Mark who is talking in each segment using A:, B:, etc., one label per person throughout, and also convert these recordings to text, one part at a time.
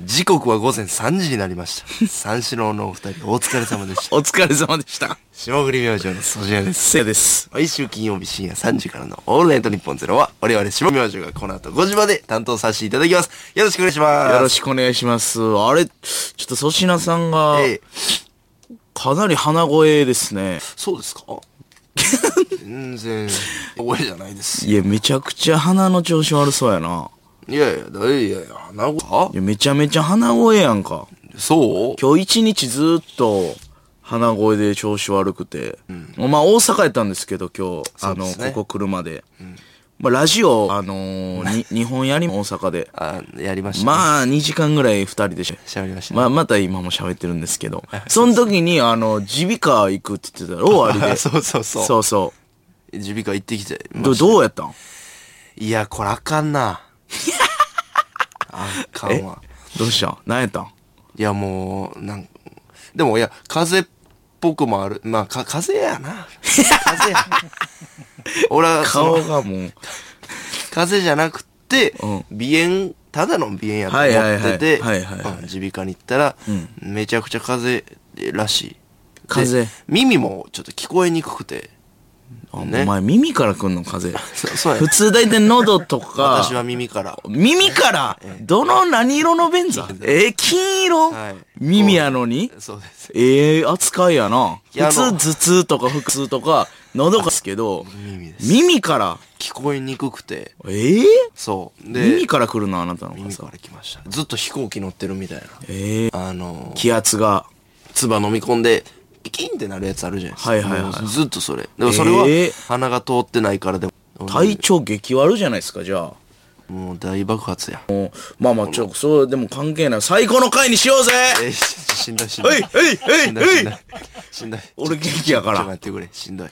A: 時刻は午前3時になりました。三四郎のお二人、お疲れ様で した。
B: お疲れ様でした。
A: 霜降り明星のソジヤです。
B: せいです。
A: 毎週金曜日深夜3時からのオールナイトニッポンゼロは、我々霜降り明星がこの後5時まで担当させていただきます。よろしくお願いします。
B: よろしくお願いします。あれ、ちょっと粗品さんが、
A: ええ
B: かなり鼻声ですね。
A: そう ですか全然、覚えじゃないです。
B: いや、めちゃくちゃ鼻の調子悪そうやな。
A: いやいや、だいやいや、鼻声
B: いや、めちゃめちゃ鼻声やんか。
A: そう
B: 今日一日ずーっと、鼻声で調子悪くて。まあ、大阪やったんですけど、今日、あ
A: うで
B: の、
A: すね
B: ここ来るまで。まあ、ラジオ、あのーに、日本やりも大阪で。
A: あ、やりました、あ、
B: まあ、2時間ぐらい2人でし
A: 喋りましたね
B: まあ、また今も喋ってるんですけど。その時に、あの、耳鼻科行くって言ってたら、終わり で。
A: そうそうそう
B: そうそ。
A: 耳鼻科行ってきちゃいうま
B: ど、
A: した。
B: どうやったん
A: いや、これあかん な。あかんわ。
B: どうしたん何やったん
A: いや、もう、なんでも、いや、風邪っぽくもある。まあ、か、風邪やな。風邪 や。俺は、その
B: 顔がもう。
A: 風邪じゃなくて、
B: う
A: 鼻炎、ただの鼻炎やと思
B: はいはいはい
A: ってて、
B: はいはいはい
A: うん耳鼻科に行ったら、めちゃくちゃ風邪らしい。
B: 風邪
A: で耳もちょっと聞こえにくくて。
B: あ
A: ね
B: お前耳から来んの風
A: そそうや
B: 普通大体喉とか
A: 私は耳から。
B: 耳からどの何色の便座えー、金色、
A: はい
B: 耳やのに
A: そうです。
B: ええ扱いやない
A: や
B: 普通
A: あの
B: 頭痛とか腹痛とか喉がですけど
A: 耳です。
B: 耳から
A: 聞こえにくくて。
B: ええ
A: そう。で、
B: 耳から来るのあなたの
A: 耳
B: 風
A: から来ました。ずっと飛行機乗ってるみたいな。
B: ええ
A: あのー、
B: 気圧が
A: 唾飲み込んで、ピキンってなるやつあるじゃないですか。
B: はいはいはい
A: もうずっとそれ。でもそれは
B: ええ、
A: 鼻が通ってないからでも。
B: 体調激悪じゃないですかじゃあ
A: もう大爆発や。
B: もうまあまあちょそうでも関係ない最高の回にしようぜ
A: えー、ししんどいしんどい。
B: はいはい
A: しんどい
B: は
A: しん
B: い
A: ど
B: はい
A: い。しんどい。
B: 俺元気やか
A: ちょっと
B: ら
A: 待ってくれ、しんどい。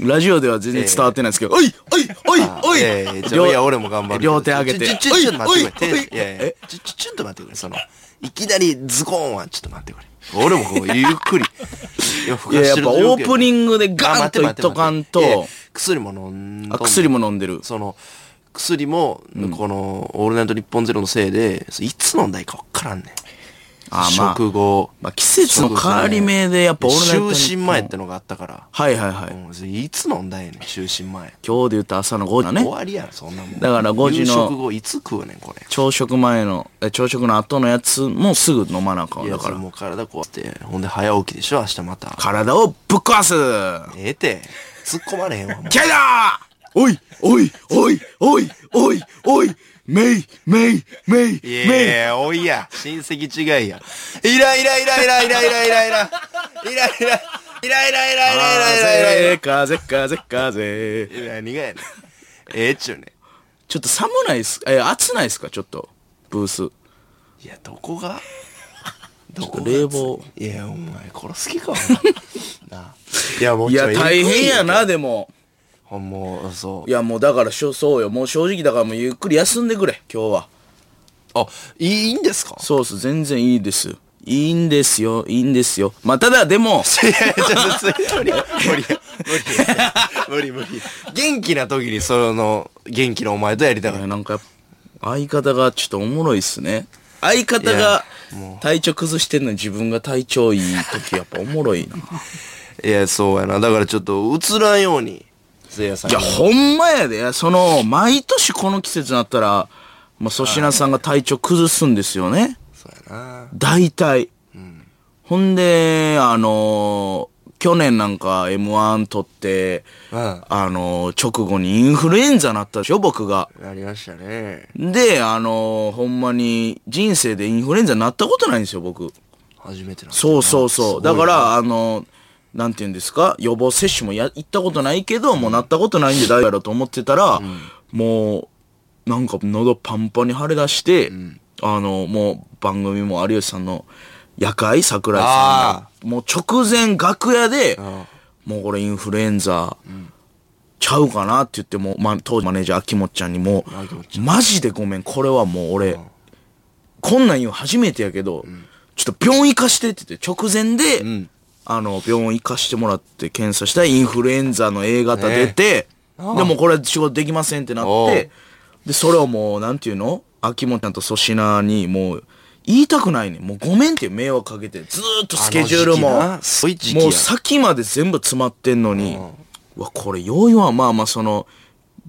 B: ラジオでは全然伝わってないですけど、おいおいおいおい
A: いやいやいや
B: 両
A: いや、俺も頑張るけど。
B: 両手上げて
A: ちょ、ちょ、ちょちょっと待ってく
B: おいお
A: れ
B: い。
A: 手いやい
B: おい
A: や、ちょ、ちょ、ちょっと待ってくれ。その、いきなりズコーンはちょっと待ってくれ。俺もこう、ゆっくり。いや、
B: いややっぱオープニ
A: グ
B: ングでガンといっとかんと、
A: 薬も飲んだ。
B: あ薬も飲んでる
A: その、薬も、この、オールナイト日本ゼロのせいで、いつ飲んだらいいかわからんねん。
B: あまあ
A: 食後。
B: まあ季節の変わり目でやっぱ俺
A: 食後
B: の
A: ね就寝前ってのがあったから。
B: はいはいはい、
A: う
B: 今
A: んいつ飲んだんやねん、就寝前。
B: 日で言った朝の5時だね
A: 終わりやん、そんなもん。
B: だから5
A: 夕
B: 時の
A: 食後いつ食うねん、これ。
B: 朝食前のえ朝食の後のやつもすぐ飲まなあかん
A: いや、
B: だ
A: そ
B: か
A: れ
B: ら
A: もう体壊って。ほんで早起きでしょ、明日また。
B: 体をぶっ壊す
A: ええて。突っ込まれへんわ、もう。
B: キャだおいおいおいおいおいおいメイメイメイ
A: いやいや、おいや。親戚違いや。イライライライライライライライラ。イライラ。イライライライライライライライラ
B: 風風風風
A: いや。何がやねん。ええっちゅうね
B: ちょっと寒ないっすえ暑ないっすかちょっとブース
A: ん。いや、どこがどこが
B: 冷房
A: いや、お前殺す気か、お前 なあいや、もう
B: い
A: ちょ
B: や大変や。
A: えぐい
B: なでも
A: ほんもう、そう
B: い。やもうだからしょそうよもう正直だからもうゆっくり休んでくれ今日は
A: あ、いいいんですか
B: そうっす全然いいですいいんですよいいんですよまあただでも
A: いやいや、ちょっと、無理、無理、無理、無理、無理。元気な時に、その、元気のお前とやりたか
B: い
A: ら。
B: やなんか相方がちょっとおもろいっすね相方が
A: いやも
B: 体調崩してんのに自分が体調いい時やっぱおもろいない
A: いや、そうやな。だからちょっと、映らんように、せいやさんに。
B: やほんまやでその毎年この季節になったらまあ粗品さんが体調崩すんですよね
A: そうやな。
B: 大体、ほんであのー去年なんか m 1取って、
A: うん
B: あのー直後にインフルエンザなったでしょ僕が
A: なりましたね。
B: であのーほんまに人生でインフルエンザなったことないんですよ僕
A: 初めてな。
B: そうそうそう。
A: すごい
B: だ
A: な
B: から、あの、なんて言うんですか、予防接種もや行ったことないけど、もうなったことないんで大丈夫やろと思ってたら、もう、なんか喉パンパンに腫れ出して、あの、もう番組も有吉さんの夜会桜井さ
A: あ
B: んが、もう直前楽屋で、
A: ん
B: もうこれインフルエンザ、ちゃうかなって言ってもう、ま、当時マネージャー秋元ちゃんにも
A: 秋元
B: うマジでごめんこれはもう俺、こんなん言うの初めてやけど、ちょっと病院行かしてって言って直前で、
A: ん
B: あの病院行かしてもらって検査したらインフルエンザの A 型出て、でもこれ仕事できませんってなっ
A: おう
B: てでそれをもうなんていうの秋元ちゃんと粗品にもう言いたくないねんもうごめんっていう迷惑かけて、ずーっとスケジュールも、
A: あの時期なそういう時期や
B: もう先まで全部詰まってんのに、うわ、これ要因はまあまあその、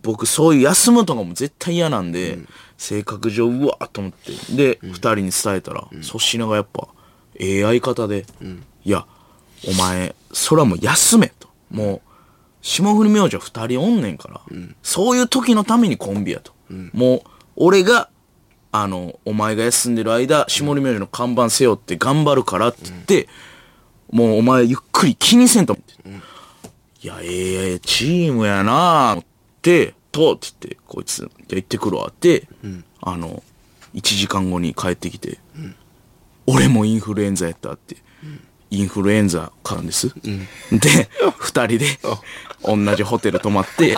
B: 僕そういう休むとかも絶対嫌なんで、性格上、うわーと思って、で、二、人に伝えたら、粗品がやっぱ、ええ相方で、いや、お前、そらもう休めと。もう、霜降り明星二人おんねんから、そういう時のためにコンビやと。もう、俺が、あの、お前が休んでる間、霜降り明星の看板背負って頑張るからって言って、もうお前ゆっくり気にせんと思って。いや、ええチームやなぁ、って、と、って言って、こいつ、じゃあ行ってくるわって、あの、1時間後に帰ってきて、俺もインフルエンザやったって、インフルエンザ買うんです。で、二人で、同じホテル泊まって、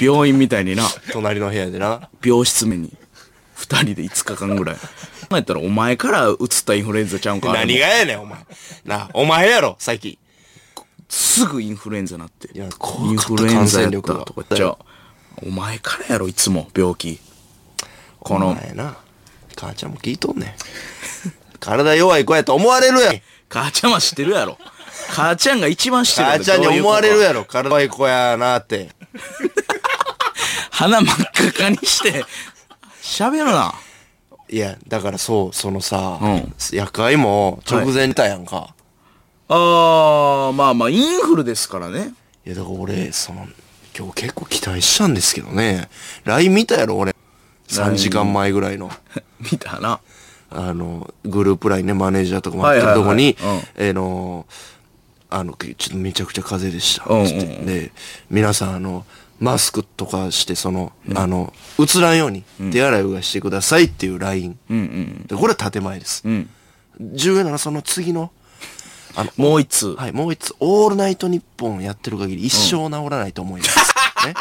B: 病院みたいにな、
A: 隣の部屋でな。
B: 病室目に、二人で5日間ぐらい。今やったらお前から移ったインフルエンザちゃうんか。
A: 何がやねん、お前。なあ、お前やろ、最近。
B: すぐインフルエンザなって。
A: いや
B: インフルエンザやった
A: 怖かった
B: とか
A: 感染力が
B: 言っちゃう。お前からやろ、いつも、病気。こ
A: お
B: の、
A: 前な。母ちゃんも聞いとんねん。体弱い子やと思われるやん。
B: 母ちゃんは知ってるやろ。母ちゃんが一番知ってるや
A: 母
B: ろ
A: ちゃんに
B: どういう
A: 思
B: こと
A: われるやろ、体弱い子やなって。
B: 鼻真っ赤かにして、喋るな。
A: いや、だからそう、そのさ、
B: うん
A: 夜会も直前にいたやんか。
B: あー、まあまあ、インフルですからね。
A: い、や、だから俺、その、今日結構期待したんですけどね。LINE 見たやろ、俺。3時間前ぐらいの。
B: 見たな。
A: あの、グループラインね、マネージャーとかもやって
B: は
A: る
B: いはい
A: とこに
B: はいうん、
A: えーの、あの、くちょっとめちゃくちゃ風邪でした。
B: うんうん
A: つってで、皆さん、あの、マスクとかして、その、あの、うつらんように手洗いうがいしてくださいっていうライン。
B: うんうん。
A: でこれは建前です。
B: うん。
A: 重要なのはその次の、あの、
B: もう一通。
A: はい、もう一つ、オールナイトニッポンやってる限り一生治らないと思います。 ね。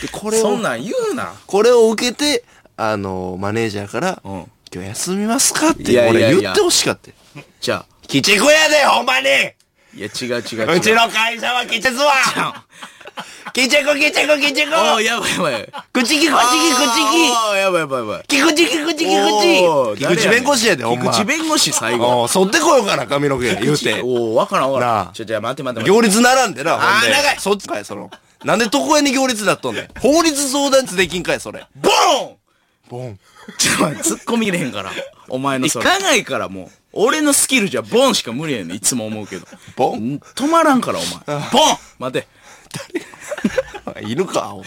A: でこれ
B: そ
A: を
B: ん、なん言うな。
A: これを受けて、あの、マネージャーから、
B: うん
A: 今日休みますかっ
B: い
A: て
B: やいやいや
A: 俺言ってほしかったよ。
B: じゃあ、
A: 鬼畜やで、ほんまに
B: いや、違う違う違う。
A: うちの会社は鬼畜は鬼畜、鬼畜、鬼畜
B: おー、やばいやばい。
A: 口木、口木、口
B: あーやばいやばいやばい。
A: 木菊池、菊池、
B: おー
A: 菊池
B: 誰
A: 菊池
B: やねん
A: 弁護士やで、ほんま。
B: 菊池弁護士最後。
A: おー剃ってこようかな、髪の毛、言う て。
B: おお、わからんわから。
A: なんあ
B: ちょ、じゃあ待て待て待て。
A: 行列並んでな、ほんで。
B: あー長い
A: そっちかい、その。なんで床屋に行列だっとんねん。法律相談室できんかい、それ。
B: ボーン
A: ボン。
B: ちょ、待って突っ込み入れへんから。お前のそれ。行かないからもう。俺のスキルじゃボンしか無理やねん。いつも思うけど。
A: ボン
B: ん止まらんから、お前。ボン待て。
A: 犬か、アホな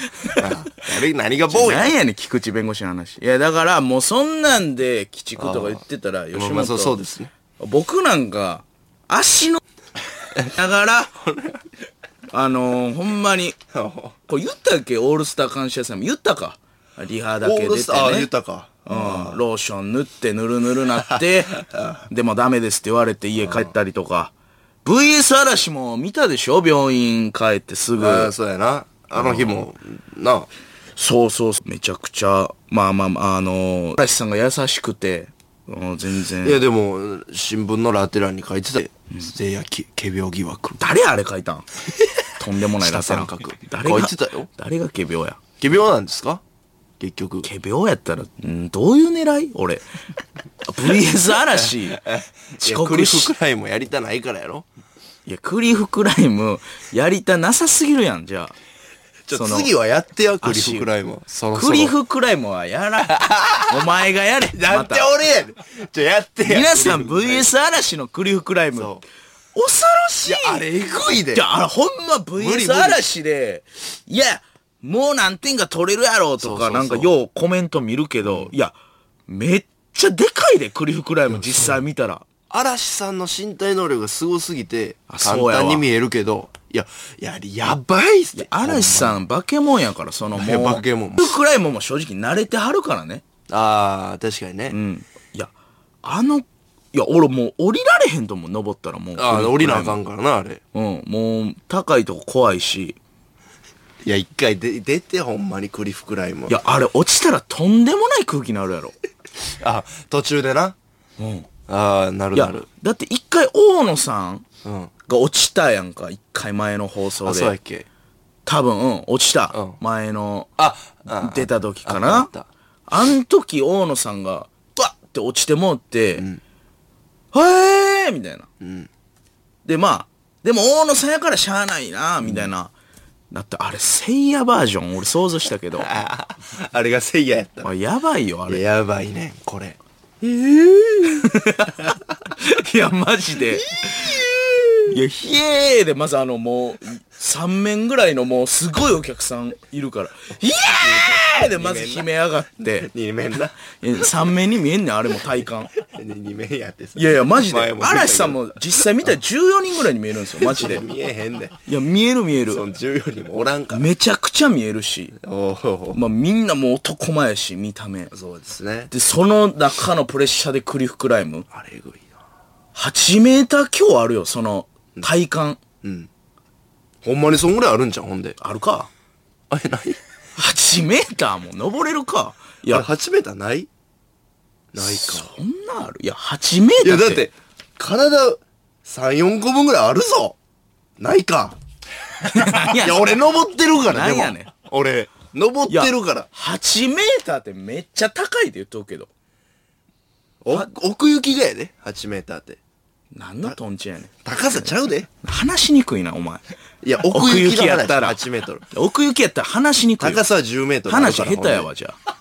A: あ誰、何がボンや。
B: なんやねん、菊池弁護士の話。いや、だから、もうそんなんで、鬼畜とか言ってたら、吉
A: まあ
B: 本、
A: まあそうそうですね。
B: 僕なんか、足の、だから、あのー、ほんまに、これ言ったっけオールスター感謝祭も言ったかリハだけ出て、ね、
A: あ、言ったか。
B: うん、ローション塗ってぬるぬるなって でもダメですって言われて家帰ったりとか VS 嵐も見たでしょ病院帰ってすぐ
A: ああ、そうやな。あの日も、な
B: そうそうそうめちゃくちゃまあまあまああのー嵐さんが優しくて、うん、全
A: あ。いや、
B: 然
A: でも、新聞のラテ欄に書いてた。で、やき、仮病疑惑。
B: 誰あれ書 いたんとんでもないラテラ
A: 下三
B: ン
A: 角
B: 誰
A: 書
B: が
A: いてたよ
B: 誰が仮病や
A: 仮病なんですか結局。
B: 仮病やったら、うん、どういう狙い俺 VS 嵐
A: い
B: 遅
A: やクリ
B: 刻し
A: フくらいもやりたないからやろ。
B: いや、クリフクライム、やりたなさすぎるやん、じゃあ。
A: ちょ
B: その
A: 次はやってや、クリフくらいも。そろそろ
B: クリフクライムは やらん。お前がやれ。
A: や
B: ま
A: って
B: た。
A: 俺やで。ちょ、やってや。
B: 皆さん VS 嵐のクリフクライム。恐
A: そ
B: ろしい。
A: いや、あれ、えぐいで
B: い。やあれほんま
A: 無理
B: VS 嵐で、いや、もう何点か取れるやろと
A: そうそう
B: か、
A: そう
B: なんかようコメント見るけど、いや、めっちゃでかいで、クリフクライム実際見たら。
A: 嵐さんの身体能力がすごすぎて、
B: あ
A: 簡
B: そうやわ
A: 単に見えるけど、いや、やり、やばいっすね。
B: 嵐さん、化け物やから、その
A: いや
B: もう、
A: 化
B: ク
A: け
B: リ
A: 物
B: フクライムも正直慣れてはるからね。
A: ああ、確かにね。
B: うん。いや、あの、いや、俺もう降りられへんと思う、登ったらもう。
A: ああ、降りなあか
B: ん。
A: んからな、あれ。
B: うん、もう、高いとこ怖いし。
A: いや、一回で出て、ほんまにクリフクライも。
B: いや、あれ落ちたらとんでもない空気になるやろ。
A: あ、途中でな。
B: うん。
A: ああ、なる
B: い
A: な
B: や
A: る。、
B: だって一回大野さん
A: うん。
B: が落ちたやんか、一回前の放送
A: あ、そうやっ
B: で。
A: け。
B: 多分、うん、落ちた。
A: うん
B: 前の、
A: あ、あ
B: 出た時か
A: ああ
B: な
A: った。
B: あん時大野さんが、バッってって落ちてもうって、
A: ん
B: はえーみたいな。
A: ん
B: で、まあ、でも大野さんやからしゃあないな、みたいな。だってあれ、せいやバージョン、俺想像したけど。
A: ああれがせいややった
B: あやばいよ、あ
A: いや
B: れ。
A: やばいねこれ
B: いや、マジで。いや、ひえーで、まずあの、もう、3面ぐらいのもう、すごいお客さんいるから、ひえーで、まず悲鳴上がって、
A: 二面な
B: 3面に見えんねん、あれも体感。
A: 二面やってさ
B: いやいや、マジで。
A: 前も出たけど
B: 嵐さんも実際見たら14人ぐらいに見えるんですよ、マジで。
A: 見えへんで
B: いや、見える見える
A: そ。の十よりもおらんから
B: めちゃくちゃ見えるし、
A: おお
B: まあみんなもう男前やし、見た目。
A: そうですね
B: で、その中のプレッシャーでクリフクライム。
A: あれえぐいな
B: 8メーター強あるよ、その体感。
A: うんほんまにそんぐらいあるんじゃんほんで
B: あるか
A: あれない
B: 8メーターも登れるか。い
A: いや
B: や、
A: 8メーターないないか
B: そんなあるいや、8メー
A: いや
B: ターって。
A: だって体34個分ぐらいあるぞないか
B: 何や
A: い
B: ねん、
A: や俺登ってるからで
B: なん
A: も
B: やねん
A: 俺登ってるから
B: 8メーターってめっちゃ高いで言っとくけど。
A: お奥行きがやで8メーターって
B: 何のトンチやねん。
A: 高さちゃうで
B: 話しにくいな、お前。
A: いや
B: 奥
A: 奥
B: 行
A: 行
B: き
A: き
B: や
A: や
B: っ
A: ったた
B: ら
A: ら8メートル
B: 奥行きやったら話しにくいよ。
A: 高さは10メートルある
B: 話
A: か
B: 下
A: ら
B: 手やわ、じゃあ。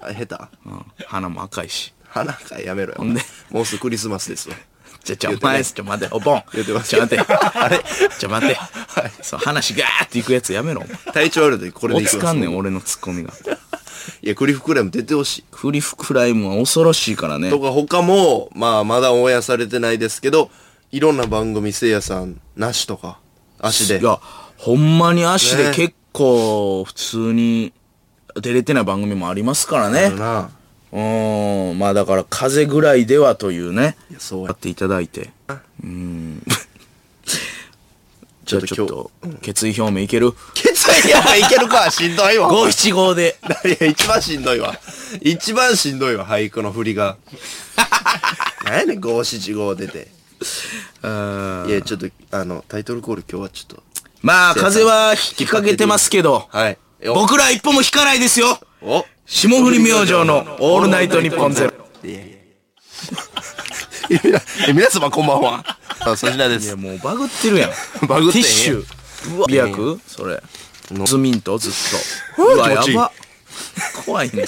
A: ほんであ下手
B: うん、鼻も赤いし。
A: 花かやめろよ
B: ほんで
A: もうすぐクリスマスですわ
B: じゃあ、じゃあ、
A: 言う
B: お
A: てね
B: 前、ちょ、待て、お盆。
A: 言うてます
B: ちょ、待て。
A: あれ
B: ちょ、待て。そう、話ガーっていくやつや めろ、
A: 体調悪い時こ
B: お
A: れで
B: 前。
A: い
B: お
A: く
B: つかんねん、俺のツッコミが。
A: いやクリフクライム出てほしい
B: クリフクライムは恐ろしいからね
A: と。か他も、まあ、まだオンエアされてないですけど、いろんな番組、せいやさん、なしとか、足で
B: い。や、ほんまに足で
A: ね
B: 結構、普通に、出れてない番組もありますからね。
A: な
B: うーん、まあだから、風邪ぐらいではというね。
A: いやそうや
B: やっていただいて。うーん。じゃあ ちょっと、決意表明いける
A: 決意やいけるか、しんどいわ。
B: 五七五で。
A: いや、一番しんどいわ。一番しんどいわ、俳句の振りが。何やねん、五七五出て。
B: ま
A: いや、ちょっと、あの、タイトルコール今日はちょっ
B: あ、風は引きかけてますけど
A: と。、はい。よ
B: 僕ら一歩も引かないですよ
A: お
B: 霜降り明星のオールナイトニッポンゼロ。
A: いやいやいやいや。皆様こんばんは。あ、粗品で
B: い
A: す
B: や、。もうバグってるやん。
A: バグって
B: テ
A: んや
B: ィッシュ。うわ、美白それ。
A: の
B: ズミントずっと。
A: う
B: う
A: わ
B: わ、や
A: 気持ちいい
B: ば。 怖いね。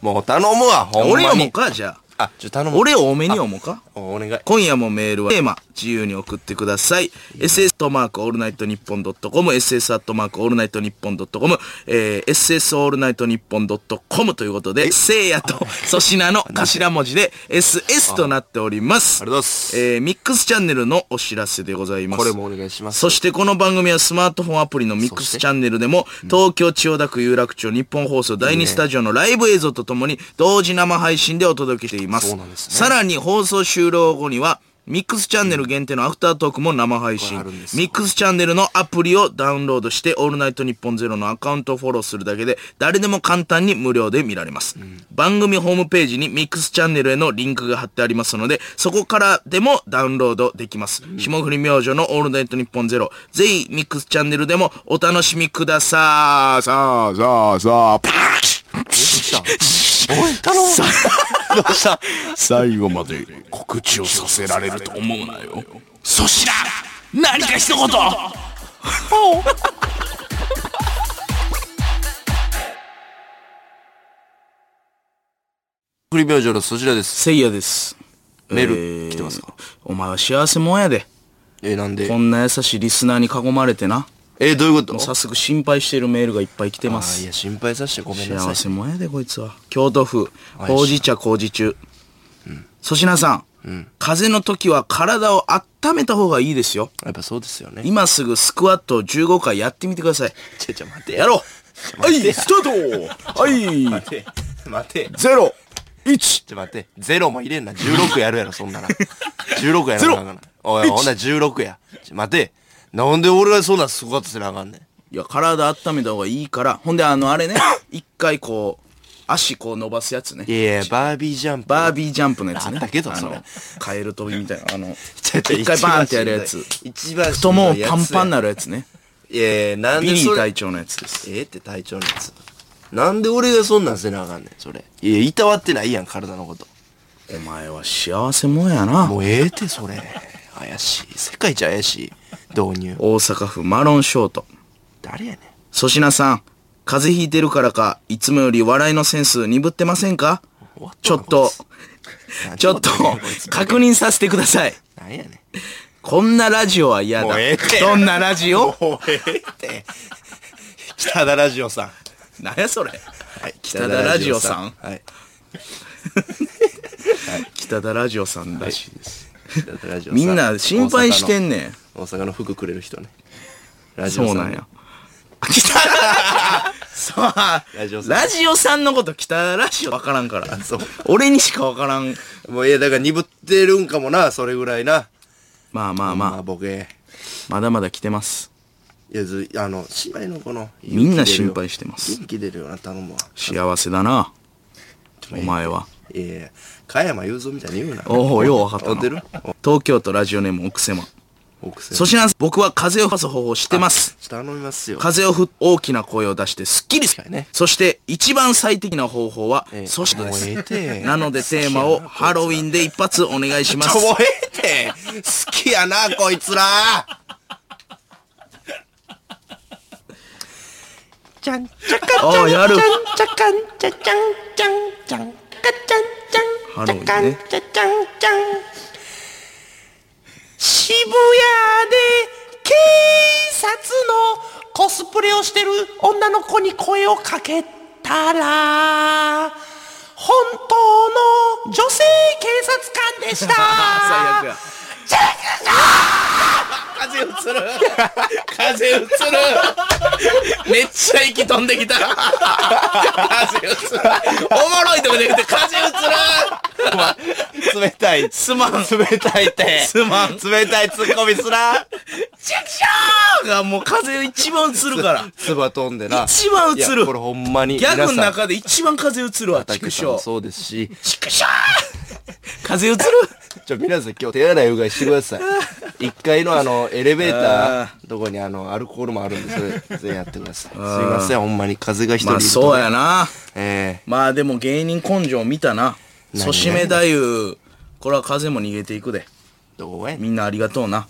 A: もう頼むわ、ほんま
B: 俺
A: に。
B: 読もうか、じゃあ。
A: あ、ちょ、頼む。
B: 俺を多めに読もうか。
A: おお願い。
B: 今夜もメールはテーマ、自由に送ってください。ss トマークオールナイトニッポンドットコム、ss アットマークオールナイトニッポンドットコム、えー ss オールナイトニッポンドットコムということで、せいやと粗品の頭文字で ss となっております。
A: ありがとうございます
B: えーミックスチャンネルのお知らせでございます。
A: これもお願いします
B: そしてこの番組はスマートフォンアプリのミックスチャンネルでも、東京千代田区有楽町日本放送第2スタジオのライブ映像とともに、同時生配信でお届けしています。
A: そうなんですね
B: さらに放送終了後には、ミックスチャンネル限定のアフタートークも生配信。
A: これあるんですよ
B: ミックスチャンネルのアプリをダウンロードして、オールナイトニッポンゼロのアカウントをフォローするだけで、誰でも簡単に無料で見られます。番組ホームページにミックスチャンネルへのリンクが貼ってありますので、そこからでもダウンロードできます。霜降り明星のオールナイトニッポンゼロ、ぜひミックスチャンネルでもお楽しみください。さあ、さあ、さあ、パ
A: おい、頼む。どうした
B: 最後まで告知をさせられると思うなよそしら何か一言
A: クリ明星のそちらです。
B: せいやです
A: メール来てますか
B: えーお前は幸せもんやで
A: え、なんで
B: こんな優しいリスナーに囲まれてな
A: え、どういうこと
B: 早速心配してるメールがいっぱい来てま
A: あい
B: す
A: や、心配させてごめんなさ
B: 幸
A: い。
B: せもんやでこいつは京都府
A: おい
B: ほうじ茶工事中粗品さん、風邪の時は体を温めた方がいいですよ
A: やっぱそうですよね。
B: 今すぐスクワットを15回やってみてください
A: ちょ、ちょ、待て
B: や
A: や。
B: ろうはいスタートはい
A: 待て。待て。
B: ゼロ一
A: ちょ、待て。ゼロも入れんな。16やるやろ、そんなら。16や
B: ゼロ
A: ろ、な。おい、ほんなら16や。ちょ、待て。なんで俺がそんなすごかったせなあかんねん。
B: いや、体温めた方がいいから。ほんで、あの、あ れね、一回こう、足こう伸ばすやつね。
A: いやいや、バービージャンプ。
B: バービージャンプのやつね。
A: あったけど
B: あ
A: それ
B: の、カエル飛びみたいな。あの、
A: ちょちょ
B: 一回バーンってやるやつ。
A: 一番しんどい
B: 太ももパンパン
A: な。
B: なるやつね。
A: いやいや、なん
B: ビ
A: で
B: リ
A: そ
B: ー
A: れ
B: 隊長のやつです。
A: ええって体調のやつなんで俺がそんなんせなあかんねんそれいやいたわってないやん体のこと
B: お前は幸せもんやな
A: もうええってそれ怪しい世界一怪しい導入
B: 大阪府マロンショート
A: 誰やねん
B: 粗品さん風邪ひいてるからかいつもより笑いのセンス鈍ってませんか
A: 終わたな
B: ちょっ
A: こといつ
B: ち ょっと
A: なんてこと言うねんこいつ
B: 確認させてください
A: なんやねん
B: こんなラジオは嫌
A: も
B: だ
A: うええって
B: どんなラジオ
A: もうええって北田ラジオさん
B: なんやそれ
A: はい
B: 北田ラジオさん
A: 北田ラジオ
B: 北田ラジオさんだしいです
A: さんはい北田ラジオさ
B: みんな心配してんねん
A: 大阪の大阪の服くれる人ねラジオ
B: そ
A: さ
B: うんなんや北田そう
A: ラジオさん
B: ラジオさんのこと北田ラジオ分からんから
A: そう
B: 俺にしか分からん
A: もういやだから鈍ってるんかもなそれぐらいな
B: まあまあ
A: ま
B: ま
A: あ
B: あ
A: ボケ
B: まだまだ来てます
A: いやずあの姉妹のこの
B: みんな心配してます
A: 元気出るよな頼むわ
B: 幸せだなお前はい
A: やいや加山雄三みたいに言うな
B: おおよう分かった
A: 合ってる
B: な東京都ラジオネーム奥様
A: 奥さん
B: 粗品さん僕は風邪を吹かす方法知ってます
A: 頼みますよ
B: 風をふ大きな声を出してすっきりす
A: 確か
B: る、
A: にね
B: そして一番最適な方法は
A: ええ
B: 粗品で
A: もうええ
B: す、
A: て
B: なのでテーマをハロウィンで一発お願いします
A: もうええって好きやなこいつら
C: ちゃんちゃかち
B: あ
C: ゃ
B: あ
C: んち
B: や
C: ゃん
B: る
C: ちゃかんちゃちゃんちゃんちゃんかちゃんちゃん
B: ハロウィ
C: ちゃ
B: ンね
C: かんちゃちゃんちゃん渋谷で警察のコスプレをしてる女の子に声をかけたら本当の女性警察官でした
B: 最悪や
A: 風映る風映る
B: めっちゃ息飛んできた風うつるおもろいとこで言って風うつ
A: 冷たいすまん冷たいって
B: すまん
A: 冷たいツッコミすな
B: るがもう風一番うつるから
A: つば飛んでな
B: 一番うつ
A: い
B: る
A: やこれほんまに
B: ギャグの
A: 皆さん
B: 中で一番風うつるわ
A: 竹
B: 畜
A: さんも
B: 生
A: そうですし
B: 畜生風うつる
A: ちょ皆さん今日手洗いうがいしてください1階のあのエレベー
B: あ
A: ターとこにあのアルコールもあるんでそれ全員やってくださいすいませんほんまに風が一人い
B: まあ
A: ると
B: そうやな
A: ええ
B: まあでも芸人根性見たな
A: 何
B: 粗め太夫これは風も逃げていくで
A: どうやねん
B: みんなありがとうな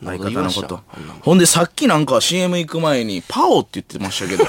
A: なんか
B: 相方
A: 言いま
B: の
A: し
B: こ
A: た
B: と
A: あんなもん
B: ほんでさっきなんか CM 行く前にパオって言ってました けど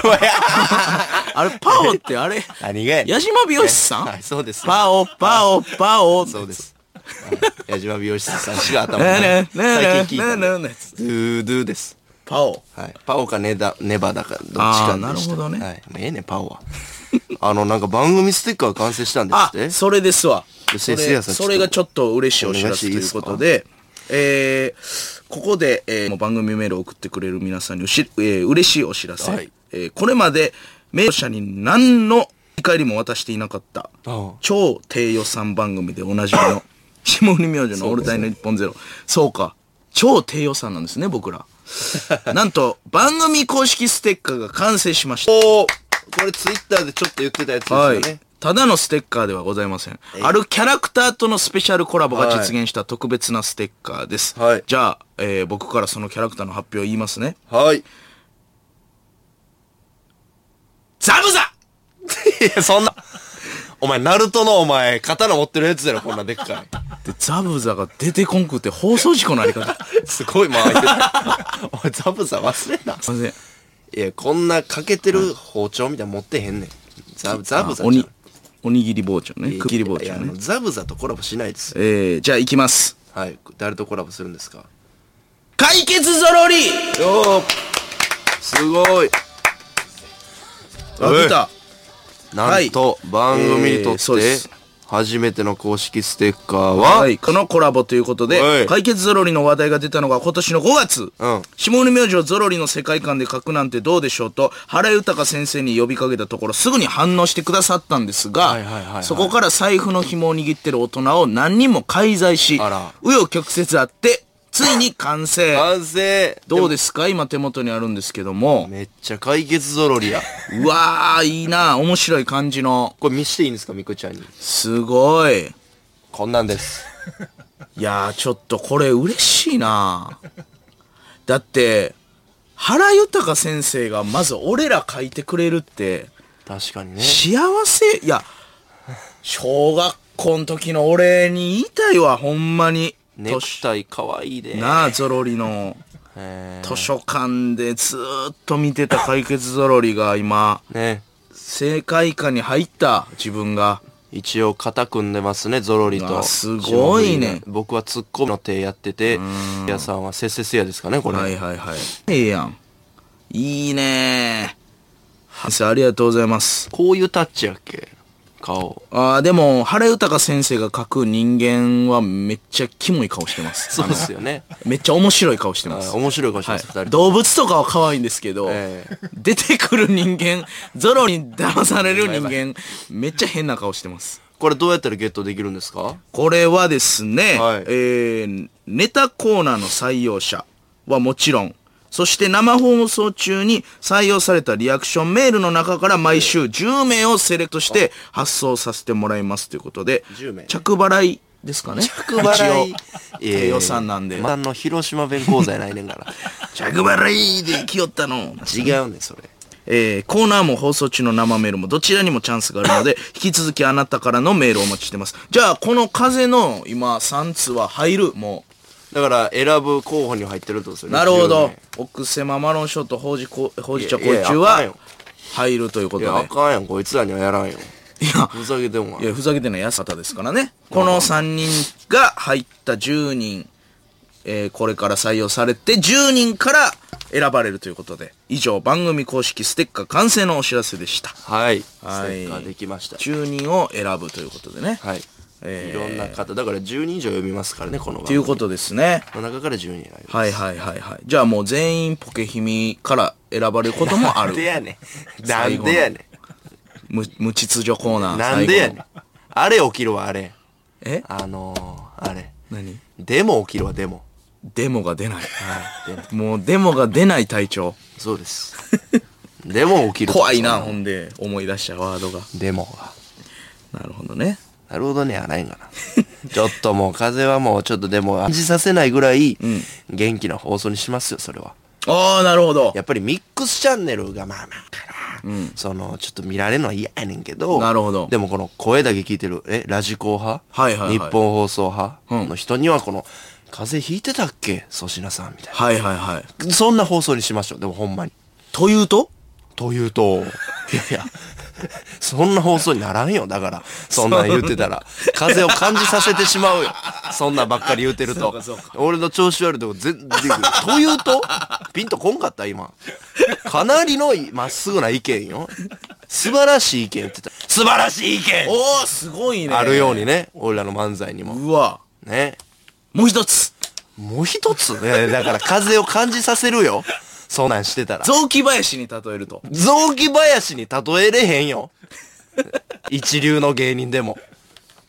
B: あれパオってあれ
A: 何がやねん
B: 矢島美容師さ
A: はい
B: ん
A: そうです
B: パオパオパオ
A: そうですはい矢島美容師さんしか頭
B: ね
A: ない
B: えねえねえ
A: 最近聞いたん
B: ねえねえ
A: で
B: ねえ
A: ドゥードゥーです
B: パオ
A: はい、パオかネダネバだかどっち
B: あ
A: か
B: ーな
A: で
B: る
A: し
B: ほ
A: た
B: どね
A: はい、もうええねんパオは あのなんか番組ステッカー完成したんです
B: あ
A: って
B: それですわ
A: で
B: そ
A: せせい
B: れ
A: やさんちょっと
B: それがちょっと嬉しいお知
A: お願
B: らせとい
A: いしていいで
B: う
A: すか
B: ことでえーここで、えーもう番組メールを送ってくれる皆さんにうし、えー嬉しいお知らせ、
A: はい
B: えーこれまでメール者に何の理解りも渡していなかった
A: ああ
B: 超低予算番組でおなじみ の下降り明星の「オールタイの日本ゼロそうか超低予算なんです ね僕らなんと番組公式ステッカーが完成しました
A: おーこれツイッターでちょっと言ってたやつですよね、
B: はい。ただのステッカーではございません。あるキャラクターとのスペシャルコラボが実現した特別なステッカーです。
A: はい
B: じゃあ、えー僕からそのキャラクターの発表を言いますね。
A: はい。い
B: ザブザ
A: や、 そんな。お前、ナルトのお前、刀持ってるやつだろ、こんなでっかい。
B: で、ザブザが出てこんくて放送事故のあり方。
A: すごい回って た。お前、ザブザ忘れんな。
B: すいません。
A: いや、こんな欠けてる包丁みたいなの持ってへんねん。ザブザブザ
B: あおに、おにぎり包丁ね。
A: い
B: くっきり包
A: いや
B: 丁
A: あの
B: ね。
A: ザブザとコラボしないです。
B: えー、じゃあ行きます。
A: はい。誰とコラボするんですか
B: 解決ぞろり
A: よーすごい
B: あ、
A: おい
B: 来た。
A: なんと、番組にとっ
B: えーそうで
A: て
B: す、
A: 初めての公式ステッカーは、
B: はい、このコラボということ
A: は
B: で、
A: い
B: 解決ゾロリの話題が出たのが今年の5月。
A: うん
B: 下根明星ゾロリの世界観で書くなんてどうでしょうと、原豊先生に呼びかけたところ、すぐに反応してくださったんですが、
A: はいはいはいはい
B: そこから財布の紐を握ってる大人を何人も介在し、
A: あら
B: 紆余曲折あって、ついに 完成。
A: 完成
B: どうですか今手元にあるんですけども。
A: めっちゃ解決ぞろりや。
B: うわー、いいな面白い感じの。
A: これ見していいんですか、みくちゃんに。
B: すごい。
A: こんなんです。
B: いやーちょっとこれ嬉しいなだって原豊先生がまず俺ら書いてくれるって
A: 確かにね
B: 幸せいや小学校の時の俺に言いたいわ、ほんまに。
A: ネクタイかわいいで。
B: なあ、ゾロリの。
A: え
B: 図書館でずーっと見てた解決ゾロリが今、
A: ーね。
B: 正解下に入った、自分が。
A: 一応肩組んでますね、ゾロリ
B: う
A: と。
B: わすごいね
A: 僕はツッコミの手やってて、やさんはせっせせやですかね、これ。
B: はいはいはい。ええやん。いいね先生、ありがとうございます。
A: こういうタッチやっけ顔。
B: ああ、でも、原豊先生が書く人間はめっちゃキモい顔してま す。
A: そうですよね。
B: めっちゃ面白い顔してます。
A: あ面白い顔してます、
B: は
A: 二
B: い、
A: 人と
B: 動物とかは可愛いんですけど、
A: ええ
B: 出てくる人間ゾロに騙される人間めっちゃ変な顔してます
A: これどうやったらゲットできるんですか
B: これはですね、
A: はい
B: えーネタコーナーの採用者はもちろんそして生放送中に採用されたリアクションメールの中から毎週10名をセレクトして発送させてもらいますということで
A: 10名
B: 着払いですかね
A: 着払い
B: 一応。
A: ええ
B: 予算なんで
A: まだあの広島弁講座やないねん から。
B: 着払いで来よったの
A: 違うねん、それ。
B: えーコーナーも放送中の生メールもどちらにもチャンスがある ので、引き続きあなたからのメールをお待ちしてます。じゃあ、この風の今3通は入る、も
A: だから選ぶ候補に入ってるってことですよ
B: う。
A: ね。
B: なるほど
A: 10。
B: 奥狭マロンショット、ほうじこ、ほうじ茶
A: いやいや
B: 甲虫
A: あかんよ
B: は入るということ
A: 名。いや、あ
B: で。い
A: かんやん、こいつらにはやらんよ。
B: や、
A: ふざけても
B: いやふざけてない安方ですからね。この3人が入った10人、えーこれから採用されて10人から選ばれるということで。以上、番組公式ステッカー完成のお知らせでした。
A: はい。ステ
B: はい
A: ッカーできました。
B: 10人を選ぶということでね。
A: はい。
B: え
A: いろ
B: ー
A: んな方、だから10人以上読みますからね、この番
B: っていう
A: 組。
B: ことですね。
A: の中から10人選びます。
B: はいはいはいはい。じゃあもう全員ポケヒミから選ばれることもあ
A: なんで
B: る。
A: やねん。なんでやね
B: 無無秩序コーナー
A: ん。
B: 最後
A: な
B: の。
A: んでやねん。あれ起きるわ、あれ。
B: え
A: あのー、あれ。
B: 何
A: デモ起きるわ、デモ。
B: デモが出ない。
A: はい。デモ
B: もうデモが出ない体調。
A: そうです。デモ起きる。
B: 怖いな、ほんで思い出したワードが。
A: デモが。
B: なるほどね。
A: なるほどね、やないんかな。ちょっともう風はもうちょっとでも感じさせないぐらい元気な放送にしますよ、それは。
B: ああ、なるほど
A: や。っぱりミックスチャンネルがまあまあから、そのちょっと見られるのは嫌やねんけど、
B: なるほど
A: でもこの声だけ聞いてる、え、ラジコ派
B: はいはいはい
A: 日本放送派、
B: うん
A: の人にはこの、風邪ひいてたっけ粗品さんみたい
B: はいはいはい。
A: な。そんな放送にしましょう、でもほんまに。
B: というと
A: というと、いやいや、そんな放送にならんよ。だから、そんなん言ってたら、風を感じさせてしまうよ。そんなんばっかり言ってると。俺の調子悪いとこ全然、というと、ピンとこんかった今。かなりのまっすぐな意見よ。素晴らしい意見言ってた。素晴らしい意見
B: おお、すごいね。
A: あるように。ね。俺らの漫才にも。
B: うわ。
A: ね。
B: もう一つ。
A: もう一つね。だから風を感じさせるよ。そんなんしてたら。
B: 雑木林に例えると。
A: 雑木林に例えれへんよ。 一流の芸人でも。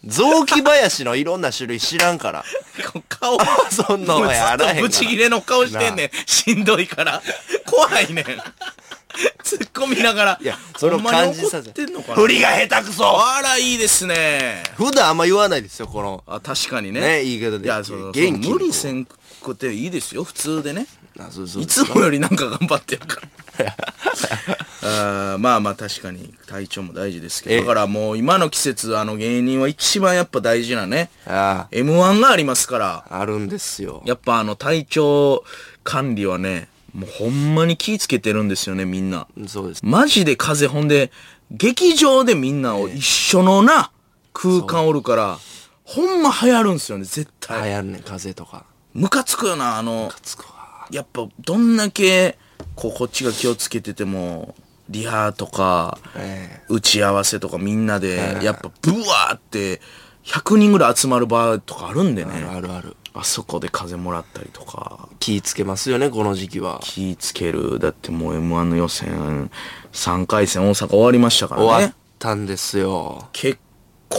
A: 雑木林のいろんな種類知らんから。
B: 顔。
A: そんなのやらへんから
B: ぶち切れの顔してんねん。しんどいから。怖 いねん。突っ込みながら。い
A: いや、それを感じさせ
B: てんのかな
A: 振りが下手くそ
B: あら、いいですね。
A: 普段あんま言わないですよ、この。
B: あ、確かにね。
A: ね、言い方
B: い
A: で。
B: や、そう、
A: 元気
B: 無理せんくていいですよ、普通でね。
A: あそうそう
B: いつもよりなんか頑張ってるから。 あーまあまあ確かに体調も大事ですけ
A: え
B: ど。
A: え
B: だからもう今の季節、あの芸人は一番やっぱ大事なね。
A: あ
B: M1 がありますから。
A: あ、あるんですよ。
B: やっぱあの体調管理はね、もうほんまに気ぃつけてるんですよね、みんな。
A: そうです。
B: マジで風邪ほんで、劇場でみんなを一緒のな、空間おるから、ほんま流行るんですよね、絶
A: 流
B: 対。
A: 行るねん、風邪とか。
B: ムカつくよな、あの、
A: つくわ
B: やっぱどんだけ、こう、こっちが気をつけてても、リハとか、
A: え
B: 打ち合わせとかみんなで、やっぱブワーって、100人ぐらい集まる場とかあるんで
A: え
B: ね。
A: あるある。
B: あそこで風もらったりとか。
A: 気ぃつけますよね、この時期は。
B: 気ぃつける。だってもう M1 の予選、3回戦大阪終わりましたからね。
A: 終わったんですよ。
B: 結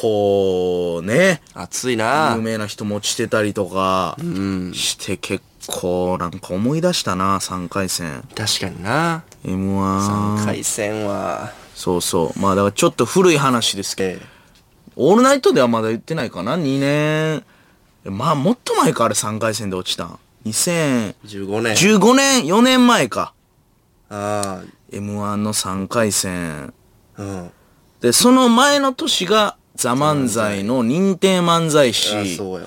B: 構ね、
A: 暑いな
B: 有名な人も落ちてたりとか、して結構なんか思い出したな、3回戦。
A: 確かにな
B: M1。
A: 回線は。
B: そうそう。まあだからちょっと古い話ですけど、オールナイトではまだ言ってないかな ?2 年。まあもっと前か、あれ3回戦で落ちたん。2015
A: 15年。
B: 年、4年前か。
A: あ
B: M1 の3回戦。
A: あ、うん。
B: で、その前の年がザ・漫才の認定漫才
A: あ
B: 師、
A: そうや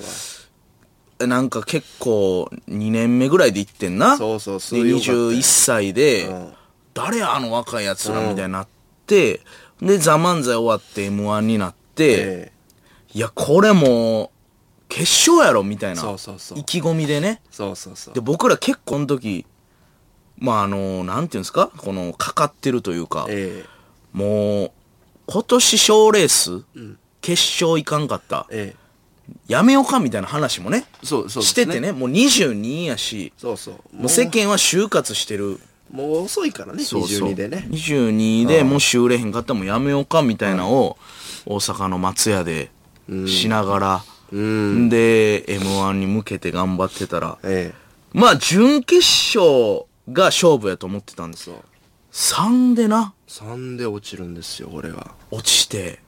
A: わ
B: なんか結構2年目ぐらいで行ってんな。
A: そうそうす
B: で、
A: ごいよかったよ
B: 21歳で、
A: ん
B: 誰やあの若いやつらみたいになって、で、ザ・漫才終わって M1 になって、
A: え
B: いや、これもう、決勝やろみたいな。
A: そうそうそう
B: 意気込みでね。
A: そうそうそう
B: で、僕ら結構この時、まああの、なんていうんですかこの、かかってるというか、
A: え
B: もう、今年賞レース、決勝いかんかった
A: え。え
B: やめようかみたいな話もね、
A: えそうそうです
B: しててね、もう22やし、
A: そうそう
B: もう世間は就活してる。
A: もう遅いからね22でね
B: 22でもし売れへんかったらもうやめようかみたいなのを、大阪の松屋でしながら、
A: うん
B: で、M1 に向けて頑張ってたら、
A: え
B: まあ、準決勝が勝負やと思ってたんで
A: え
B: す
A: そ
B: よ。
A: う
B: 3でな、
A: 3で落ちるんですよ俺は
B: 落ちて、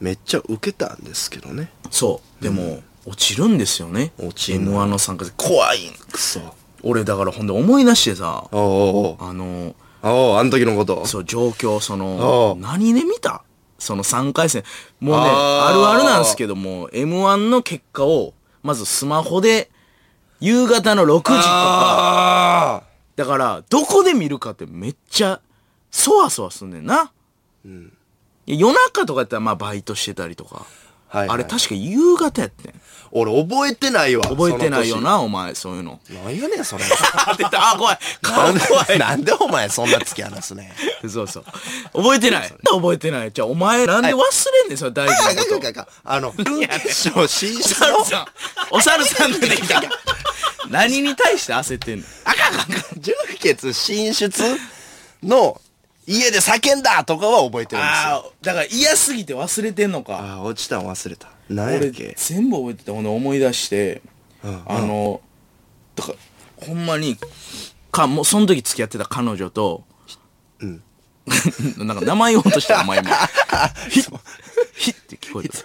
A: めっちゃ受けたんですけどね
B: そう。でも、落ちるんですよね。
A: 落ちる
B: M1 の参加で。怖いん
A: くそ
B: 俺、だからほんで思い出してさ、
A: おお
B: あの、
A: おおおあの時のこと
B: そう、状況、そ
A: あ
B: の
A: あ、
B: 何で見たその3回戦。もうね、あ
A: ああ
B: るあるなんですけども、M1 の結果を、まずスマホで、夕方の6時とか、
A: ああ
B: だから、どこで見るかってめっちゃ、そわそわすんねんな。いや夜中とかやったら、まあ、バイトしてたりとか。
A: はいはい
B: あれ、確か夕方やってん。
A: 俺覚えてないわ
B: 覚えてないよ
A: その
B: な、お前、そういうの。
A: 年なんやねんそれ
B: あ、出た。あ、怖い。
A: な
B: 顔
A: んで
B: 怖い。
A: なんで お前そんな突き放すねん
B: そうそう。覚えてない。覚えてない。じゃあ、お前、なんで忘れんねん、それ大
A: あ
B: 事なこと
A: か。かかあ の準決勝進
B: お
A: 出
B: 猿
A: の
B: さん。お猿さん出てきた。何に対して焦ってんの
A: 準決進出の家で叫んだとかは覚えてるんですよ
B: あ、だから嫌すぎて忘れてんのか。
A: ああ落ちたん忘れた何やっ
B: 俺、
A: け
B: 全部覚えてて、ほんで思い出して、あの、だから、ほんまに、か、もう、その時付き合ってた彼女と、 なんか名前言おうとした、お前今。ヒッ、ヒッって聞こ えた。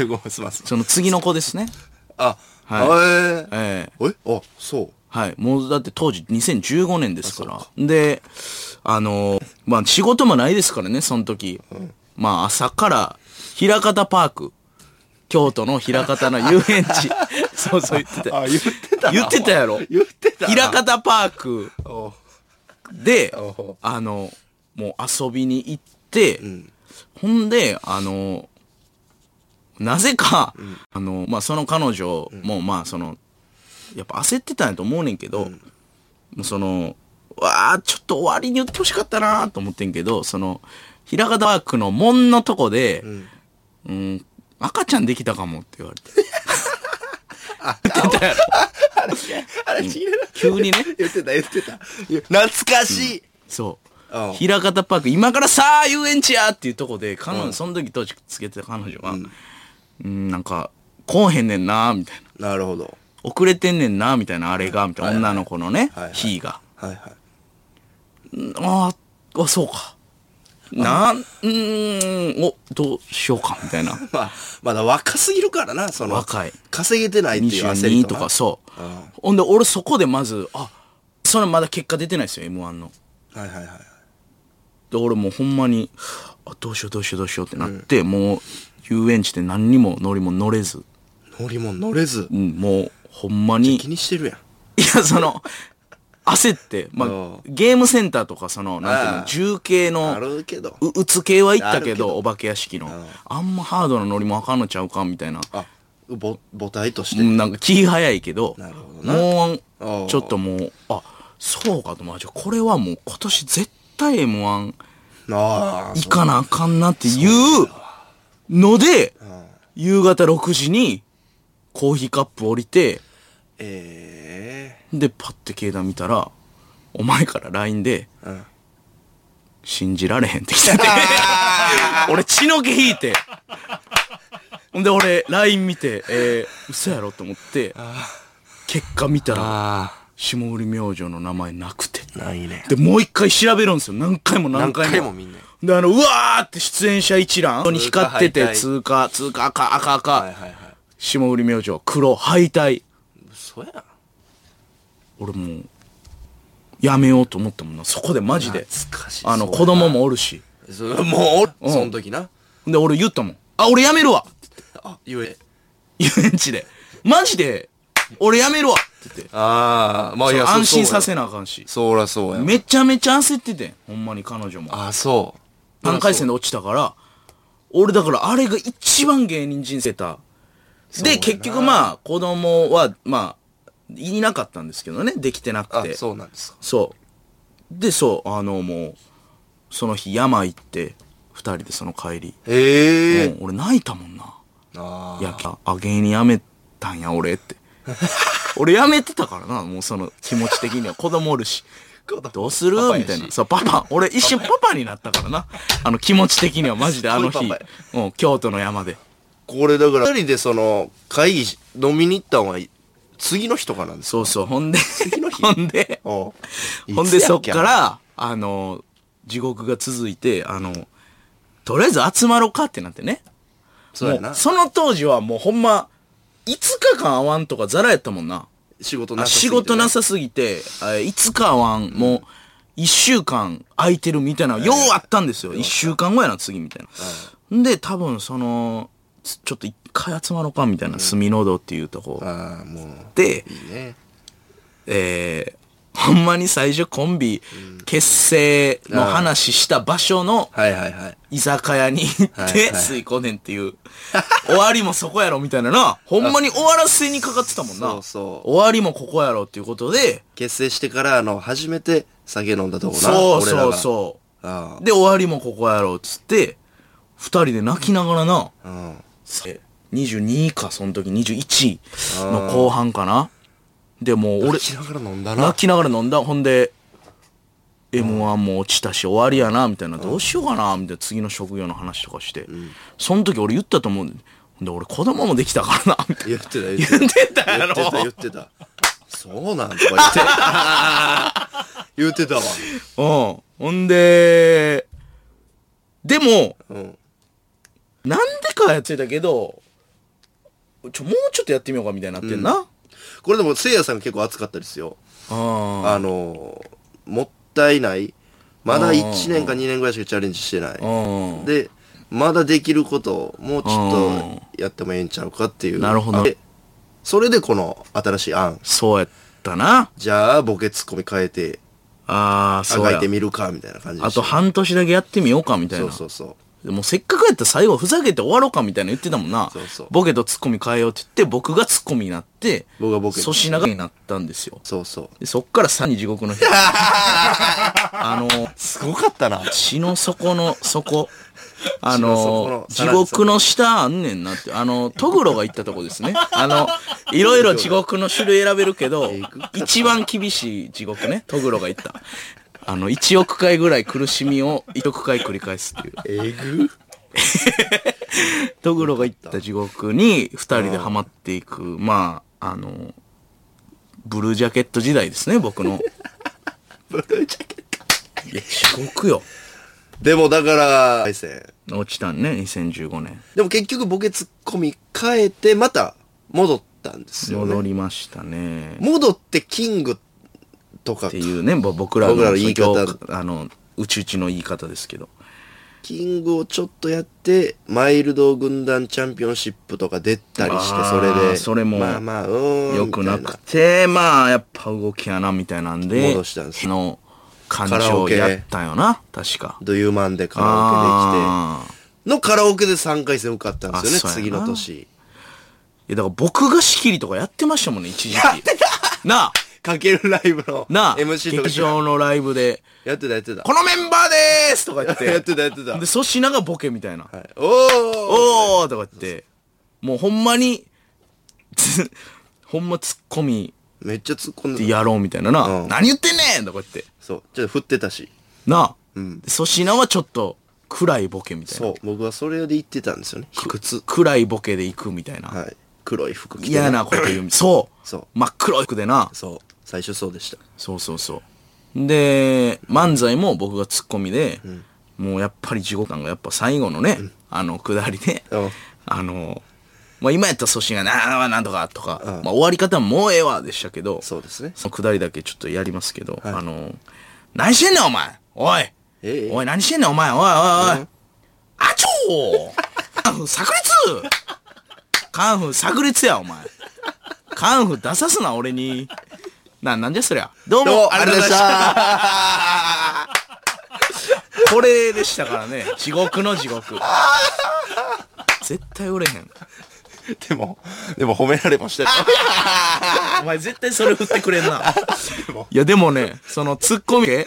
A: いやごめんすます
B: その次の子ですね。
A: あ
B: は
A: はい
B: ええ
A: えあそう
B: はい。もうだって当時2015年ですから。で、あのーまあ仕事もないですからね、その時。まあ朝から、平方パーク。京都の平方の遊園地。そうそう言ってた。
A: あ言ってたな
B: 言ってたやろ。
A: 言ってたな
B: 平方パーク
A: おう
B: で
A: おう、
B: あの、もう遊びに行って、ほんで、あの、なぜか、あの、まあ、その彼女も、まあ、その、やっぱ焦ってたんやと思うねんけど、もうその、わあちょっと終わりに言ってほしかったなーと思ってんけど、その、平方ワークの門のとこで、うん、赤ちゃんできたかもって言われて。言ってたやろ
A: あれ違う
B: 急にね。
A: 言ってた言ってた懐かしい
B: そう
A: あ。あ
B: 平方パーク、今からさあ遊園地やっていうとこで、彼女、その時当時つけてた彼女は、うん、なんか、こうへんねんなみたいな。
A: なるほど
B: 遅れてんねんなみたいな、あれが、みたいな、女の子のね
A: はいは、い
B: 日が。
A: はいはい
B: あーあ、そうか。なん、うーん、お、どうしようか、みたいな。
A: まあまだ若すぎるからなその
B: 若い
A: 稼げてないっていう焦り
B: 22とか、そう
A: うん。
B: ほんで、俺そこでまず、あ、それまだ結果出てないですよ、M1 の。
A: うはいはいはい
B: で俺もうほんまにあどうしようどうしようどうしようってなって、もう遊園地で何にも乗りも乗れず、
A: 乗り物乗れず
B: うん、もうほんまに
A: 気にしてるやん
B: いやその焦って、まあ
A: うん、
B: ゲームセンターとかそのなんていう
A: あ
B: の
A: あ
B: 重系
A: あ
B: の
A: るけど
B: ううつ系は行ったけ
A: あるけ
B: ど
A: ど
B: お化け屋敷の、あんまハードな乗りもあかんのちゃうかみたいな、
A: あぼ母体とし
B: う
A: て
B: ん、なんか気早いけど
A: るほ
B: もう
A: ああ
B: ちょっともうあそうかとまあじゃあこれはもう今年絶対 m 1
A: ああ
B: 行かなあかんなっていうので、夕方6時にコーヒーカップ降りて、
A: ええ
B: で、パッて携帯見たら、お前から LINE で、
A: ん
B: 信じられへんって来 てて、俺血の気引いて、ほんで俺 LINE 見て、えー、嘘やろと思って、結果見たら、
A: あ
B: 霜降り明星の名前なくて。
A: あないね
B: で、もう一回調べるんですよ。何回も何回も。
A: 何回も見んね
B: で、あの、うわーって出演者一覧に光ってて、通
A: 通
B: 過、通過、赤、赤、赤、
A: はいはいはい
B: 霜降り明星、黒、敗退。
A: 嘘やん
B: 俺もう、やめようと思ったもんな。そこでマジで。
A: 懐かしい
B: あの、
A: そうやな
B: 子供もおるし。
A: そもうお
B: ん
A: その時な
B: で、俺言ったもん。あ、俺やめるわ。
A: あ、ゆえ。
B: 遊園地で。マジで、俺やめるわって言って。
A: ああ、まあいや、
B: 安心させ
A: ん。
B: なあかんし。
A: そらそうや。
B: めちゃめちゃ焦っててん。ほんまに彼女も。
A: あ、そう。
B: 何回戦で落ちたから、俺だからあれが一番芸人人生た。
A: うや
B: で、
A: な
B: 結局まあ、子供は、まあ、いなかったんですけどね、できてなく
A: あ
B: て。、
A: そうなんですか。
B: そう。で、そう、あの、もう、その日山行って、二人でその帰り。
A: え
B: もう俺泣いたもんな。
A: あ
B: いや、あ、芸人辞めたんや、俺って。 俺辞めてたからな、もうその気持ち的には。子供おるし。どうする
A: パパや
B: み
A: した
B: いな。そう、パパ。俺一瞬パパになったからな。あの気持ち的にはマジであの
A: すごい
B: 日
A: パパ。
B: うん、京都の山で。
A: これだから、二人でその、会議し飲みに行ったんは、次の日とかなんです
B: そうそう、ほんで、
A: の日
B: ほんで、
A: よ。
B: ほんでそっか
A: あ
B: ら、あの、地獄が続いて、あの、とりあえず集まろうかってなってね。
A: そうや
B: も
A: な
B: う。その当時はもうほんま、5日間会わんとかザラやったもんな。
A: 仕事
B: あ
A: なさすぎて
B: 仕
A: ね
B: 事なさすぎて、えーいつかはん、もう、一週間空いてるみたいな、ようあったんですよ。一週間後やな、次みたいな。で、多分、その、つちょっと一回集まろうか、みたいな、隅の堂っていうとこ
A: ああ、もう。
B: で、
A: いいね。
B: えーほんまに最初コンビ結成の話した場所の
A: はいはいはい。
B: 居酒屋に行
A: は
B: っ
A: い
B: て、
A: はい
B: 水光年っていう、終わりもそこやろみたいなな、ほんまに終わらせにかかってたもんな。
A: そうそう
B: 終わりもここやろっていうことで、
A: 結成してから、あの、初めて酒飲んだとこな。
B: そう
A: 俺ら
B: そう
A: が
B: そ
A: あ
B: う。で、終わりもここやろうっつって、二人で泣きながらな、
A: あ。うん。
B: え22か、その時21の後半かな。で、もう
A: 俺、
B: 俺、
A: きながら飲んだな
B: 泣。きながら飲んだ。ほんで、M1 も落ちたし終わりやな、みたいな。どうしようかな、みたいな。次の職業の話とかして。その時俺言ったと思うんだよほんで、俺子供もできたからな、みたい
A: 言
B: な。
A: ってた言って
B: 言
A: た。
B: ってた や
A: 言っ
B: ろ
A: てた言ってた。そうなんとか言って。 言ってたわ。
B: うん。ほんで、でも、
A: うん。
B: なんでかやってたけど、ちょ、もうちょっとやってみようかみたいになってんな。
A: これでも、せいやさんが結構熱かったですよ。
B: ああ。
A: あのー、もったいない。まだ
B: うん
A: 1年か2年ぐらいしかチャレンジしてな
B: う
A: い。
B: ん。
A: で、まだできることをもうちょっとやってもええんちゃうかっていう。
B: なるほど
A: でそれでこの新しい案。
B: そうやったな。
A: じゃあ、ボケツッコミ変えて、
B: ああ、
A: あ
B: そう
A: がい
B: や
A: て。みるか、みたいな感じで
B: あ
A: した
B: と半年だけやってみようかみたい
A: そ
B: な。
A: うそうそう。
B: でもせっかくやったら最後ふざけて終わろうかみたいな言ってたもんな。
A: そうそう
B: ボケとツッコミ変えようって言って、僕がツッコミになって、
A: 僕がボケ
B: 粗品がになったんですよ。
A: そうそう。
B: でそっからさらに地獄 の日。あの、
A: すごかったな。
B: 血の底の底。あ
A: 血の底
B: の
A: の、
B: 地獄の下あんねんなって。あの、トグロが言ったとこですね。あの、いろいろ地獄の種類選べるけど、一番厳しい地獄ね。トグロが言った。あの、1億回ぐらい苦しみを1億回繰り返すっていう。
A: えぐ
B: トグロが行った地獄に二人でハマっていく、まあ、あの、ブルージャケット時代ですね、僕 の。
A: ブルージャケット。
B: いや、地獄よ。
A: でもだから、対戦。
B: 落ちたんね、2015年。
A: でも結局ボケツッコミ変えて、また戻ったんですよ、
B: 戻
A: ね。
B: りましたね。
A: 戻ってキングとか
B: っていうね、ぼ僕らの
A: 僕らの言い方
B: そのあの、うちうちの言い方ですけど。
A: キングをちょっとやって、マイルド軍団チャンピオンシップとか出たりして、それ
B: あー
A: で。
B: それも
A: まあまあ、うーん。
B: よくな
A: みたい
B: くて、まあ、やっぱ動きやな、みたいなんで、
A: 戻したんです
B: あの感
A: カラ
B: 情
A: オ
B: を
A: ケ
B: やったよな、確か。
A: ドユーマンでカラオケ
B: オケでき
A: で
B: て。
A: きて。のカラオケで3回戦受かったんですよ
B: あ
A: ね、
B: そう
A: 次
B: やな
A: の年。
B: いや、だから僕が仕切りとかやってましたもんね、一時期。なあ
A: かけるライブの
B: なあ
A: MC とか
B: 劇場のライブで、
A: やってたやってた。
B: このメンバーでーすとか言って。
A: やってたやってた。
B: で、粗品がボケみたいな。
A: はいおー
B: おーとか言って。もうほんまに、 つほんまツッコミ
A: めっちゃ突っ込んで
B: で
A: た。
B: やろうみたいなな。
A: うん
B: 何言ってんねんとか言って。
A: そう。ちょっと振ってたし。
B: なあ。
A: ん
B: で粗品はちょっと暗いボケみたいな。
A: そう。僕はそれで言ってたんですよね。卑屈。
B: 暗いボケで行くみたいな。
A: はい。黒い服着てね。
B: 嫌なこと言 う。そう。
A: そう
B: 真っ黒い服でな。
A: そう。最初そうでした。
B: そうそうそう。で、漫才も僕がツッコミで、もうやっぱり地獄感がやっぱ最後のね、あの、下りで、
A: うん
B: あの、まあ今やったら粗品が、なあ、なんとかとか、
A: うん
B: まあ終わり方ももうええわでしたけど、
A: そうですね。
B: その下りだけちょっとやりますけど、
A: い
B: あの、何してんねんお前おい
A: ええ
B: おい何してんねんお前おいおいおい、あちょーカンフ炸裂カンフ炸裂や、お前。カンフ出さすな、俺に。な、なんじゃそりゃ。どう
A: どう
B: も、
A: もありがとうございました。
B: これでしたからね。地獄の地獄。絶対売れへん。
A: でも、でも褒められましたよ。
B: お前絶対それ振ってくれん な。いやでもね、そのツッコミで、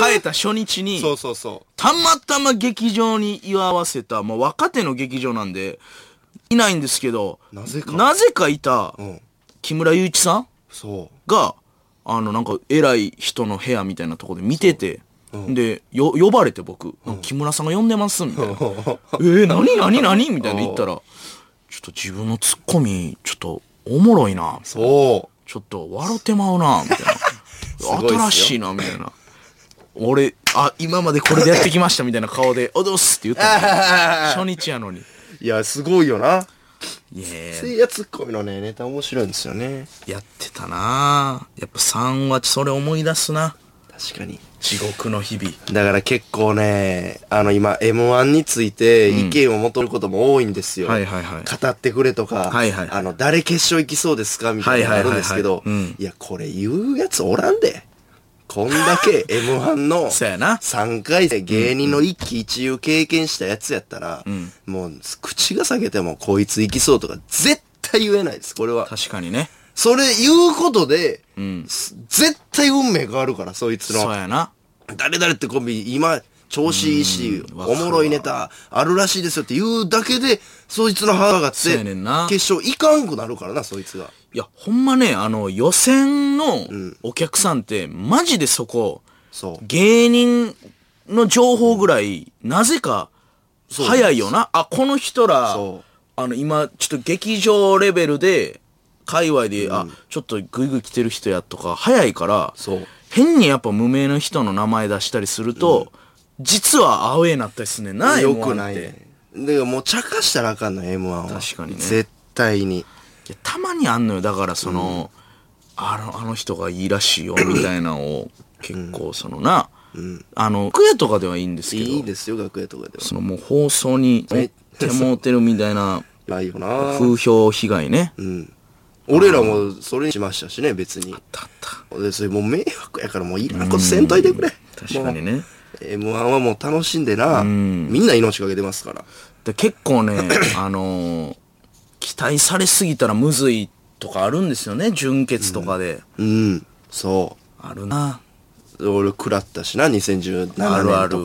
B: 変えた初日に、
A: そうそうそう。
B: たまたま劇場に居合わせた、もう若手の劇場なんで、いないんですけど、
A: なぜか
B: なぜかいた
A: ん、
B: 木村祐一さん
A: そ
B: が、あの、なんか、偉い人の部屋みたいなとこで見てて、で、よ、呼ばれて僕、なんか木村さんが呼んでます、みたい な。えー、何何何みたいな言ったら、ちょっと自分のツッコミ、ちょっと、おもろいな、
A: う。そ
B: ちょっと笑ってまうな、みたい
A: ご いっすよ
B: な。新しいな、みたいな。俺、あ、今までこれでやってきました、みたいな顔で、おどうすって言ったの。初日やの に。
A: う。いや、すごいよな。
B: いやー
A: せいやツッコミのね、ネタ面白いんですよね。
B: やってたなやっぱ3はそれ思い出すな。
A: 確かに。
B: 地獄の日々。
A: だから結構ね、あの今 M1 について意見を求めることも多いんですよ。
B: はいはいはい
A: 語ってくれとか、
B: はいはい
A: あの、誰決勝行きそうですかみたいなのあるんですけど、
B: はいはいはいはいうん
A: いや、これ言うやつおらんで。こんだけ M1 の
B: そうやな
A: 3回で芸人の一喜一憂経験したやつやったら、もう口が裂けてもこいつ行きそうとか絶対言えないです、これは。
B: 確かにね。
A: それ言うことで、す絶対運命変わるから、そいつの。
B: そうやな。
A: 誰々ってコンビ今調子いいし、
B: うんわか
A: お
B: るわ
A: もろいネタあるらしいですよって言うだけで、そいつの歯が上がって、
B: そうやね
A: 決
B: んな
A: 勝いかんくなるからな、そいつが。
B: いや、ほんまね、あの、予選のお客さんって、マジでそこ、
A: そう。
B: 芸人の情報ぐらい、なぜか、
A: う
B: 早いよな。あ、この人ら
A: そう、
B: あの、今、ちょっと劇場レベルで、界隈で、あ、ちょっとグイグイ来てる人やとか、早いから、
A: そう
B: 変にやっぱ無名の人の名前出したりすると、実はアウェーになったりすんねんな、
A: よ
B: M1
A: くない
B: って
A: ね。だからもう茶化したらあかんの、M1 は。
B: 確かにね
A: 絶対に。
B: いやたまにあんのよだからその、あのあの人がいいらしいよみたいなのを結構そのな、あのクエとかではいいんですけど
A: いいですよ、楽屋とかでは。
B: そのもう放送に乗ってもうてるみたいな
A: ないよな
B: 風評被害ね
A: うん。俺らもそれにしましたしね、別に。
B: だった
A: で、それもう迷惑やからもういらんことせんといてくれ。
B: 確かにね
A: もう。M1 はもう楽しんでな、みんな命かけてますから。
B: で結 構ねあのー期待されすぎたらむずいとかあるんですよね純潔とかで、
A: うん、そう。
B: あるな
A: 俺食らったしな2017年とか
B: あ
A: あ
B: るある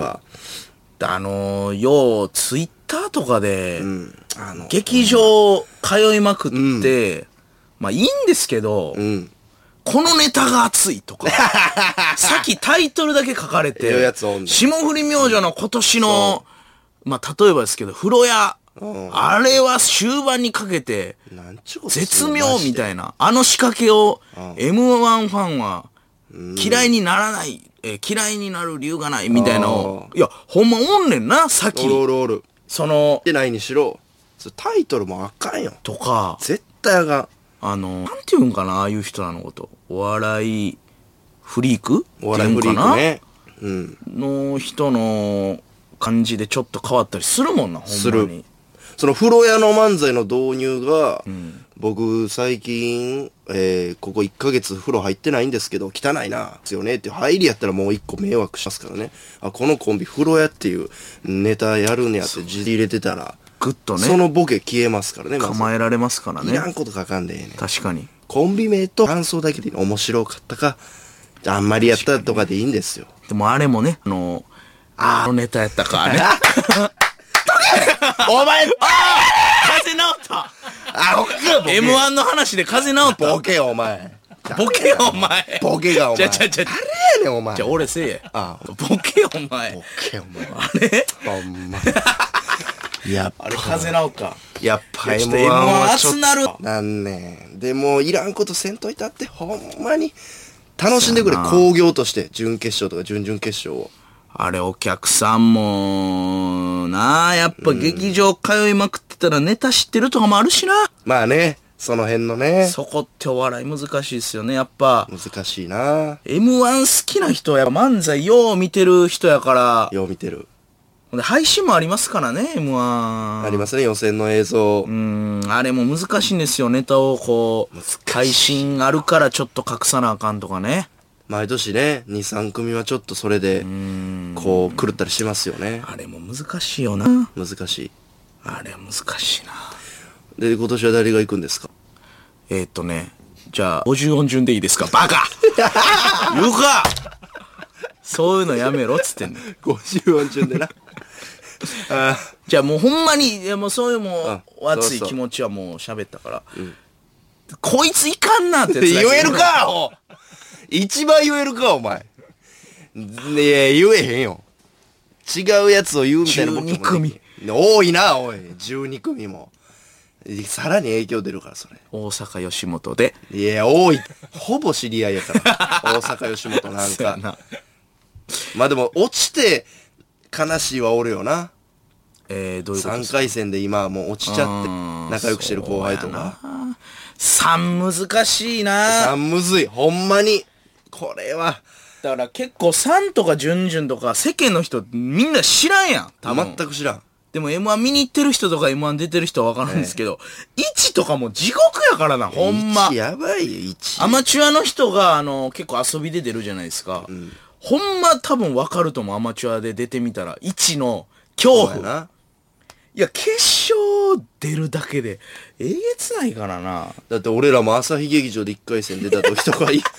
B: であのーようツイッターとかで、
A: うん、あの
B: 劇場通いまくって、まあいいんですけど、
A: うん
B: このネタが熱い とか、さっきタイトルだけ書かれ
A: いうや
B: て
A: つおんね、ん
B: 霜降り明星の今年の、まあ例えばですけど、風呂屋、
A: ん
B: あれは終盤にかけて、
A: なんちゅうこと
B: 絶妙み
A: い
B: たいな、あの仕掛けを、M1 ファンは、嫌いにならない、えー嫌いになる理由がないみたいなのをいや、ほんまおんねんな、さっき
A: お。るおるおる
B: その
A: っ、てないにしろそれタイトルもあかんよ
B: とか、
A: 絶対あか
B: あの、なんていうんかな、ああいう人らのこと。お笑いフリーク
A: んお笑いフリークねうん
B: っていうんかなの人の感じでちょっと変わったりするもんな、ほんまに。
A: するその風呂屋の漫才の導入が、僕最近、えーここ1ヶ月風呂入ってないんですけど汚いなですよねっていう入りやったらもう1個迷惑しますからねあこのコンビ風呂屋っていうネタやるんやって字入れてたら
B: ぐっと
A: そ
B: ね、
A: のボケ消えますからね、まず
B: 構えられますから
A: い
B: ね
A: ら。んこと書かんでええねん。
B: 確かに。
A: コンビ名と感想だけでいいの面白かったか、あんまりやったとかでいいんですよ。
B: でもあれもね、あの、あーあのネタやったかね。
A: お前、
B: 風直った
A: あほか
B: !M1 の話で風直った
A: ボケよ、お前。
B: ボケよ、お前
A: ボケが、お
B: じゃ
A: 前。
B: あじゃあじゃあ
A: 誰やねん、お前。
B: じゃあ俺せえや。
A: あ
B: ボケよ、お前
A: ボ。ケ、お前。
B: あれ
A: ほんま。やっぱ
B: あれ、風直った。
A: やっぱ
B: いやち
A: M1
B: ょっと M1
A: はちょっ
B: 熱なる
A: となんねん。でも、いらんことせんといたって、ほんまに。楽しんでくれ、興行として、準決勝とか準々決勝を。
B: あれお客さんも、なあ、やっぱ劇場通いまくってたらネタ知ってるとかもあるしな。
A: まあね、その辺のね、
B: そこってお笑い難しいですよね、やっぱ。
A: 難しいな
B: M1 好きな人はやっぱ漫才よう見てる人やから、
A: よう見てる。
B: ほんで配信もありますからね、M1。
A: ありますね、予選の映像。
B: うん、あれも難しいんですよ、ネタをこう
A: 難しい。
B: 配信あるからちょっと隠さなあかんとかね。
A: 毎年ね、2、3組はちょっとそれで、こう、狂ったりしますよね。
B: あれも難しいよな。
A: 難しい。
B: あれ難しいな。
A: で、今年は誰が行くん ですか
B: えー、っとね、じゃあ、50音順でいいですかバカ 言うかそういうのやめろっつってんの。
A: ?50 音順でな。あ
B: じゃあもうほんまに、いやもうそういうもう、
A: うん
B: 熱
A: そう
B: い
A: そう
B: 気持ちはもう喋ったから。こいついかんなってや
A: ー
B: つだけ
A: 言えるかお一番言えるかお前。ねえ、言えへんよ。違うやつを言うみたいなことも、ね。
B: 12組。
A: 多いな、おい。12組も。さらに影響出るから、それ。
B: 大阪吉本で。
A: いや、多い。ほぼ知り合いやから。 大阪吉本なん
B: そうや
A: か。
B: な。
A: まあでも、落ちて、悲しいはおるよな。
B: えー、どういうことで
A: 3
B: すか
A: 回戦で今はもう落ちちゃって、仲良くしてる後輩とか。
B: ?3 難しいな
A: 3むずい。ほんまに。これは、
B: だから結構3とか準々とか世間の人みんな知らんやん。多分
A: 全く知らん。
B: でも M1 見に行ってる人とか M1 出てる人は分かるんですけど、1とかもう地獄やからな、ほんま
A: 一。やばいよ、1。
B: アマチュアの人が、あの、結構遊びで出るじゃないですか。ほんま多分分かると思う、アマチュアで出てみたら。1の
A: そう
B: 恐
A: や
B: 怖。
A: ない
B: や、決勝出るだけで、えげつないからな。
A: だって俺らも朝日劇場で1回戦出た時とか、い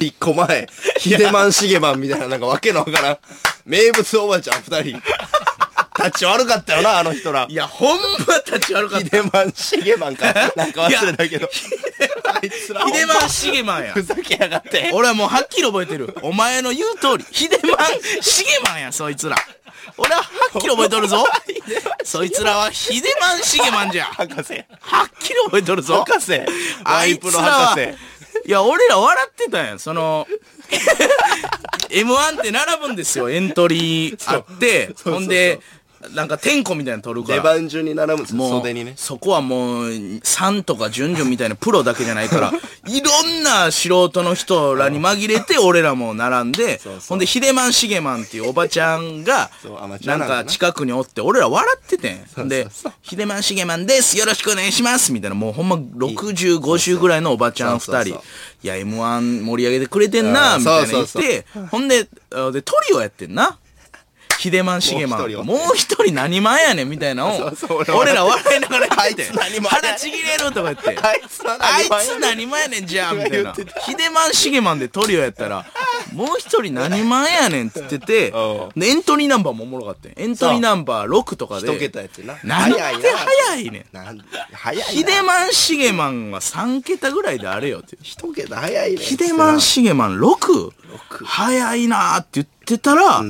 A: 一個前、ヒデマンシゲマンみたいな、なんかわけのわからん。名物おばちゃん二人。立ち悪かったよな、あの人ら
B: い。や、ほんま立ち悪かっ
A: ヒ
B: た。
A: デマンシゲマンか。なんか忘れたけど。あいつら
B: ヒデマンシゲマンや
A: ふ。ざけやがって。
B: 俺はもうはっきり覚えてる。お前の言う通り、ヒデマン、シゲマンや、そいつら。俺ははっきり覚えとるぞ。そいつらはヒデマン、シゲマンじゃ。はっ
A: 博士。
B: きり覚えとるぞ。
A: 博士。
B: あ
A: ワ
B: い
A: イ
B: つ
A: プ
B: ら
A: の
B: は
A: 博士。。
B: いや、俺ら笑ってたやん。その、M1 って並ぶんですよ。エントリーあって。ほんで、なんか点呼みたいなの取るか
A: 出
B: ら。
A: 番順に並ぶんですよ、
B: もう、
A: 袖にね。
B: そこはもう、3とか順々みたいなプロだけじゃな いから、いろんな素人の人らに紛れて、俺らも並ん で、
A: そうそう
B: ほんで、ヒデマンシゲマンっていうおばちゃんが
A: そうアマ、チュ
B: な
A: ア
B: ん
A: なんだな
B: か近くにおって、俺ら笑っててん。ほんで
A: そうそう、
B: ヒデマンシゲマンですよろしくお願いしますみたいな、もうほんま60、50ぐらいのおばちゃん
A: そうそう
B: 2
A: そう
B: 人。いや、M1 盛り上げてくれてん
A: う
B: な、
A: ん
B: みたいな
A: そ
B: 言
A: う
B: っ
A: そうそう
B: て、ほんで、あで、トリオやってんな。ヒデマンシゲマン
A: もう一人おって
B: もう一人何前やねんみたいなのを
A: そうそう
B: 俺ら笑いながら言って
A: あいつ何前
B: 腹ちぎれるとか言って
A: あいつ何
B: あ
A: 前
B: いつ何前やねんじゃあみたい
A: 言
B: な
A: って
B: ヒデマンシゲマンでトリオやったらもう一人何前やねんって言ってて
A: う
B: でエントリーナンバーもおもろかったよエントリーナンバー6とかで
A: 一桁やってな。
B: なんで早いねん
A: なんで早いな。
B: ヒデマンシゲマンは3桁ぐらいであれよって
A: 一桁早いねん。
B: ヒデマンシゲマン 6? 早いなーって言ってたら、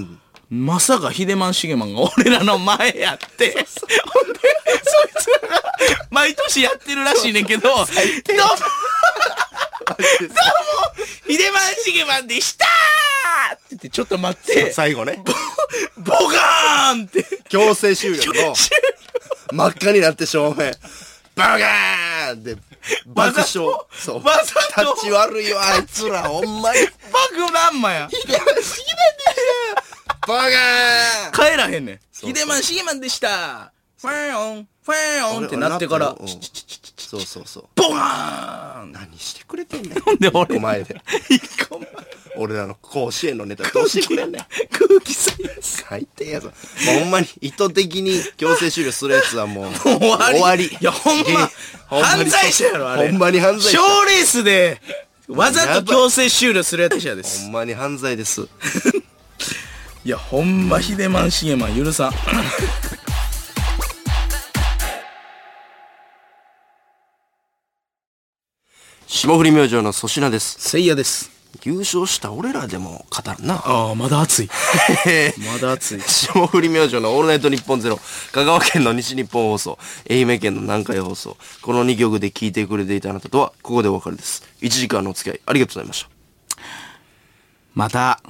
B: まさかヒデマンシゲマンが俺らの前やって、ほんで、そいつらが毎年やってるらしいねんけど、どうも、どうも、ヒデマンシゲマンでしたーって言って、ちょっと待って、
A: 最後ね。
B: ボガーンって、
A: 強制終了の真っ赤になって正面。バカーンで爆笑。そう。
B: わざと
A: 立ち悪いわ、あいつら。ほんまに。
B: 爆ランマや。
A: バカーン
B: 帰らへんねん。ヒデマンシゲマンでしたファーオン、ファーオンってなってから、
A: うんそうそうそう。
B: ボガーン
A: 何してくれてんねん。
B: で俺
A: お前で。
B: 一個前
A: 俺らの甲子園のネタどうしてくれんねん。
B: 空気吸い
A: 最低やぞ。もうほんまに意図的に強制終了するやつはもう。
B: 終わり
A: 終わり。
B: いやほん
A: ゲーほん
B: ま
A: まに
B: 犯罪者やろあれ
A: ほんまに犯罪者
B: 賞レースでわざと強制終了するやつ者で
A: ほ
B: す
A: んまに犯罪です。
B: いやほんまヒデマンシゲマン許さん
A: 霜降り明星の粗品です。
B: せいやです
A: 優勝した俺らでも語るな。
B: ああまだ暑い まだ暑い
A: 霜降り明星のオールナイトニッポンゼロ、香川県の西日本放送、愛媛県の南海放送、この2曲で聴いてくれていたあなたとは、ここでお別れです。1時間のお付き合い、ありがとうございました。
B: また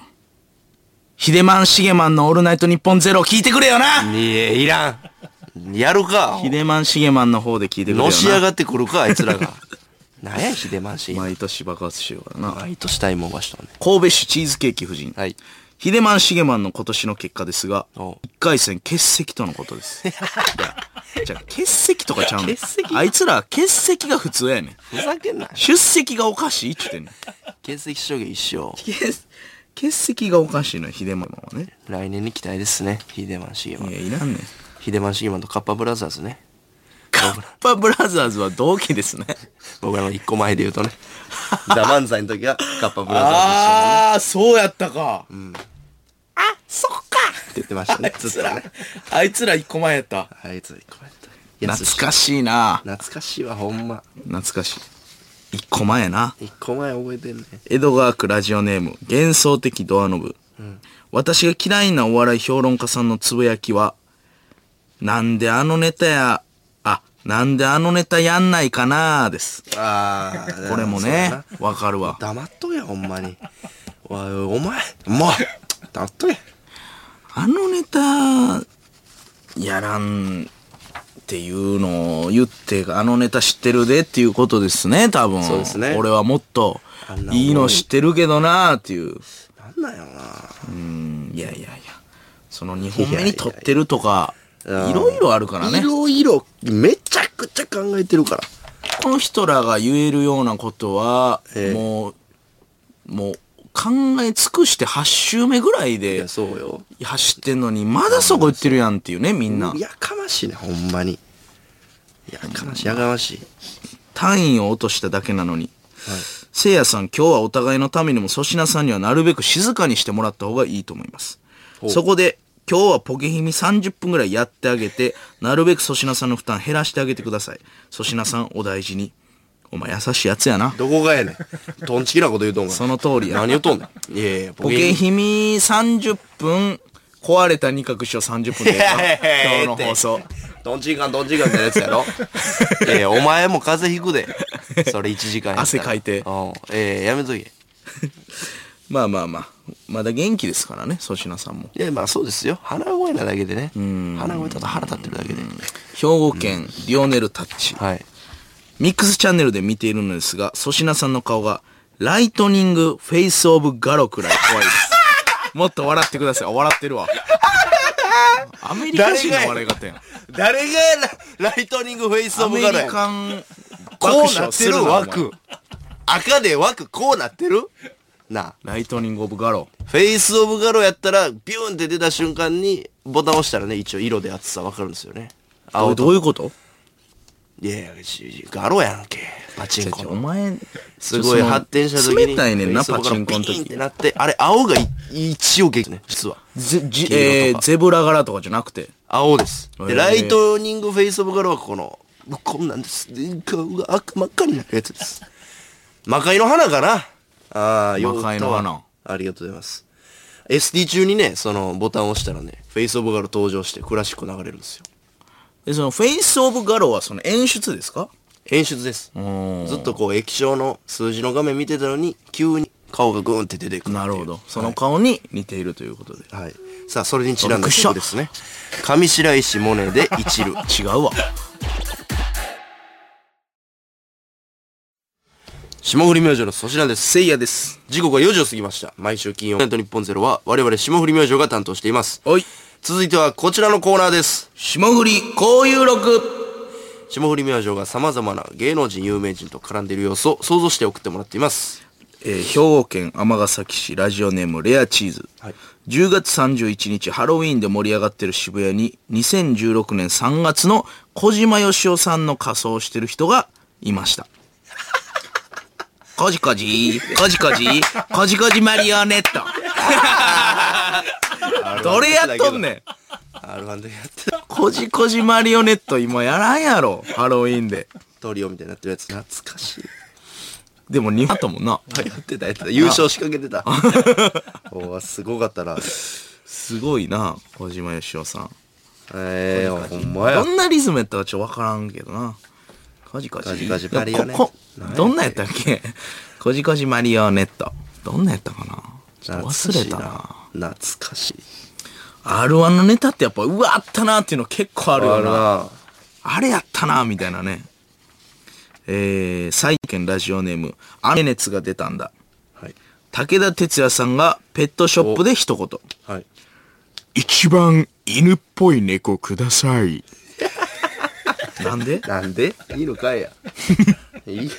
B: ヒデマンシゲマンの「オールナイトニッポンゼロ聞いてくれよない
A: え、いらん。やるか。
B: ヒデマンシゲマンの方で聞いてくれよ
A: のし上
B: な
A: がってくるか、あいつらが。なんや、ヒデマンシン。
B: 毎年爆発しようからな
A: 毎年大門橋とね。
B: 神戸市チーズケーキ夫人
A: はい。
B: ヒデマン・シゲマンの今年の結果ですが、
A: お
B: 1回戦欠席とのこと です。いやじゃあ、欠席とかちゃうねん
A: 欠席
B: あいつら欠席が普通やねん。
A: ふざけんな
B: 出席がおかしいって言ってんねん。
A: 欠席処理一生
B: 欠欠席がおかしいのよ、ヒデマンはね。
A: 来年に期待ですねヒデマンシゲマン
B: いや、いらんねん。
A: ヒデマンシゲマンとカッパブラザーズね
B: カッパブラザーズは同期ですね。
A: 僕らの一個前で言うとねザ・漫才の時はカッパブラザーズ
B: ああ、そうやったか。
C: あそっか
A: 一緒にねって言ってましたねずっとね
B: あいつら一個前やった。
A: あいつ一個前だったやつ
B: 懐かしいな。
A: 懐かしいわほんま
B: 懐かしい。一個前やな。
A: 一個前覚えてんね
B: 江戸川区ラジオネーム、幻想的ドアノブ。私が嫌いなお笑い評論家さんのつぶやきは、なんであのネタや、あ、なんであのネタやんないかなーです。
A: ああ
B: これもね、わかるわ。
A: 黙っとけほんまにおいお前もう黙っとけ
B: あのネタ、やらんっていうのを言って、あのネタ知ってるでっていうことですね、多分。
A: そうですね
B: 俺はもっと
A: あん、な
B: いいの知ってるけどなーっていう。
A: なんなんやろない
B: やいやいや。その2本目に撮ってるとか、い
A: やいや
B: ろいろあるからね。
A: いろいろめちゃくちゃ考えてるから
B: この人らが言えるようなことは、
A: ええ
B: もう、もう、考え尽くして8周目ぐらい
A: い
B: で
A: やそうよ
B: 走ってんのに、まだそこ行ってるやんっていうね、みんな。
A: やかましいねほんまにやかましいやかましい
B: 単位を落としただけなのに。せいやさん、今日はお互いのためにも粗品さんにはなるべく静かにしてもらった方がいいと思います。
A: ほう
B: そこで、今日はポケヒミ30分ぐらいやってあげて、なるべく粗品さんの負担減らしてあげてください。粗品さん、お大事に。お前優しいやつやな。
A: どこがやねんとんちきなこと言うとんが
B: その通りや。
A: 何言うとんねんいやいや
B: ポケヒミ30分、壊れた二角師匠30分 で。今日の放送。
A: どんちいかんどんちいかんってやつ やろええお前も風邪ひくでそれ1時間やったら
B: 汗かいて
A: うんええやめとけ
B: まあまあまあ。まだ元気ですからね、粗品さんも。
A: いやまあそうですよ鼻声なだけでね鼻声だと腹立ってるだけで
B: 兵庫県、リオネルタッチ。
A: はい
B: ミックスチャンネルで見ているのですが、粗品さんの顔が、ライトニングフェイスオブガロくらい怖いです。もっと笑ってください。笑ってるわ。アメリカ人の笑い方やん。
A: 誰がラライトニングフェイス
B: ア
A: オブ
B: メ
A: ガ
B: リ
A: ラ
B: カン
A: こ
B: 爆
A: うな
B: 笑
A: っ
B: す
A: て
B: る
A: る
B: な
A: 枠赤で枠こうなってるなあ
B: ライトニングオブガロ。
A: フェイスオブガロやったらビューンって出た瞬間にボタン押したらね一応色で厚さ分かるんですよね
B: あ、
A: 青と
B: どういうこと
A: いやいやしガロやんけパチンコの
B: お前、
A: すごい発展した時に。
B: 冷たいねんな、
A: フェ
B: パ
A: イス
B: チ
A: ブッ
B: ン
A: クが
B: コの
A: ピーンっ
B: 時
A: て。なって、あれ、青がい一応激ね、実は。
B: ぜじ
A: 黄色
B: え
A: とか
B: ーゼブラ柄とかじゃなくて。
A: 青です。
B: へ
A: で、
B: ー
A: ライトニングフェイスオブガロはこの、こんなんです。で顔が赤真っ赤になるやつです。 魔界の花かなああ、よかったわ
B: 魔界の花。
A: ありがとうございます。SD 中にね、そのボタンを押したらね、フェイスオブガロ登場してクラシック流れるんですよ。
B: で、そのフェイスオブガロはその演出ですか
A: 演出です。
B: ん
A: ずっとこう液晶の数字の画面見てたのに、急に顔がグーンって出てくるっていう。
B: なるほど。その顔に似ているということで。
A: はい。さあ、それにちなんだ
B: びっくりした
A: 曲ですね。上白石萌音で一る。
B: 違うわ。
A: 霜降り明星の粗品です。
B: せいやです。
A: 時刻は4時を過ぎました。毎週金曜、ナイト日本ゼロは我々霜降り明星が担当しています。
B: おい。
A: 続いてはこちらのコーナーです。
B: 霜降り交友録
A: 霜降り明星が様々な芸能人、有名人と絡んでいる様子を想像して送ってもらっています。
B: えー兵庫県尼崎市ラジオネームレアチーズ、
A: はい
B: 10月31日ハロウィーンで盛り上がってる渋谷に2016年3月の小島よしおさんの仮装をしてる人がいましたこじこじこじこじこじこじマリ オネットどれやっとんねん
A: R1 でやってた。
B: こじこじマリオネット今やらんやろハロウィーンで
A: トリオみたいになってるやつ。懐かしい。
B: でも2ったもんな
A: やってた、やってた。優勝仕掛け てた。おーすごかったな。
B: すごいな小島よしおさん
A: えー、ほんまや
B: ど。んなリズムやったかちょっとわからんけどな。カジカジ。
A: カジカジ
B: い
A: マリ
B: や
A: オネッ
B: こ
A: なんやっ
B: こ
A: け
B: どんなやったっけコジコジマリオネット。どんなやったかなちょっと忘れたな。
A: 懐かしい。
B: R1 のネタってやっぱ、うわ、あったなっていうの結構あるよな。あ
A: な。
B: れやったな、みたいなね。えー、債券ラジオネーム、雨熱が出たんだ。
A: はい。
B: 武田鉄矢さんがペットショップで一言。
A: はい。
B: 一番犬っぽい猫ください。 なん で
A: なんで犬かいや。いい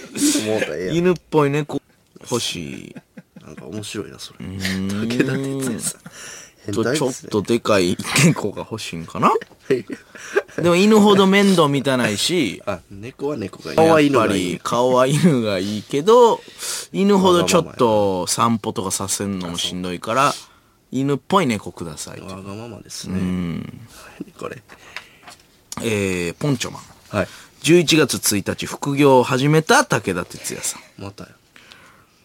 A: 犬もうたらええやん。
B: 犬っぽい猫欲しい。
A: なんか面白いな、それ。武田鉄矢さん。変
B: と
A: 態
B: ちょ
A: で
B: っ
A: すね。
B: とでかい猫が欲しい んかなでも犬ほど面倒見たないし、
A: あ、猫は猫がいい。
B: や
A: 可愛い
B: っ
A: の
B: ぱ
A: がい
B: り
A: い。
B: 顔は犬がいいけど、犬ほどちょっと散歩とかさせんのもしんどいから、犬っぽい猫くださいと。
A: わがままですね。これ。
B: えー、ポンチョマン。
A: はい。
B: 11月1日副業を始めた武田鉄矢さん。
A: またよ。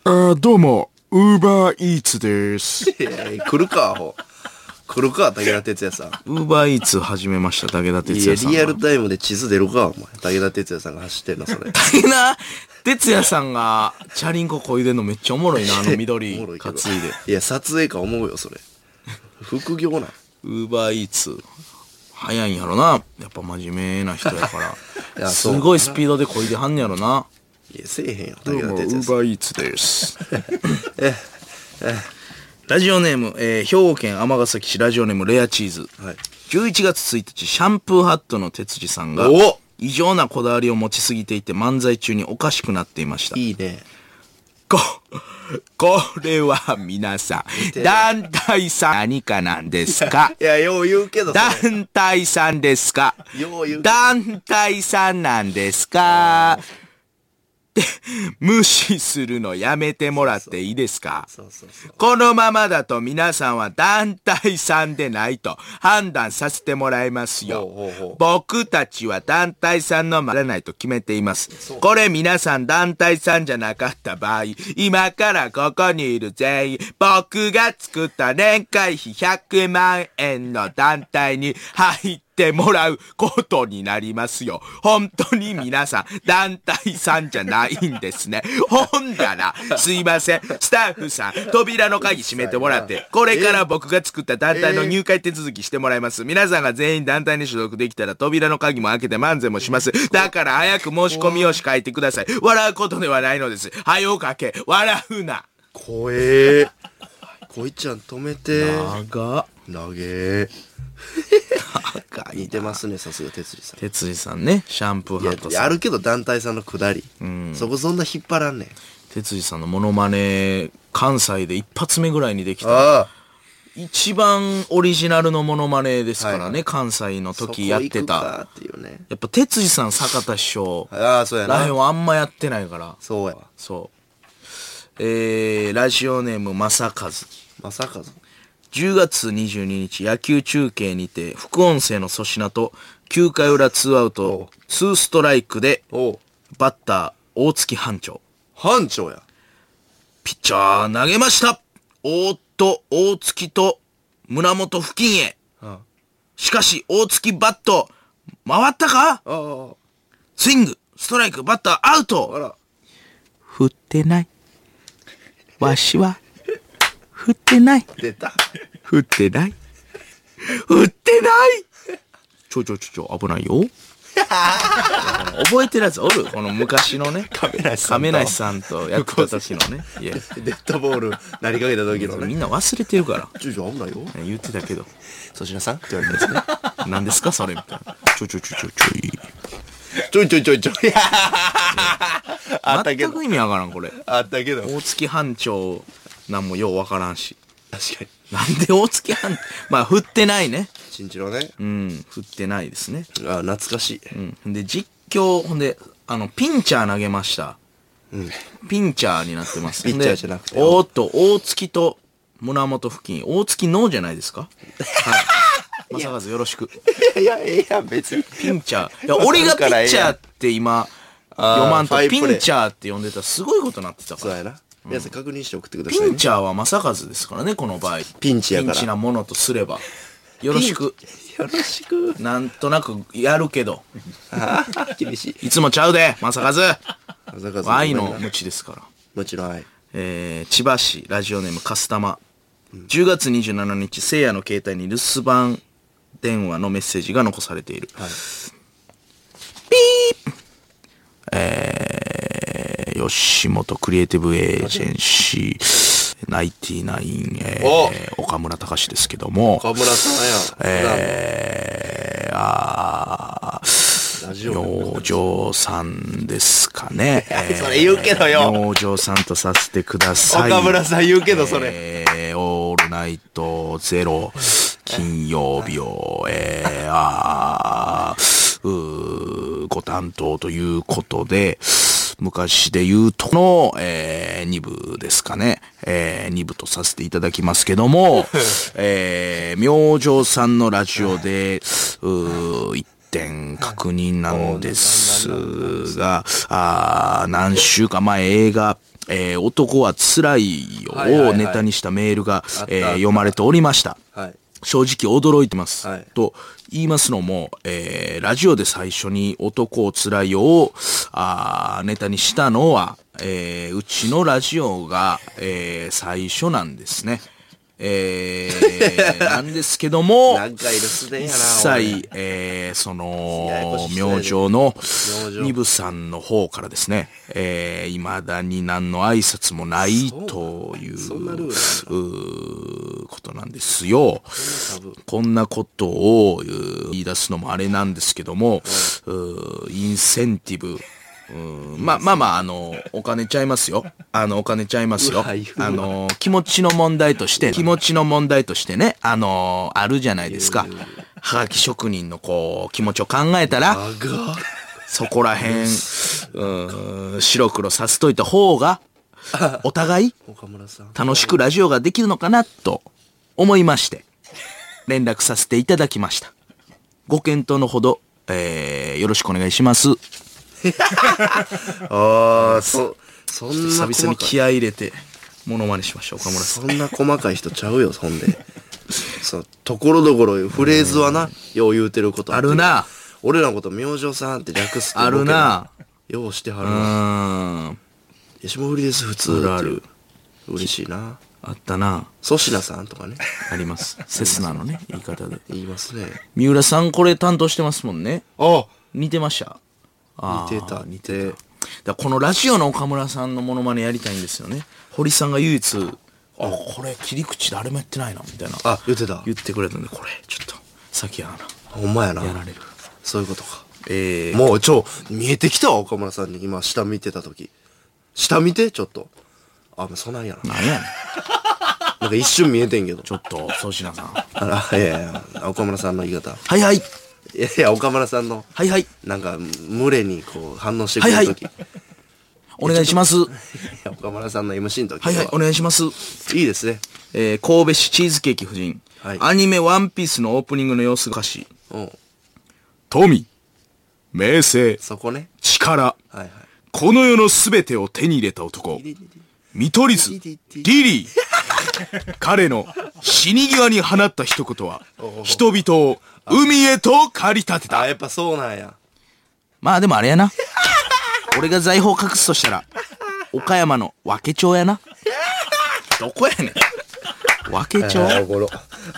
B: あどうも、ウーバーイーツです。
A: いやいや来るか、アホ。来るか、武田鉄矢さん。
B: ウーバーイーツ始めました、武田
A: い
B: 鉄
A: や、
B: 矢さんが。
A: リアルタイムで地図出るか、お前。武田鉄矢さんが走ってんな、それ。
B: 武田鉄矢さんが、チャリンコこいでんのめっちゃおもろいな、あの 緑
A: おもろけ
B: 担
A: ど
B: い
A: い
B: で。。
A: や、撮影か思うよ、それ。副業なん。
B: ウーバーイーツ、早いんやろな。やっぱ真面目な人やか
A: い
B: ら。
A: や
B: す
A: そう
B: ごいスピードでこいではんねやろな。
A: いや、せえへんよ、武田鉄矢さん。
B: バーイー ツです。ラジオネーム、えー兵庫県尼崎市ラジオネームレアチーズ。
A: はい。
B: 11月1日、シャンプーハットの哲司さんが
A: お、
B: 異常なこだわりを持ちすぎていて漫才中におかしくなっていました。
A: いいね。
B: こ、これは皆さん、団体さん何かなんですか
A: いや、よう言うけど、それ
B: 団体さんですか
A: よう言うけど
B: 団体さんなんですかって無視するのやめてもらっていいですか
A: そうそうそう。
B: このままだと皆さんは団体さんでないと判断させてもらいます
A: ほう
B: よ
A: ほうほう。
B: 僕たちは団体さんのまらないと決めています。これ皆さん団体さんじゃなかった場合、今からここにいる全員、僕が作った年会費100万円の団体に入って、もらうことになりますよ。本当に皆さん、団体さんじゃないんですね。 本棚、すいません。スタッフさん、扉の鍵閉めてもらって、これから僕が作った団体の入会手続きしてもらいます。皆さんが全員団体に所属できたら、扉の鍵も開けて漫才もします。だから早く申し込み用紙書いてください。笑うことではないのです。早よ書け。笑うな。
A: 怖 えー。こいちゃん止めて。
B: が、
A: 投げー。
B: が
A: 似てますね、さすが哲司さん。
B: 哲司さんね、シャンプーハット
A: いや、
B: さん。
A: あるけど団体さんのくだり。そこそんな引っ張らんねん。
B: 哲司さんのモノマネ、関西で一発目ぐらいにできた。
A: ああ。
B: 一番オリジナルのモノマネですからね、
A: は
B: 関西の時やっ
A: そ
B: てた。
A: こ行くかっていうね。
B: やっぱ哲司さん坂田師匠
A: ああ、そうや
B: らへん
A: な。
B: はあんまやってないから
A: そうやわ。
B: そうえー、ラジオネーム正和
A: まさかぞ。
B: 10月22日野球中継にて副音声の粗品と9回裏2アウ
A: おう
B: ト2ストライクで
A: おう。
B: バッター大月班長
A: 班長や。
B: ピッチャー投げましたおーっと、大月と村本付近へ。
A: あ
B: しかし、大月バット、回ったか
A: ああ。
B: スイング、ストライク、バッターアウ
A: あ
B: ト
A: ら。
B: 振ってない。わしは、振ってない。
A: 出た。
B: 振ってない。振ってないちょちょちょちょ、危ないよ。覚えてるやつおるこの昔のね。
A: 亀梨さんと
B: 亀梨さんとやってた時のね。いや、
A: デッドボール、なりかけた時のね。
B: みんな忘れてるから。
A: ちょいちょい危ないよ。
B: 言ってたけど。
A: 粗品さんって言われてますね。
B: 何ですかそれみたいな。ちょちょちょちょちょい。
A: ちょいちょいちょいちょい。あったけ
B: 全
A: ど
B: く。意味わからん、これ。
A: あったけど。
B: 大月班長なんもようわからんし。
A: 確かに。
B: なんで大月班、 まあ、振ってないね。
A: 新一郎ね。
B: うん、振ってないですね。
A: あ懐かしい。
B: うん。で、実況、ほんで、あの、ピンチャー投げました。ピンチャーになってま す。
A: ピッチャーじゃなくて
B: ほんでおーっと、大月と村本付近。大月のじゃな いですかはい。まさかずよろしく。
A: いや、いや、別に。
B: ピンチャー。いや、俺がピッチャーって今、読
A: ー
B: まんと
A: ファイ、ン
B: ピ
A: プレー
B: ンチャーって呼んでたらすごいことになってたか
A: そう
B: ら。
A: やな。皆さん確認して送ってくださ
B: ピ
A: い
B: ン
A: ね。
B: チャーは正和ですからね、この場合。
A: ピンチやから
B: ピンチなものとすれば。よろしく。
A: よろしく。
B: なんとなくやるけど。
A: ああ、厳しい。
B: いつもちゃうで、正和。
A: 朝霞さん
B: 愛の無知ですから。
A: もちろん愛。
B: えー、千葉市ラジオネームカスタマ。10月27日、聖夜の携帯に留守番電話のメッセージが残されている。
A: はい
B: えー、吉本クリエイティブエージェンシー、ナインティナイン、えー、
A: お
B: 岡村隆史ですけども、
A: 岡村さんや。
B: えー、あー
A: ラジオ
B: 明星さんですかね。え ー
A: それ言うけどよ
B: 明星さんとさせてください。
A: 岡村さん言うけど、それ。
B: えー、オールナイトゼロ、金曜日を、えー、あーうーご担当ということで、昔で言うとこの、えー、2部ですかね。えー、2部とさせていただきますけ ども、えー、明星さんのラジオで、うー、一点確認なんですが、あー何週か前映画、えー、男は辛いよ
A: はいはいは
B: を
A: い
B: ネタにしたメールが、
A: った
B: えー
A: あった
B: 読まれておりました。
A: はい。
B: 正直驚いてます。
A: はい
B: と言いますのも、えーラジオで最初に男を辛いよをあーネタにしたのは、えーうちのラジオが、えー最初なんですね。え ーなんですけども、
A: 何回留守電や
B: 一
A: な。
B: 切、えーそ
A: ややこ
B: の
A: し、い
B: 明星の
A: 星
B: 二部さんの方からですね、えー、未だに何の挨拶もないという、
A: んなルールなんだ
B: うーことなんですよ。
A: 多分
B: こんなことをうー言い出すのもあれなんですけども、うーインセンティブ、うーまあまあまあ、あの、お金ちゃいますよ。あの、お金ちゃいますよ。
A: うわ言うわ
B: あの、気持ちの問題として、気持ちの問題としてね、あの、あるじゃないですか。はがき職人のこう、気持ちを考えたら、
A: あが。
B: そこら辺、うーん、白黒させといた 方が、お互い
A: 岡村さん。
B: 楽しくラジオができるのかなと思いまして、連絡させていただきました。ご検討のほど、えー、よろしくお願いします。
A: ああ、そ、そんな細
B: 久々
A: か
B: に
A: い。
B: 気合い入れて、モノマネしました、岡村さん。
A: そんな細かい人ちゃうよ、そんで。 そう、ところどころフレーズはな、よう言うてること
B: あるな。
A: 俺らのこと、明星さんって略すって
B: あるな
A: ボケな。ようしてはる
B: う
A: な。
B: ーん。
A: いや霜降りです、普通。
B: あるある。
A: 嬉しいな。
B: あったな。
A: 粗品さんとか ね。
B: あります。セスナのね、言い方で。
A: 言いますね。
B: 三浦さんこれ担当してますもんね。
A: あ
B: 似てましたあー
A: 似てた、似て。
B: だからこのラジオの岡村さんのモノマネやりたいんですよね堀さんが唯一あこれ切り口誰もやってないなみたいな
A: あ、言ってた
B: 言。ってくれたんでこれちょっと先やな
A: ほんまやな。
B: やられる
A: そういうことか。
B: えー、
A: もうちょ、見えてきたわ、岡村さんに。今、下見てた時下見て、ちょっと。あ、もうそんなんやな。
B: なんやねん
A: なんか一瞬見えてんけど。
B: ちょっと粗品さん は
A: あら、いやいや、岡村さんの言い方。
B: いはい
A: いやいや、岡村さんの、
B: はいはい
A: なんか、群れにこう、反応してくれる時、い
B: お願いしますは
A: や岡村さんの MC の時
B: いはいお願いします
A: いいですね。
B: えー、神戸市チーズケーキ夫人、
A: はい
B: アニメワンピースのオープニングの様子歌詞
A: うん。
B: 富名声
A: そこね。
B: 力
A: はいはい。
B: この世の全てを手に入れた男見取り図リリー彼の死に際に放った一言は人々を海へと駆り立て
A: あ、やっぱそうなんや。
B: まあでもあれや な俺が財宝隠すとしたら岡山の和気町やなどこやねん和気町
A: あーおごろ。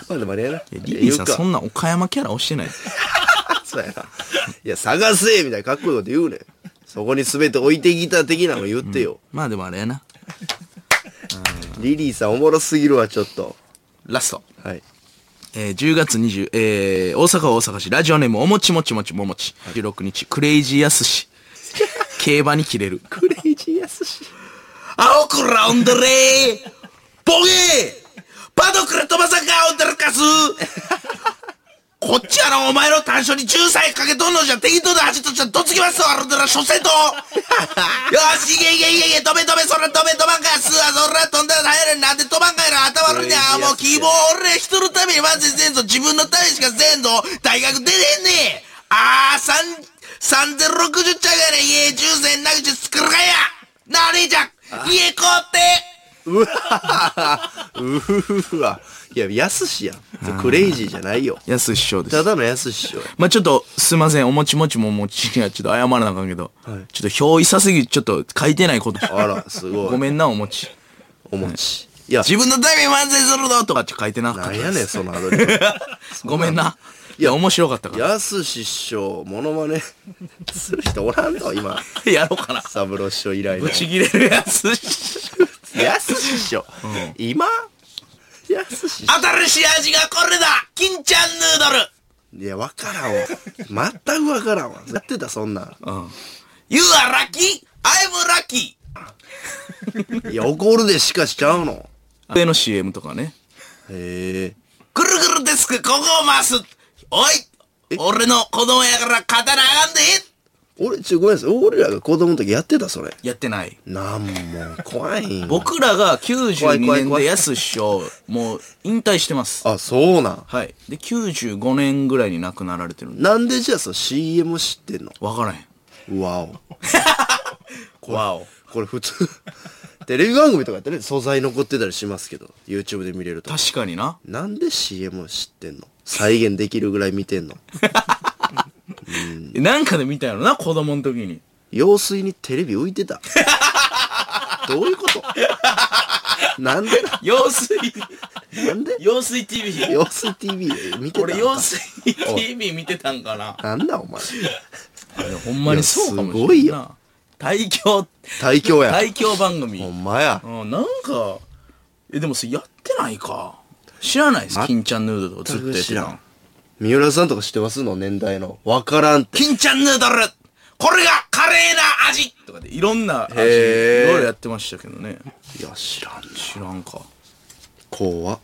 A: まあでもあれやな。
B: リリーさ
A: 言
B: ん
A: うか
B: そんな岡山キャラ押してない
A: そうやな。いや、探せみたいなかっこいいこと言うねん。そこに全て置いてきた的なの言ってよ。
B: まあでもあれやな
A: リリーさんおもろすぎるわ、ちょっと。
B: ラスト
A: はい。
B: えー10月20、えー大阪は大阪市、ラジオネーム、おもちもちもちももち。16日、クレイジーやすし。競馬に切れる。
A: クレイジーやすし。
B: 青くらおんどれーボゲーパドクレトマさんがおんでるかすこっちはのお前の短所に10歳かけとんのじゃ適当な走っとっちゃどつきますとあるんだら所 詮とよしいけいけいけいけ止め止めそら止め飛ばんかすあそら飛んだら耐えれんなんで飛ばんかいな頭悪いねあもう希望俺人のために万全せんぞ自分のためしかせんぞ大学出てんねえああ3060ちゃうがね家10千投げちゃ作るかやなあ姉ちゃん家買うて
A: うわうふわ。いや、やすしやん。クレイジーじゃないよ。
B: 安師匠で
A: ただのやすししよ。
B: まあちょっと、すいません、おもちもちももちにはちょっと謝らなあかんけど、
A: はい
B: ちょっと表意さすぎ、ちょっと書いてないこと。
A: あら、すごい。
B: ごめんな、おもち。
A: お餅。いや、
B: 自分のために漫才するぞとかって書いてなか
A: な
B: っ
A: ん
B: た。
A: やねん、そのアドリブ。
B: ごめんな。いや、面白かったから。
A: やすし師匠、モノマネする人おらんの今。
B: やろうかな。
A: 三郎師匠以来の
B: ぶ。ち切れるやつ。
A: やすし師匠、今やすし師
B: 新しい味がこれだ金ちゃんヌードル
A: 匠いやわからんわ全くわからんわやってたそんなん
B: You are lucky, I'm lucky
A: いや怒るでしかしちゃうの
B: 上の CM とかね。
A: へえ
B: くるくるデスク、ここを回すおい俺の子供やから刀あがんで
A: 俺ちょごめんなさい俺らが子供の時やってたそれ
B: やってない。
A: なんも怖いんや
B: 僕らが92
A: い怖い
B: 年
A: 怖
B: で
A: い
B: 安師匠、もう引退してます。
A: あそうなん
B: はい。で、95年ぐらいに亡くなられてるんで。
A: なんでじゃあその CM 知ってんの
B: わからへん。
A: わお
B: わお。
A: これ普通テレビ番組とかやったらね素材残ってたりしますけど YouTube で見れると
B: 確かにな。
A: なんで CM 知ってんの再現できるぐらい見てんの
B: なんかで見たやろな、子供の時に。
A: 用水にテレビ浮いてたどういうことなんでな
B: 用水、
A: なんで
B: 用水 TV。
A: 用水 TV 見てた
B: 俺、用水 TV 見てたんかな。
A: なんだお前
B: ほんまにそうかも
A: い
B: しれん
A: やすごい
B: な
A: よ
B: 大教、
A: 大凶や
B: 大教番組。
A: ほんまや
B: うん、なんか、え、でもそれやってないか。知らないです、
A: 全く
B: 金ちゃんヌードルをずっとやって
A: 知
B: た
A: ら
B: の
A: ん。三浦さんとか知ってますの年代のわからんって
B: 金ちゃんヌードルこれが華麗な味とかで、いろんな味、い
A: へー
B: ろいろやってましたけどね。
A: いや知らん
B: 知らんか。
A: 怖っ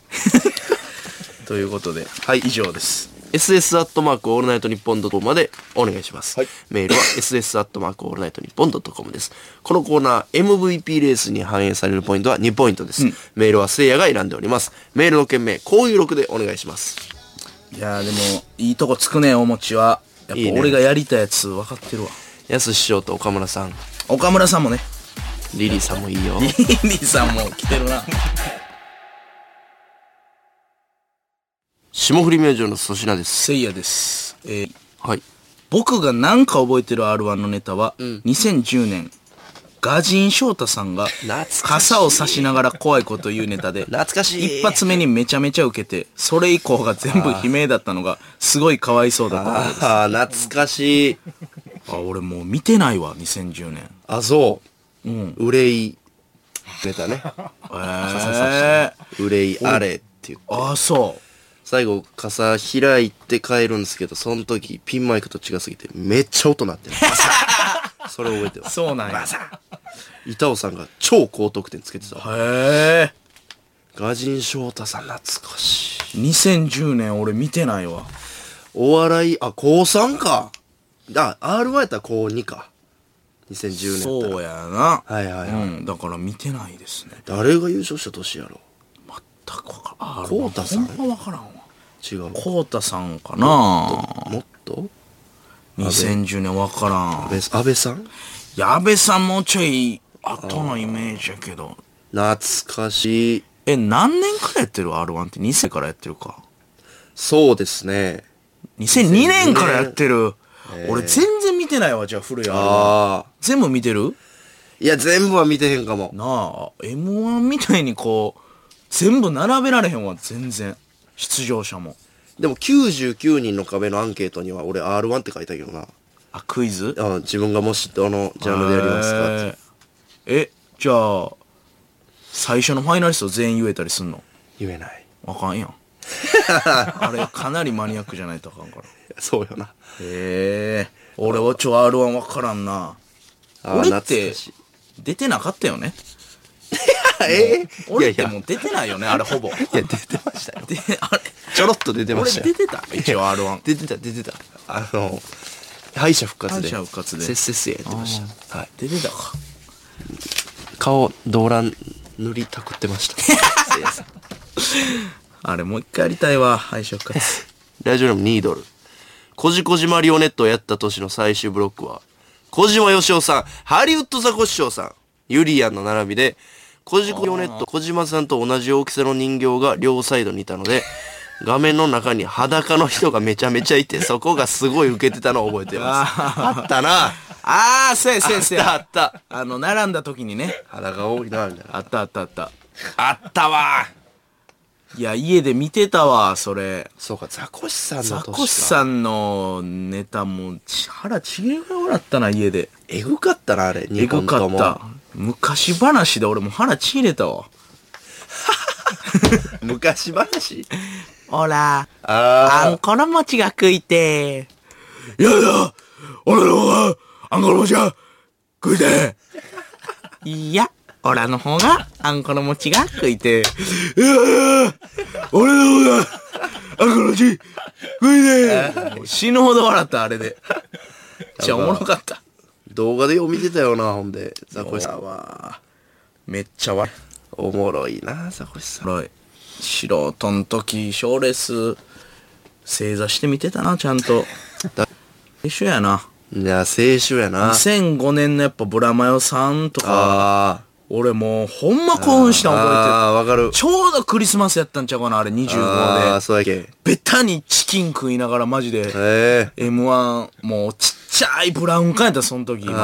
B: ということで、
A: はい
B: 以上です。
A: ss アットマークオールナイトニッポンドットコムまでお願いします、
B: はい
A: メールは ss アットマークオールナイトニッポンドットコムですこのコーナー MVP レースに反映されるポイントは2ポイントです、メールはせいやが選んでおりますメールの件名こういう録でお願いします
B: いやーでも、いいとこつくね、お餅は。やっ
A: いい
B: ぱ
A: ね
B: 俺がやりたやつ分かってるわ。
A: やす師匠と岡村さん
B: 岡村さんもね、
A: リリーさんもいいよ
B: リリーさんも来てるな。
A: 霜降り明星の粗品です
B: せいやです。えー
A: はい
B: 僕がなんか覚えてる R1 のネタは、2010年、ガジン翔太さんが
A: 懐かしい
B: 傘を差しながら怖いこと言うネタで、
A: 懐かしい
B: 一発目にめちゃめちゃ受けて、それ以降が全部悲鳴だったのが、すごいかわいそうだったのです。
A: ああ懐かしい
B: あ、俺もう見てないわ、2010年。
A: あそう
B: うん。
A: 憂いネタね
B: えー、
A: 憂いあれっていう
B: あ、そう。
A: 最後傘開いて帰るんですけどその時ピンマイクと違すぎてめっちゃ音鳴ってる バサッそれ覚えてます
B: そうなんや。
A: 板尾さんが超高得点つけてた
B: へえ。
A: ガジン翔太さん懐かしい
B: 2010年俺見てないわ。
A: お笑いあ高3かあ R1 やったら高2か2010年やったら
B: そうやな。
A: はいはいはい、
B: うん、だから見てないですね。
A: 誰が優勝した年やろ
B: 全くわからん。あ
A: コウタさん
B: ほんまわからんわ。
A: 違う
B: コウタさんかな
A: もっと
B: 2010年わからん。
A: 安倍さん
B: 矢部さんもうちょい後のイメージやけど。
A: 懐かしい
B: え、何年からやってる ?R1 って2歳からやってるか。
A: そうですね
B: 2002年からやってる。俺全然見てないわ、じゃあ古い R1。
A: ああ
B: 全部見てる
A: いや全部は見てへんかも
B: なあ、M1 みたいにこう、全部並べられへんわ、全然。出場者も。
A: でも99人の壁のアンケートには俺 R1 って書いたけどな。
B: あ、クイズ
A: あ自分がもしどのジャンルでやりますかって。
B: えーえ、じゃあ、最初のファイナリスト全員言えたりすんの
A: 言えない。
B: あかん やん。あれ、かなりマニアックじゃないとあかんから。
A: そうよな。
B: へえ。俺はちょ、R1 わからんな。
A: あー
B: 俺っ
A: 懐
B: て
A: かしい、
B: 出てなかったよね。
A: えーいや
B: 俺っ
A: い
B: て
A: や、
B: も う
A: い
B: 出てないよね、あれほぼ。
A: や出てましたよ。
B: で、あれ、
A: ちょろっと出てま
B: 俺
A: したよ
B: 出。てた一応 R1。
A: 出てた、出てた。あの、敗者復活で。
B: 敗者復活で
A: せっせっせやってました。はい。
B: 出てたか。
A: 顔、動乱塗りたくってました。せいやさん
B: あれ、もう一回やりたいわ、敗者復活。
A: ラジオネームニードル。こじこじマリオネットをやった年の最終ブロックは、小島よしおさん、ハリウッドザコシショウさん、ユリアンの並びで、こじこじマリオネット、小島さんと同じ大きさの人形が両サイドにいたので、画面の中に裸の人がめちゃめちゃいて、そこがすごい受けてたのを覚えてます。あったな。
B: あー、せやせやせ
A: あ
B: や。
A: ったあった。
B: あの、並んだ時にね。
A: 裸多いな、みたいな。
B: あったあったあった。
A: あったわ。
B: いや、家で見てたわ、それ。
A: そうか、ザコシさんの
B: ザ
A: 年か。
B: コシさんのネタも、ち腹ちぎれが笑ったな、家で。
A: えぐかったな、あれ。
B: え
A: 日
B: ぐ
A: 本
B: か
A: と
B: っ
A: も
B: た。昔話で俺もう腹ちぎれたわ。
A: 昔話
B: ほら、
A: あ
B: んこの餅が食いて。
D: やだ俺の方が、アンゴラ餅が、食いて
B: いや、オラの方があんこの餅が食いて。
D: えいやいや俺の方が、アンゴラ餅、食いて
B: 死ぬほど笑った、あれで。じゃあおもろかった。
A: 動画でよう見てたよなほんでザコシさんは
B: めっちゃ笑い。
A: おもろいなザコシさん
B: 笑い。素人の時、賞レース、正座して見てたな、ちゃんと。一緒やな。
A: いや青春やな
B: 2005年のやっぱブラマヨさんとか、
A: あ
B: 俺もうほんま興奮し
A: ー
B: たの覚
A: あーわかる
B: えてる。ちょうどクリスマスやったんちゃうかな、あれ
A: あ
B: 25
A: あ
B: で。
A: そうやけん
B: ベタにチキン食いながらマジで。
A: ええ
B: M1、もうちっちゃいブラウン管やった、その時、まだ。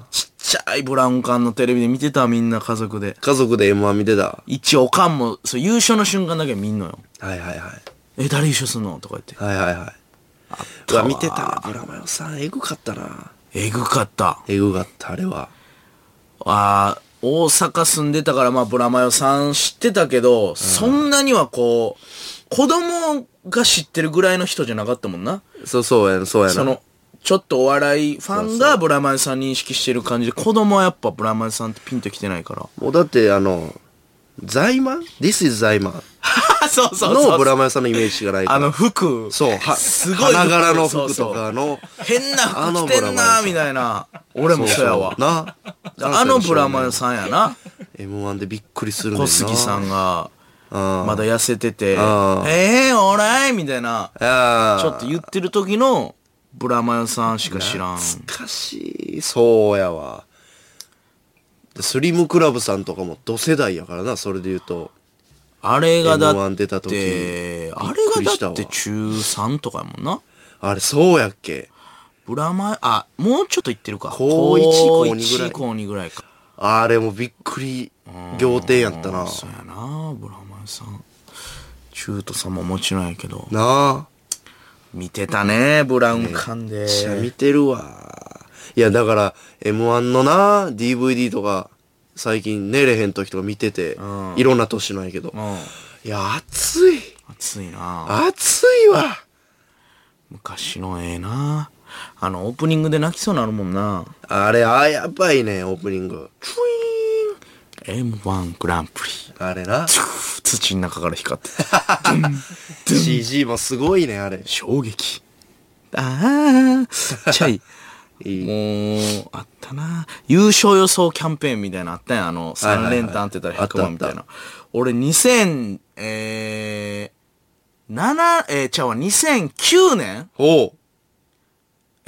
A: あ
B: ちっちゃいブラウン管のテレビで見てた、みんな家族で
A: ー。家族で M1 見てた
B: 一応、おかんも、そう、優勝の瞬間だけ見んのよ。
A: はいはいはい
B: え、誰優勝すんのとか言って。
A: はいはいはいうわ見てたブラマヨさんえぐかったな
B: えぐかった。
A: えぐかったあれは
B: あー大阪住んでたから、まあ、ブラマヨさん知ってたけど、そんなにはこう、子供が知ってるぐらいの人じゃなかったもんな。
A: そうそうやなそうやな
B: その、ちょっとお笑いファンがブラマヨさん認識してる感じで、子供はやっぱブラマヨさんってピンときてないから。
A: もうだってあの財満 ?This is 財満
B: そうそうそうそう。
A: のブラマヨさんのイメージしかないから
B: あの服。
A: そうは
B: すごい服。
A: 花柄の服
B: そう
A: と
B: そう
A: かの
B: 変な
A: あの
B: 服
A: ブ
B: 着て
A: ラ
B: ん
A: マヨさ
B: な、
A: ん
B: みたいな。 俺もそうやわ。
A: な
B: あのブラマヨさんやな。
A: M1 でびっくりするねんな
B: 小杉さんが、
A: うん
B: まだ痩せてて、え
A: あー
B: ー、おらいみたいな、
A: ああ
B: ちょっと言ってる時の、ブラマヨさんしか知らん。
A: 懐かしいそうやわでスリムクラブさんとかも同世代やからなそれで言うと
B: あれがだ
A: M1 出た
B: っ
A: 時
B: て、
A: びっ
B: あ
A: く
B: れ
A: りした
B: がだ
A: わ
B: って中3とかやもんな。
A: あれそうやっけ
B: ブラマヨ、あ、もうちょっと言ってるか。
A: 高一
B: 高
A: 高二ぐらい
B: 一高2ぐらいか。
A: あれもびっくり仰天やったなな
B: そうやなブラマヨさん中途さんももちろんやけど
A: あ
B: 見てたねブラウン管で、
A: めっちゃ見てるわいやだから m 1のな DVD とか最近寝れへん時とか見てて、
B: うん
A: いろんな年なんやけど、
B: うん
A: いや暑い
B: 熱いな
A: 暑いわ
B: 昔のええなあのオープニングで泣きそうなるもんな
A: あれあやばいねオープニング
B: M1 グランプリ
A: あれ な
B: 土の中から光ってた
A: CG もすごいねあれ
B: 衝撃ああちゃい
A: いい
B: もうあったな優勝予想キャンペーンみたいなのあったやんあの
A: いはいは
B: 3
A: い
B: 連単当てたら100
A: あ
B: 万
A: っ
B: み
A: たあ
B: た
A: った
B: いな俺2000えー、7えー、ちゃうわ2009年、
A: おう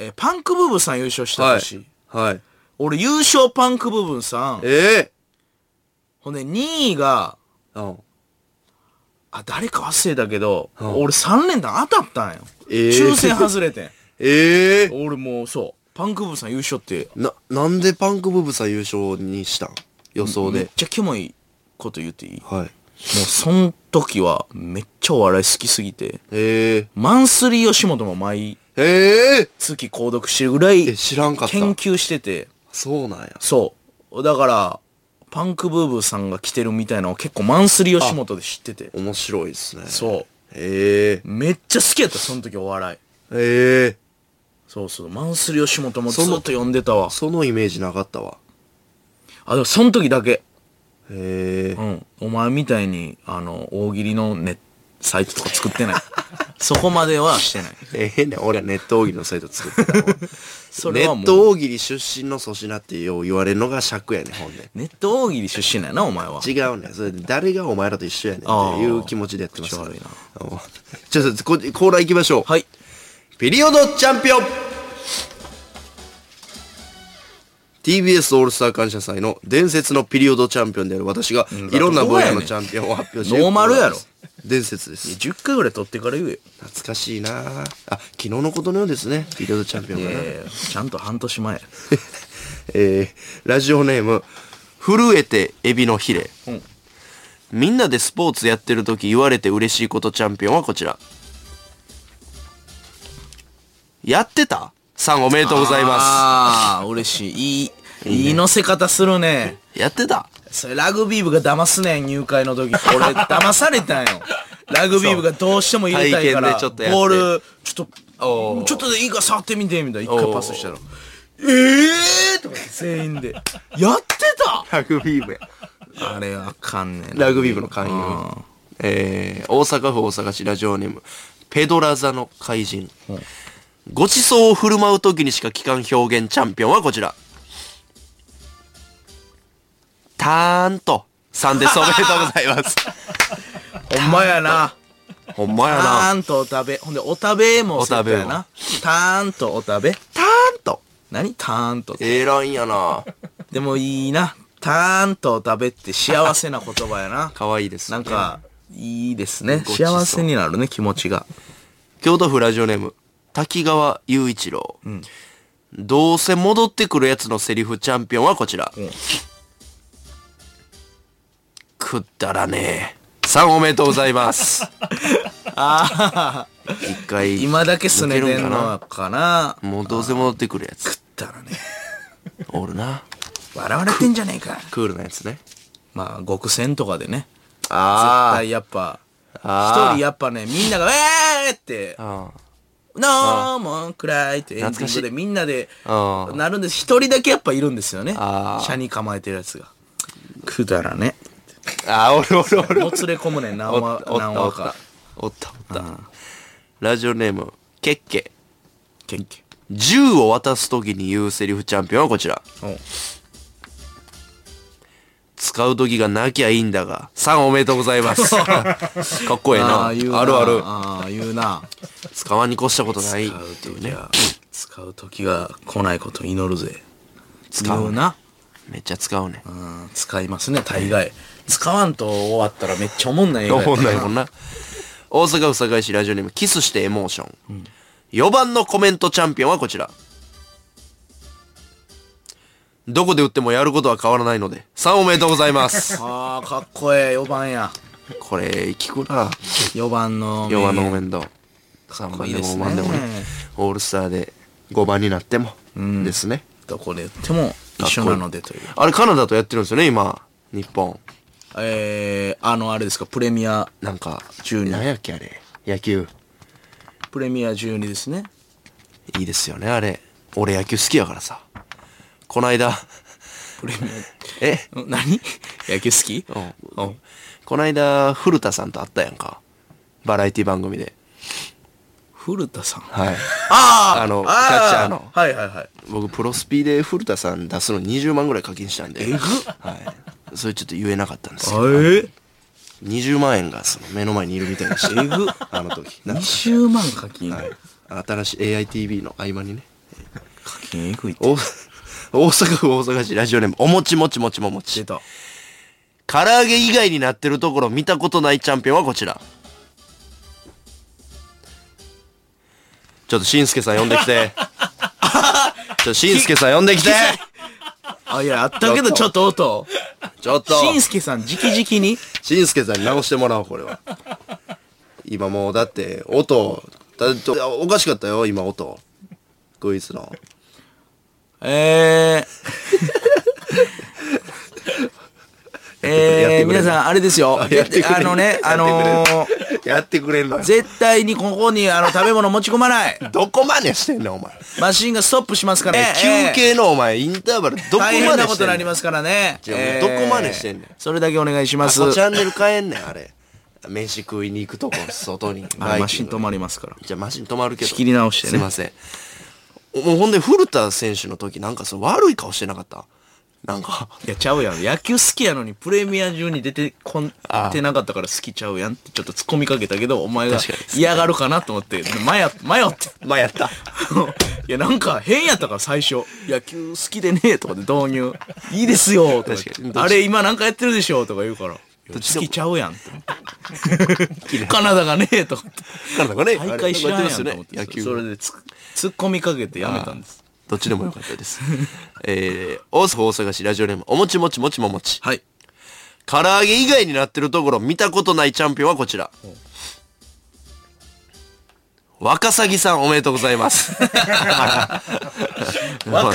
B: えーパンクブーブーさん優勝した
A: はい
B: 年、
A: はい
B: 俺優勝パンクブーブーさん
A: ええ
B: ほんで2位が
A: うん
B: あ誰か忘れたけど、
A: うん
B: 俺3連単当たったんよ、
A: えー
B: 抽選外れてん
A: ええ
B: 俺もうそうパンクブーブーさん優勝って
A: ななんでパンクブブサ優勝にしたん予想
B: めっ
A: で
B: ちゃキモいこと言っていい
A: はい
B: もうそん時はめっちゃお笑い好きすぎて、
A: ええ
B: マンスリー吉本も毎
A: ええ
B: 月購読してるぐらい
A: え知らんかった
B: 研究してて、
A: そうなんや
B: そう。だから、パンクブーブーさんが来てるみたいなのを結構マンスリー吉本で知ってて。
A: 面白いですね
B: そう
A: ええ
B: う。めっちゃ好きやった、その時お笑い。
A: ええ
B: そうそう、マンスリー吉本もず
A: そ
B: っ
A: の
B: と呼んでたわ。
A: そのイメージなかったわ
B: あ、でもその時だけ。
A: ええ
B: うん。お前みたいに、あの、大喜利のネサイトとか作って ない。そこまではしてない。
A: ええねん俺はネット大喜利のサイト作ってたわ
B: そ
A: ネ
B: れはも
A: ッ
B: う。
A: ト大喜利出身の粗品ってよう言われるのが尺やねんほんで
B: ネット大喜利出身なんやな、お前は。
A: 違 うねんそれで誰がお前らと一緒やねんっていう気持ちでやってます
B: あー口悪いな
A: うんちょっとこコーナー行きましょう、
B: はい。
A: ピリオドチャンピオン TBS オールスター感謝祭の伝説のピリオドチャンピオンである私が
B: ん
A: いろんな分野の
B: どこやねん
A: チャンピオンを発表していく
B: ノーマルやろ
A: 伝説です
B: 10回ぐらい取ってから言うよ。
A: 懐かしいなあ昨日のことのようですねピリオドチャンピオンがな、
B: ええちゃんと半年前。
A: えーラジオネーム震えてエビのヒレ、
B: うん
A: みんなでスポーツやってる時言われて嬉しいことチャンピオンはこちらやってたさんおめでとうございます
B: ああ、嬉しい。いい、いい乗せ方するね。
A: やってた
B: それラグビー部が騙すねん、入会の時。俺、騙されたんよ。ラグビー部がどうしても入れたいから、
A: 体験でちょっとやって
B: ボール、ちょっ
A: お
B: と、
A: ー
B: ちょっとでいいから触ってみて、みたいな。一回パスしたら。えーとか言って全員で。やってた
A: ラグビー部や
B: あれあかんねん。
A: ラグビー部の勧誘えー、大阪府大阪市ラジオネームペドラザの怪人、ごちそうを振る舞う時にしか聞かん表現チャンピオンはこちらたーんとさんですおめでとうございます
B: ほんまやな。
A: ほんまや
B: た
A: な
B: ーんとお食べ。ほんで、お食べもセットやな。たーんとお食べ。
A: たーんと
B: 何たーんと。
A: ええラインやな
B: でもいいな。たーんとお食べって幸せな言葉 やな。
A: 可愛いですね
B: なんか、いいですね。
A: ごちそう
B: 幸せになるね、気持ちが。
A: 京都府ラジオネーム滝川雄一郎、どうせ戻ってくるやつのセリフチャンピオンはこちら、くったらねえさんおめでとうございます 一回
B: 今だけすねてんのかな。
A: もうどうせ戻ってくるやつ
B: だからね、
A: おるな
B: 笑われてんじゃねえか。
A: クールなやつね
B: まあ、極戦とかでね。絶
A: あ
B: 対やっぱ、
A: あ
B: 一
A: ー
B: 人やっぱね、みんなが、えーって、
A: あ
B: ノーもんくらいってエンデ
A: 懐か
B: ィン
A: しい
B: グでみんなで、
A: あー
B: なるんです。一人だけやっぱいるんですよね。
A: あー
B: 車に構えてるやつが。くだらね。
A: あおるおるおる
B: もつれ込むねん、何
A: おっ
B: 話
A: たおっ
B: 何
A: たお
B: 話
A: っ
B: か
A: た。おったおったラジオネームケッケ
B: ケンケ
A: 銃を渡す時に言うセリフチャンピオンはこちら
B: ン。おう
A: 使う時がなきゃいいんだが3おめでとうございます かっこええな
B: ー言う
A: あるある
B: ああ、言うな。
A: 使わんに越したことない
B: 使う時が、使う時が来ないことを祈るぜ。
A: 使う
B: 言な。
A: めっちゃ使うね
B: うん、使いますね、大概。使わんと終わったらめっちゃおもんない映画やった
A: 思んないもんな大阪府堺市ラジオネームキスしてエモーション、4番のコメントチャンピオンはこちらどこで打ってもやることは変わらないので3おめでとうございます
B: ああ、かっこええ、4番や。
A: これ聞くな
B: 4番の。
A: 4番のコメント3
B: こ
A: 番
B: いい
A: で
B: で
A: も
B: す
A: 5
B: ね
A: 番でもねオールスターで5番になってもですね、
B: どこで言っても一緒なのでという。
A: あれカナダとやってるんですよね今日本
B: えー、あの、あれですか、プレミア、
A: なんか
B: 12
A: なんやっけあれ野球
B: プレミア12ですね。
A: いいですよねあれ俺野球好きやからさこないだ
B: プレミ
A: え
B: ア。ん何 野球好き
A: うんこないだ古田さんと会ったやんかバラエティ番組で
B: 古田さん。
A: はい
B: あー
A: あの
B: ー
A: キャッチャーの
B: はいはいはい。
A: 僕プロスピで古田さん出すの20万ぐらい課金したんでえぐはいそれちょっと言えなかったんですよ
B: え
A: 20万円がその目の前にいるみたいな してえぐあの時なんか
B: ?20 万課金。
A: 新しい AITV の合間にね
B: 課金えぐいって。
A: 大大阪府大阪市ラジオネームおもちもちもちもも
B: 出
A: ち
B: た。
A: 唐揚げ以外になってるところ見たことないチャンピオンはこちらちょっとしんすけさん呼んでき てちょっとしんすけさん呼んできて
B: あ、いや、あったけどちょっと音。
A: ちょっと
B: しんすけさん、直々に。
A: しんすけさんに直してもらおうこれは今もうだって音だっておかしかったよ今音クイズの
B: えー。えー、皆さん、あれですよ。
A: やってくれる
B: あのね、あのー、
A: やってくれるのよ
B: 絶対にここにあの食べ物持ち込まない。
A: どこまでしてんねんお前
B: マシンがストップしますからね。
A: 休憩のお前インターバルどこま
B: 大
A: でしてんねん
B: 変なことになりますからね。
A: じゃあどこまでしてんねん
B: それだけお願いしま
A: あ
B: す。
A: そこチャンネル変えんねんあれ飯食いに行くとこ外に
B: あれマシン止ま
A: る
B: りますから。
A: じゃあマシン止まるけど
B: 仕切り直してね
A: すいませんもうほんで古田選手の時なんかその悪い顔してなかったなん か
B: いや、ちゃうやん。野球好きやのに、プレミア中に出てこん
A: あ、
B: てなかったから好きちゃうやんって、ちょっと突っ込みかけたけど、お前が
A: 確かに
B: 嫌がるかなと思って、迷迷って。
A: まあやった
B: いや、なんか変やったから最初。野球好きでねえとかで導入。いいですよとか
A: 確か
B: 言っ
A: に
B: て。あれ今なんかやってるでしょとか言うから。
A: ど
B: 好
A: っちでも
B: きちゃうやんって。 カナダがねえとかって。
A: からね
B: 大会知らんやんと思っ
A: ね
B: て。
A: 野球
B: それでつ突っ込みかけてやめたんです。
A: どっちでもよかったです。えー、大阪大阪市ラジオネーム、おもちもちもちももち。
B: はい。
A: 唐揚げ以外になってるところ見たことないチャンピオンはこちら。若さぎさんおめでとうござい ます。若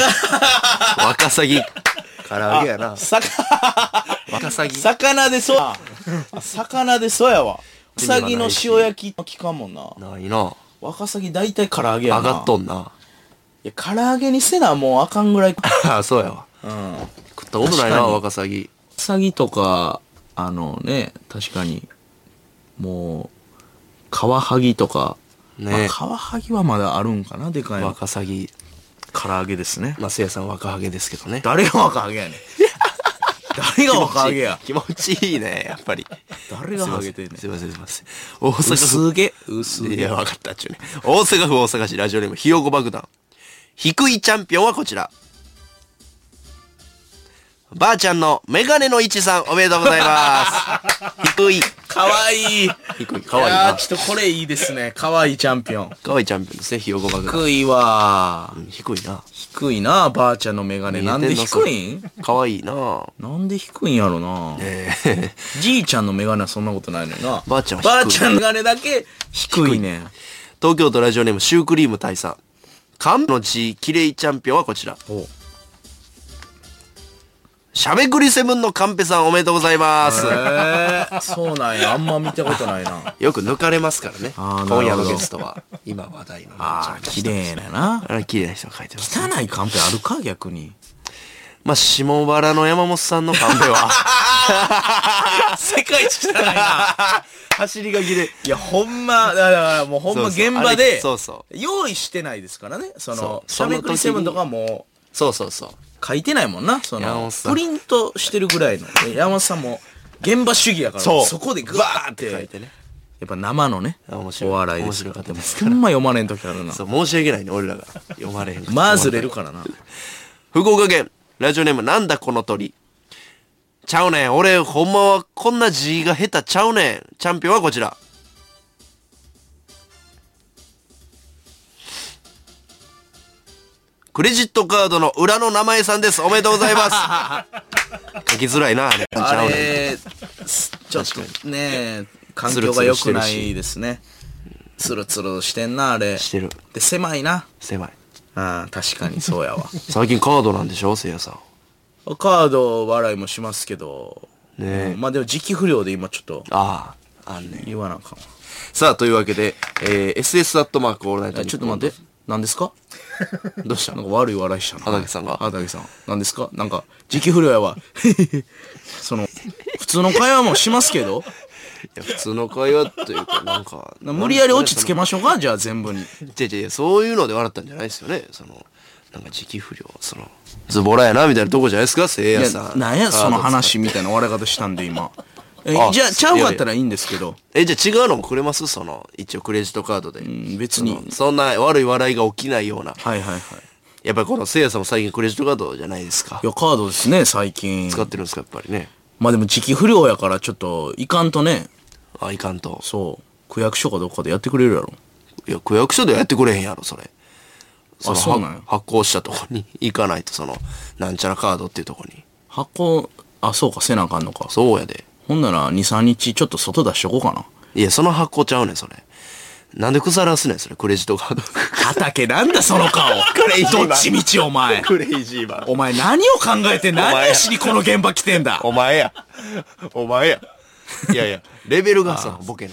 A: 若さぎ。唐揚げやな。
B: さ
A: 若さぎ。
B: 魚でそうあ魚でそうやわう
A: 手には
B: さ
A: ない
B: ぎ
A: し
B: の塩焼きのきかんもんな
A: ないな。
B: ワカサギ大体唐揚げやな
A: 上がっとんな。
B: いや唐揚げにせなもうあかんぐらいワ
A: ああ、そうやわ。食ったことない
B: 確
A: な、
B: かに
A: 若さぎ。
B: カサギとかあのね確かにもうカワハギとか、ま
A: ね
B: あ、カワハギはまだあるんかなでかいの
A: 若さぎ。
B: 唐揚げですね
A: まあ、せいやさん若ハゲですけどね。
B: 誰がワカハゲやねん誰がワカハゲや
A: 気持ちいいね、やっぱり。
B: 誰がハゲてんねん
A: すいません、すいません。大阪府
B: 薄毛薄
A: い
B: 毛
A: や、分かったっちゅうね。大阪府大阪市ラジオネームひよこ爆弾。低いチャンピオンはこちら。ばあちゃんのメガネの位置さん、おめでとうござい ます。低い。
B: か わいい
A: 低い。かわいい
B: やー
A: な。
B: ちょっとこれいいですねかわいいチャンピオン
A: かわいいチャンピオンですね、ひよこ爆弾。
B: 低いわ
A: うん低いな。
B: 低いなばあちゃんのメガネなんで低いん
A: かわいいな。
B: なんで低いんやろな、
A: えー
B: じいちゃんのメガネはそんなことないのにな
A: ばあちゃんは低い
B: ばあちゃんのメガネだけ低 いね
A: 東京都ラジオネームシュークリーム大佐。缶の字、きれいチャンピオンはこちら。
B: お
A: しゃべくりセブンのカンペさん、おめでとうございます。
B: えー、そうなんやあんま見たことないな
A: よく抜かれますからね。
B: あーなるほど
A: 今夜のゲストは、今話題の。
B: あー綺麗なな
A: あら、綺麗な人が書いてます。
B: 汚いカンペあるか逆に
A: まあ、下原の山本さんのカンペは、
B: 世界一汚いな
A: 走り書きで。
B: いやほんまだからもうほんま
A: そうそう
B: 現場で
A: そうそう
B: 用意してないですからねその
A: そう
B: しゃべくりセブンとかはもう
A: そうそうそう。
B: 書いてないもんなそ
A: 山
B: の
A: 本さん
B: プリントしてるぐらいので山本さんも現場主義やから
A: そ
B: そうこでグワーって
A: 書いてね。
B: やっぱ生のね
A: あ面白い
B: お笑いです
A: 面白かったです
B: ほんま読まれん時あるな
A: そう、申し訳ないね、俺らが。読まれへんから。
B: まずれるからな
A: 福岡県、ラジオネーム、なんだこの鳥。ちゃうねん。俺、ほんまはこんな字が下手ちゃうねん。チャンピオンはこちら。クレジットカードの裏の名前さんです。おめでとうござい ます。書きづらいな、あれ。ち
B: あ
A: ゃうねん。
B: れすちょっ
A: 確
B: とね環境が良くないですねツルツルしてんなあれ
A: してる。
B: で狭いな
A: 狭い。
B: あー確かにそうやわ
A: 最近カードなんでしょせいやさん。
B: カード笑いもしますけど
A: ねえ
B: うんまあでも時期不良で今ちょっと
A: ああ、あんねん。
B: 言わなあかんわ
A: さあ、というわけで、えー、SS アットマークオールナイト
B: えちょっと待って。何で すか
A: どうした
B: なんか悪い笑いしたな。
A: 畑さんが
B: 畑さん。何ですかなんか、時期不良やわ。 その、普通の会話もしますけ ど、
A: いや普通の会話というか、 なんか。
B: な無理やり落ち着けましょうかじゃあ全部に。
A: 違う違うそういうので笑ったんじゃないですよねそのなんか時期不良そのズボラやなみたいなとこじゃないですかせい
B: い
A: や
B: や
A: さ、ん
B: なんや
A: カード
B: その話みたいな終わり方したんで 今。え
A: あ
B: じゃあ、ちゃうかったらいいんですけど、
A: えじゃあ違うのもくれますその一応クレジットカードで、
B: うん別に。
A: そんな悪い笑いが起きないような
B: はいはいはい。
A: やっぱりこのせいやさんも最近クレジットカードじゃないですか
B: いや、カードですね、最近。
A: 使ってるんですかやっぱりね
B: まあでも時期不良やからちょっと、いかんとね、
A: あいかんと
B: そう、区役所かどっかでやってくれるやろ。
A: いや区役所ではやってくれへんやろそれの
B: そうなんや
A: 発行したとこに行かないとそのなんちゃらカードっていうとこに
B: 発行、あ、そうか、せなあかんのか。
A: そうやで
B: ほんなら、2、3日ちょっと外出しとこうかな。
A: いやその発行ちゃうねんそれなんで腐らすねんそれクレジットカード
B: 畑なんだその 顔どっちみちお前
A: クレイジーマン。
B: お前何を考えて何をしにこの現場来てんだ
A: お前や。お前や。いやいや、レベルがさ、ボケ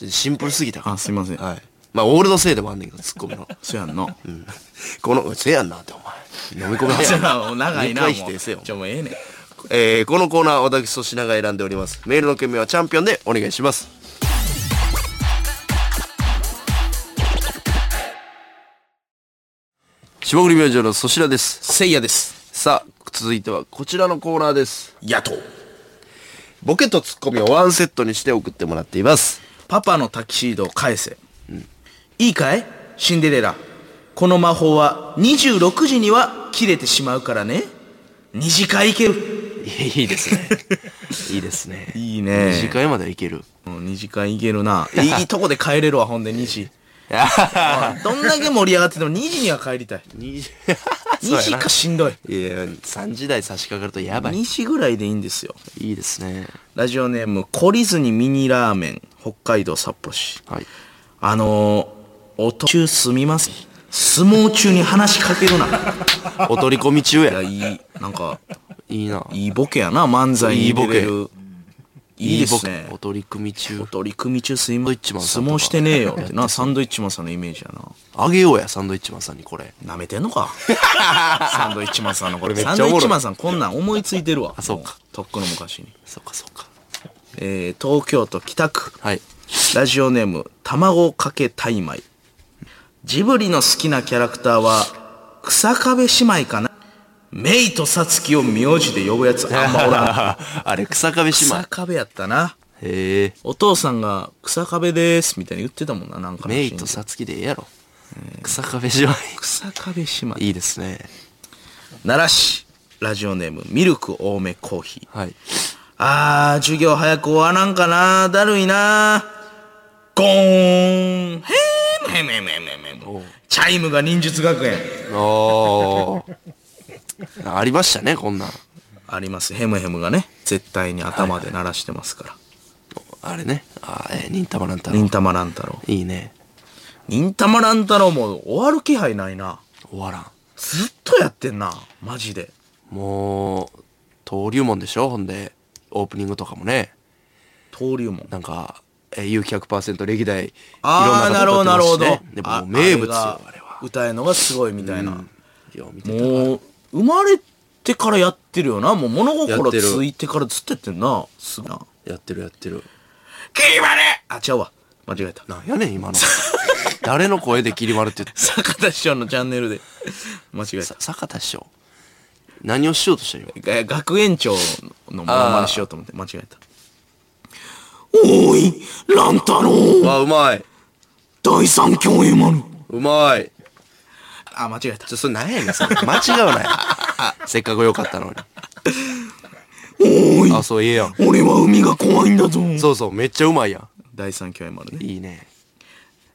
A: の。シンプルすぎたか
B: あすいません、
A: ら。はい。まあ、俺のせいでもあんねんけど、ツッコミの。
B: そやんの、
A: この、せやんなって、お前。飲み込め
B: そ
A: へん
B: や
A: やん。
B: な長いな
A: 二
B: も
A: 回否定せよ
B: うちょもうええねん
A: えー、このコーナー、私、粗品が選んでおります。メールの件名はチャンピオンでお願いします。霜降り明星の粗品です。
B: せいやです
A: さあ、続いてはこちらのコーナーです。
B: 野党
A: ボケとツッコミをワンセットにして送ってもらっています。
B: パパのタキシードを返せ、いいかいシンデレラこの魔法は26時には切れてしまうからね2次会行ける
A: いいですね。いいですね。
B: いいね
A: 次回まではいける。
B: 2次会行けるないいとこで帰れるわほんで2時どんだけ盛り上がってても2時には帰りたい
A: 2
B: 2時かしんど
A: い
B: い
A: や、3時台差し掛かるとやばい。
B: 2時ぐらいでいいんですよ
A: いいですね。
B: ラジオネーム懲りずにミニラーメン北海道札幌市
A: はい。
B: あのーお途中すみません。相撲中に話しかけるな。
A: お取り込み中
B: い
A: や。
B: や、いい、なんか、
A: いいな。
B: いいボケやな、漫才に出れる。いいですね
A: お。取り組み中
B: お。取り組み中すい
A: サ
B: ま
A: ンド
B: せ
A: イッチマ
B: ん。
A: ンさん
B: 相
A: とか
B: 撲してねえよってな、サンドイッチマンさんのイメージやな。
A: あげようや、サンドイッチマンさんにこれ。
B: 舐めてん のかサンドイッチマンさんのこれ
A: これめ
B: サ
A: っ
B: ン
A: ちゃ
B: ド
A: おもろ
B: イッ
A: い
B: チマンさんこんなん思いついてるわあ
A: そうか
B: とっくの昔に、
A: そっかそっか。
B: えー、東京都北区
A: はい。
B: ラジオネーム卵かけタイマイジブリの好きなキャラクターは草壁姉妹かなメイとサツキを名字で呼ぶやつあんまおらん
A: あれ、草 壁姉
B: 草
A: 妹。
B: 壁やったな
A: へえ。
B: お父さんが草壁ですみたいに言ってたもんななんかの
A: メ
B: シーン
A: イ
B: で
A: とサツキでええやろ。草壁姉妹。
B: 草壁姉妹
A: いいですね。
B: 奈良市ラジオネームミルク多めコーヒー
A: はい。
B: あー、授業早く終わらんかな。だるいな。ゴーン。へーむへむへむへむへむ。チャイムが忍術学園。
A: おー。 ありましたね、こんなん。
B: あります。へむへむがね、絶対に頭で鳴らしてますから。
A: あれね。あーえー、忍たま乱太郎。
B: 忍たま乱太郎。
A: いいね。
B: 忍たま乱太郎も終わる気配ないな。
A: 終わらん。
B: ずっとやってんな。マジで。
A: もう、登竜門でしょほんで、オープニングとかもね。
B: 登竜門。
A: なんか、えー、勇気100%歴代、い
B: あー、なるほど、なるほど。
A: でも
B: あ
A: もう名物よ、
B: あ
A: あ
B: れ
A: れ
B: が
A: は。
B: 歌えるのがすごいみたいな。
A: よう見てたわ
B: もう、生まれてからやってるよな。もう物
A: やっ
B: 心
A: てる
B: ついてからずっとやってんな。すごいな。
A: やってるやってる。
B: キまれあ、違うわ。間違えた。
A: なんやねん、今の。 誰の声で切り丸って言って
B: 坂田師匠のチャンネルで。 間違え
A: さ
B: た。
A: 坂田師匠。何をしようとしてるよ。
B: が学園長のモノマネしようと思って間違えた。おーい、乱太郎
A: わ、うまい。
B: 第三共演丸
A: うまい。
B: あ、間違えた
A: ち。ょ、それ何やねん、それ。間違うなよ。せっかく良かったのに。
B: おーい、
A: あ、そう、ええやん。
B: 俺は海が怖いんだぞ
A: そうそう、めっちゃうまいや
B: 第三共演丸
A: ん。
B: ね。
A: いいね。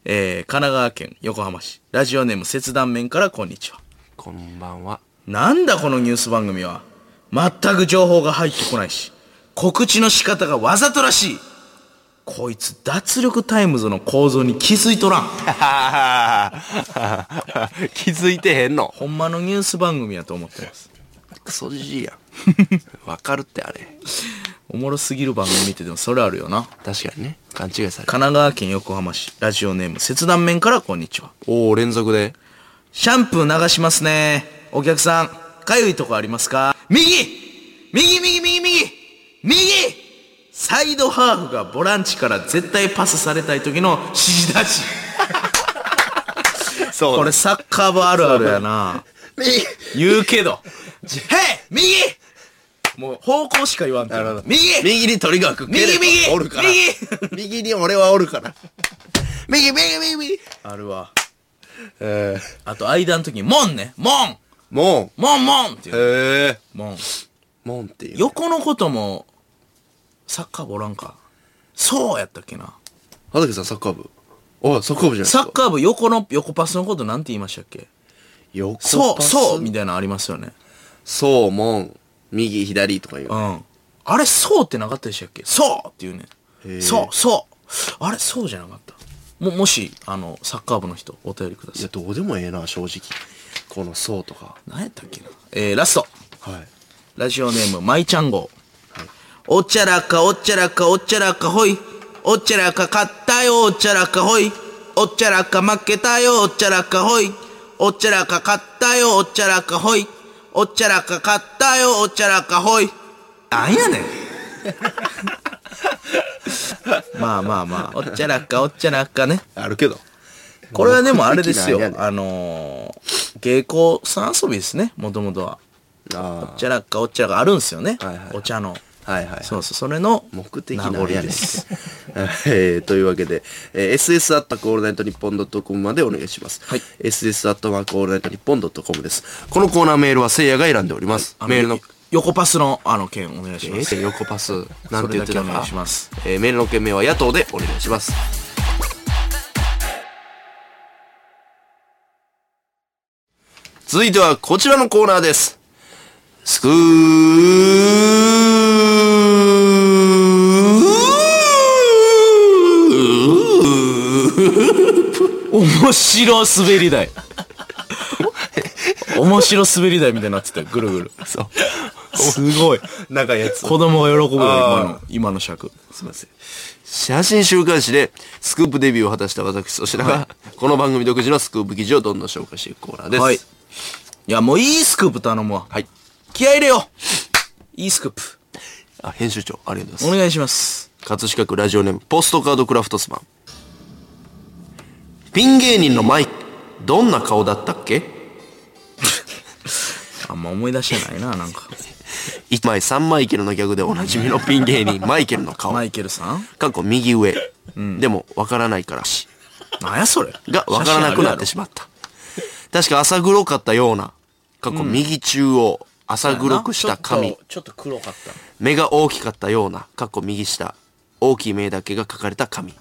B: えー、神奈川県横浜市。ラジオネーム切断面からこんにちは。
A: こんばんは。
B: なんだこのニュース番組は。全く情報が入ってこないし、告知の仕方がわざとらしい。こいつ脱力タイムズの構造に気づいとらん。
A: 気づいてへんの。
B: ほんまのニュース番組やと思ってます。
A: クソじじいやん。わかるって、あれ。
B: おもろすぎる番組見てでもそれあるよな。
A: 確かにね。勘違いされる。
B: 神奈川県横浜市、ラジオネーム切断面からこんにちは。
A: おお連続で。
B: シャンプー流しますね。お客さん、かゆいとこありますか右右右右右右サイドハーフがボランチから絶対パスされたい時の指示出し。
A: そ
B: これサッカー部あるあるやな。言うけど。へい右もう方向しか言わんと。右
A: 右に鳥が来る。
B: 右右
A: おるから。
B: 右
A: 右に俺はおるから。右右右右。
B: あるわ。
A: え
B: あと間の時に、門ね門
A: ー、も
B: 門門って
A: ん。
B: 言う。
A: へえ。
B: 門。
A: もんっていう。
B: 横のこともサッカーボランかそうやったっけな
A: 畑さんサッカー部。おい、サッカー部じゃないです
B: サ
A: か。
B: ッカー部横の横パスのことなんて言いましたっけ
A: 横パス
B: そうそうみたいなのありますよね
A: そう、もん。右、左とか言う
B: う。んあれそうってなかったでしたっけそうっていうねそうそうあれそうじゃなかったももしあのサッカー部の人お便りくだ
A: い
B: さ
A: や、
B: い
A: どうでもええな、正直。この、そうとか。
B: 何やったっけなえー、ラスト
A: はい。
B: ラジオネーム、まいちゃん号。おっちゃらか、おっちゃらか、おっちゃらか、ほい。おっちゃらか、勝ったよ、おっちゃらか、ほい。おっちゃらか、負けたよ、おっちゃらか、ほい。おっちゃらか、勝ったよ、おっちゃらか、ほい。おっちゃらか、勝ったよ、おっちゃらか、ほい。なんやねん。 まあまあまあ、おっちゃらか、おっちゃらかね。
A: あるけど。
B: これはでもあれですよ
A: 目的なん。や
B: あのー、芸妓さん遊びですね、もともとは。
A: あ
B: お茶らっかお茶らがあるんすよね、
A: はいはい
B: お茶の、
A: あ。はいはい。
B: そうそうそれの
A: 目的
B: 名
A: な
B: 残
A: んや
B: で
A: ねん
B: す
A: えーというわけで、えー SS アットマークオールナイトニッポンドットコムまでお願いします。
B: はい
A: SS アットマークオールナイトニッポンドットコムです。このコーナーメールはせいやが選んでおります。
B: あ
A: メールの、
B: 横パスのあの件お願いし
A: え
B: ます、
A: ー横パス、なんて言ってた
B: それだけ
A: か
B: お願いします。
A: えーメールの件名は野党でお願いします。続いてはこちらのコーナーです。スクープ
B: お前面白滑り台。面白滑り台みたいになってたよ、ぐるぐる。すごい。
A: 長いやつ。
B: 子供が喜ぶよ、今
A: あ
B: の、今の尺。
A: すいません。写真週刊誌でスクープデビューを果たした私としらが、この番組独自のスクープ記事をどんどん紹介していくコーナーです。
B: はい。いや、もういいスクープ頼むわ。
A: はい。
B: 気合い入れよういいスクープ。
A: あ、編集長、ありがとうござい
B: お
A: ます。
B: 願いします。
A: 葛飾区ラジオネーム、ポストカードクラフトスマン。ピン芸人のマイク、どんな顔だったっけ
B: あんま思い出してないな、なんか。
A: 一枚三マイケルのギャグでおなじみのピン芸人、マイケルの顔。
B: マイケルさん
A: かっこ右上。でも、わからないからし。
B: なんやそれ。
A: がわからなくなってしまった。確か朝黒かったような、過去右中央、朝黒くした
B: ちょ
A: 髪
B: っ、とちょっと黒かった。
A: 目が大きかったような、過去右下、大きい目だけが描かれた 髪。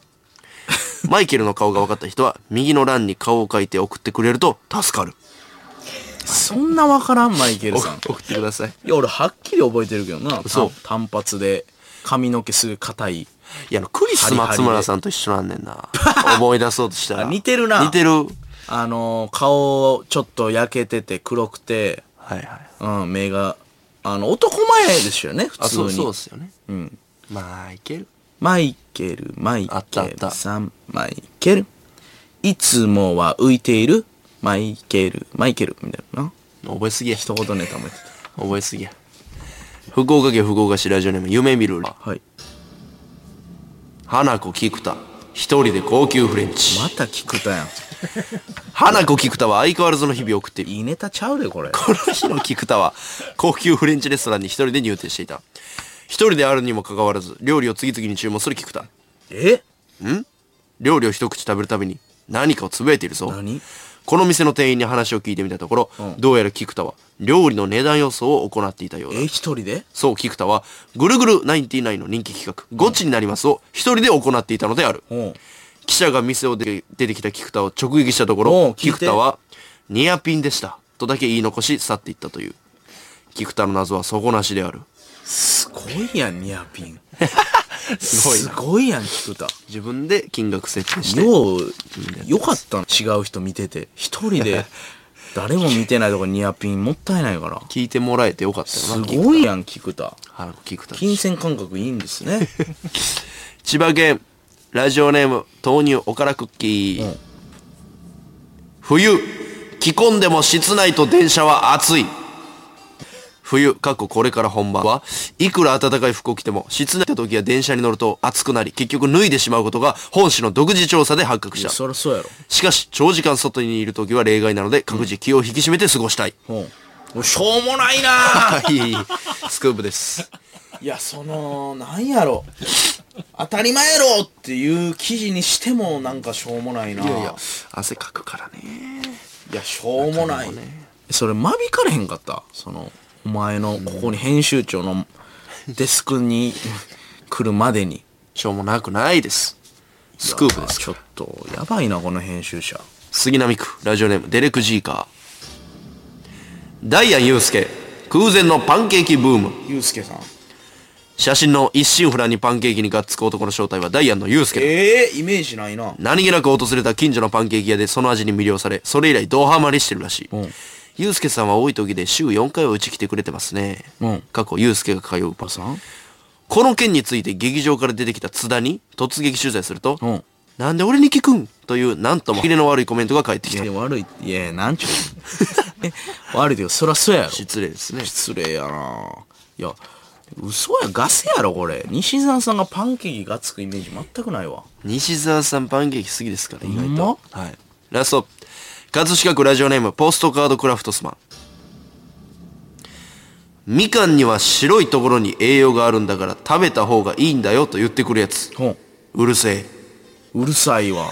A: マイケルの顔が分かった人は、右の欄に顔を描いて送ってくれると助かる。
B: そんなわからん、マイケル
A: お
B: さん。
A: 送ってください。
B: いや、俺はっきり覚えてるけどな。
A: そう
B: 単発で、髪の毛すぐ硬い。
A: いや、あの、クリス松村さんと一緒なんねん な。思い出そうとしたら。
B: あ似てるな
A: 似てる。はい
B: あのー顔、ちょっと焼けてて黒くて、
A: はい。
B: うん、目が、あの、男前ですよね、普
A: あ、
B: 通に。
A: そう、そうっすよね。
B: うん。
A: まあ、いける。
B: マイケル、マイ
A: あったあ
B: ケ
A: った
B: ルさん、マイケル。いつもは浮いている、マイケル、マイケル、みたいな。
A: 覚えすぎや。
B: 一言ネタも言って
A: 覚えすぎや福岡県福岡市ラジオネーム夢見る
B: た。はい。
A: 花子菊田一人で高級フレンチ
B: また聞くたやん。
A: 花子菊田は相変わらずの日々を送っている
B: いいネタちゃうで、これ。
A: この日の菊田は高級フレンチレストランに一人で入店していた一人であるにもかかわらず料理を次々に注文する菊田
B: え
A: 料理を一口食べるたびに何かをつぶやいているぞ
B: 何
A: この店の店員に話を聞いてみたところ、どうやら菊田は料理の値段予想を行っていたようだ
B: え、一人で
A: そう、菊田は、ぐるぐる99の人気企画、ゴチになりますを一人で行っていたのである。
B: うん。
A: 記者が店を出て出てきた菊田を直撃したとこ
B: お
A: ろ
B: う、聞い
A: 菊
B: て
A: 田は、ニアピンでした。とだけ言い残し去っていったという。菊田の謎は底なしである。
B: すごいやん、ニアピン。
A: すごい
B: す
A: な。
B: ごいやん、菊田。
A: 自分で金額設定して。
B: よう、よかったな違う人見てて。一人 で、誰も見てないとこニアピンもったいないから。
A: 聞いてもらえてよかったよ
B: す
A: な。
B: ごいやん、菊田。
A: 花子菊田。
B: 金銭感覚いいんです ね。
A: 千葉県、ラジオネーム、豆乳おからクッキー。
B: うん
A: 冬、着込んでも室内と電車は暑い。冬、過去これから本番は、いくら暖かい服を着ても、室内の時や電車に乗ると暑くなり、結局脱いでしまうことが本市の独自調査で発覚
B: い
A: し
B: や、
A: た。
B: そりゃそうやろ。
A: しかし、長時間外にいる時は例外なので、各自気を引き締めて過ご したい。
B: ほう。しょうもな いな
A: はい、スクープです。
B: いや、その、なんやろ。当たり前やろっていう記事にしてもなんかしょうもないない
A: やいや、汗かくからね。
B: いや、しょうもない。それ、間引かれへんかったその、お前の、ここに編集長のデスクに来るまでに。
A: しょうもなくないです。スクープです。
B: ちょっと、やばいな、この編集者。
A: 杉並区ラジオネームデレク・ジーカーダイアンユースケ空前のパンケーキブーム
B: ゆうすけさん。
A: 写真の一心不乱にパンケーキにがっつく男の正体はダイアンのユースケだ
B: ええイメージないな。
A: 何気なく訪れた近所のパンケーキ屋でその味に魅了されそれ以来ドハマりしてるらしい、
B: うん
A: ユースケさんは多い時で週4回はうち来てくれてますね、
B: うん
A: 過去ユースケが通うパ
B: おさん
A: この件について劇場から出てきた津田に突撃取材すると、
B: うん
A: なんで俺に聞くんというなんとも切れの悪いコメントが返ってき
B: い
A: た
B: や、悪い、いや、なんちゅう。え悪いけど、そりゃそうやろ。
A: 失礼ですね
B: 失礼やないや、嘘や、ガセやろ、これ。西澤さんがパンケーキがつくイメージ全くないわ。
A: 西澤さんパンケーキ好きですから意
B: ほ
A: 外
B: ん
A: と、はい、ラスト葛飾区ラジオネームポストカードクラフトスマンみかんには白いところに栄養があるんだから食べた方がいいんだよと言ってくるやつ
B: ほん。
A: うるせえ
B: うるさいわ。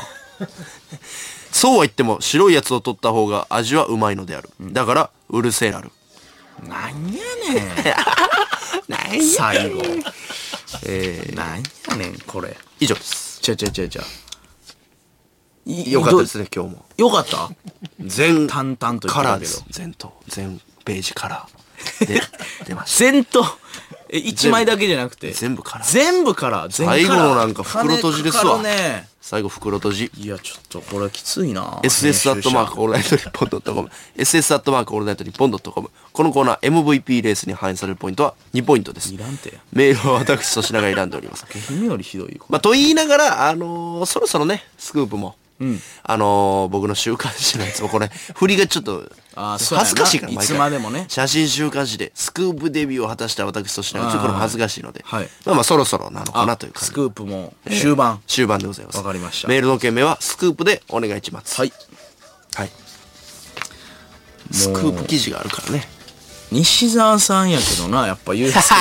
A: そうは言っても白いやつを取った方が味はうまいのであるだからうるせえなる
B: なんや ねん。最後。えー、なんやねん、これ。
A: 以上です
B: ちゃちゃちゃちゃ。い
A: よかったですね今日も
B: どよかった
A: 全
B: 淡々と言ってたけど
A: カラーです全頭全ページカラーで出ました
B: 全頭え、1枚だけじゃなくて。
A: 全部から
B: 全部から。全部から
A: 最後のなんか袋閉じですわ
B: 金かかるね。
A: 最後袋閉じ
B: いや、ちょっとこれはきついな。
A: SS アットマークオールナイトニッポンドットコム SS アットマークオールナイトニッポンドットコムこのコーナー MVP レースに反映されるポイントは2ポイントです
B: いらんて。
A: メールは私粗品が選んでおります
B: 下品よりひどいよ。
A: まあ、と言いながら、あのーそろそろね、スクープも、あのー僕の週刊誌のやつもこれ、 振りがちょっと、
B: あー
A: 恥
B: そうやな
A: ずかしいから、毎回
B: いつまでもね
A: 写真週刊誌で、スクープデビューを果たした私としながら、ちょっとこれも恥ずかしいので、
B: はい
A: まあまあ、そろそろなのかなという感じ
B: ス。クープも終盤。
A: 終盤でございます。
B: わかりました
A: メールの件名は、スクープでお願いします。
B: はい。
A: はい。スクープ記事があるからね。
B: 西澤さんやけどな、やっぱ、ゆうすけさ ん。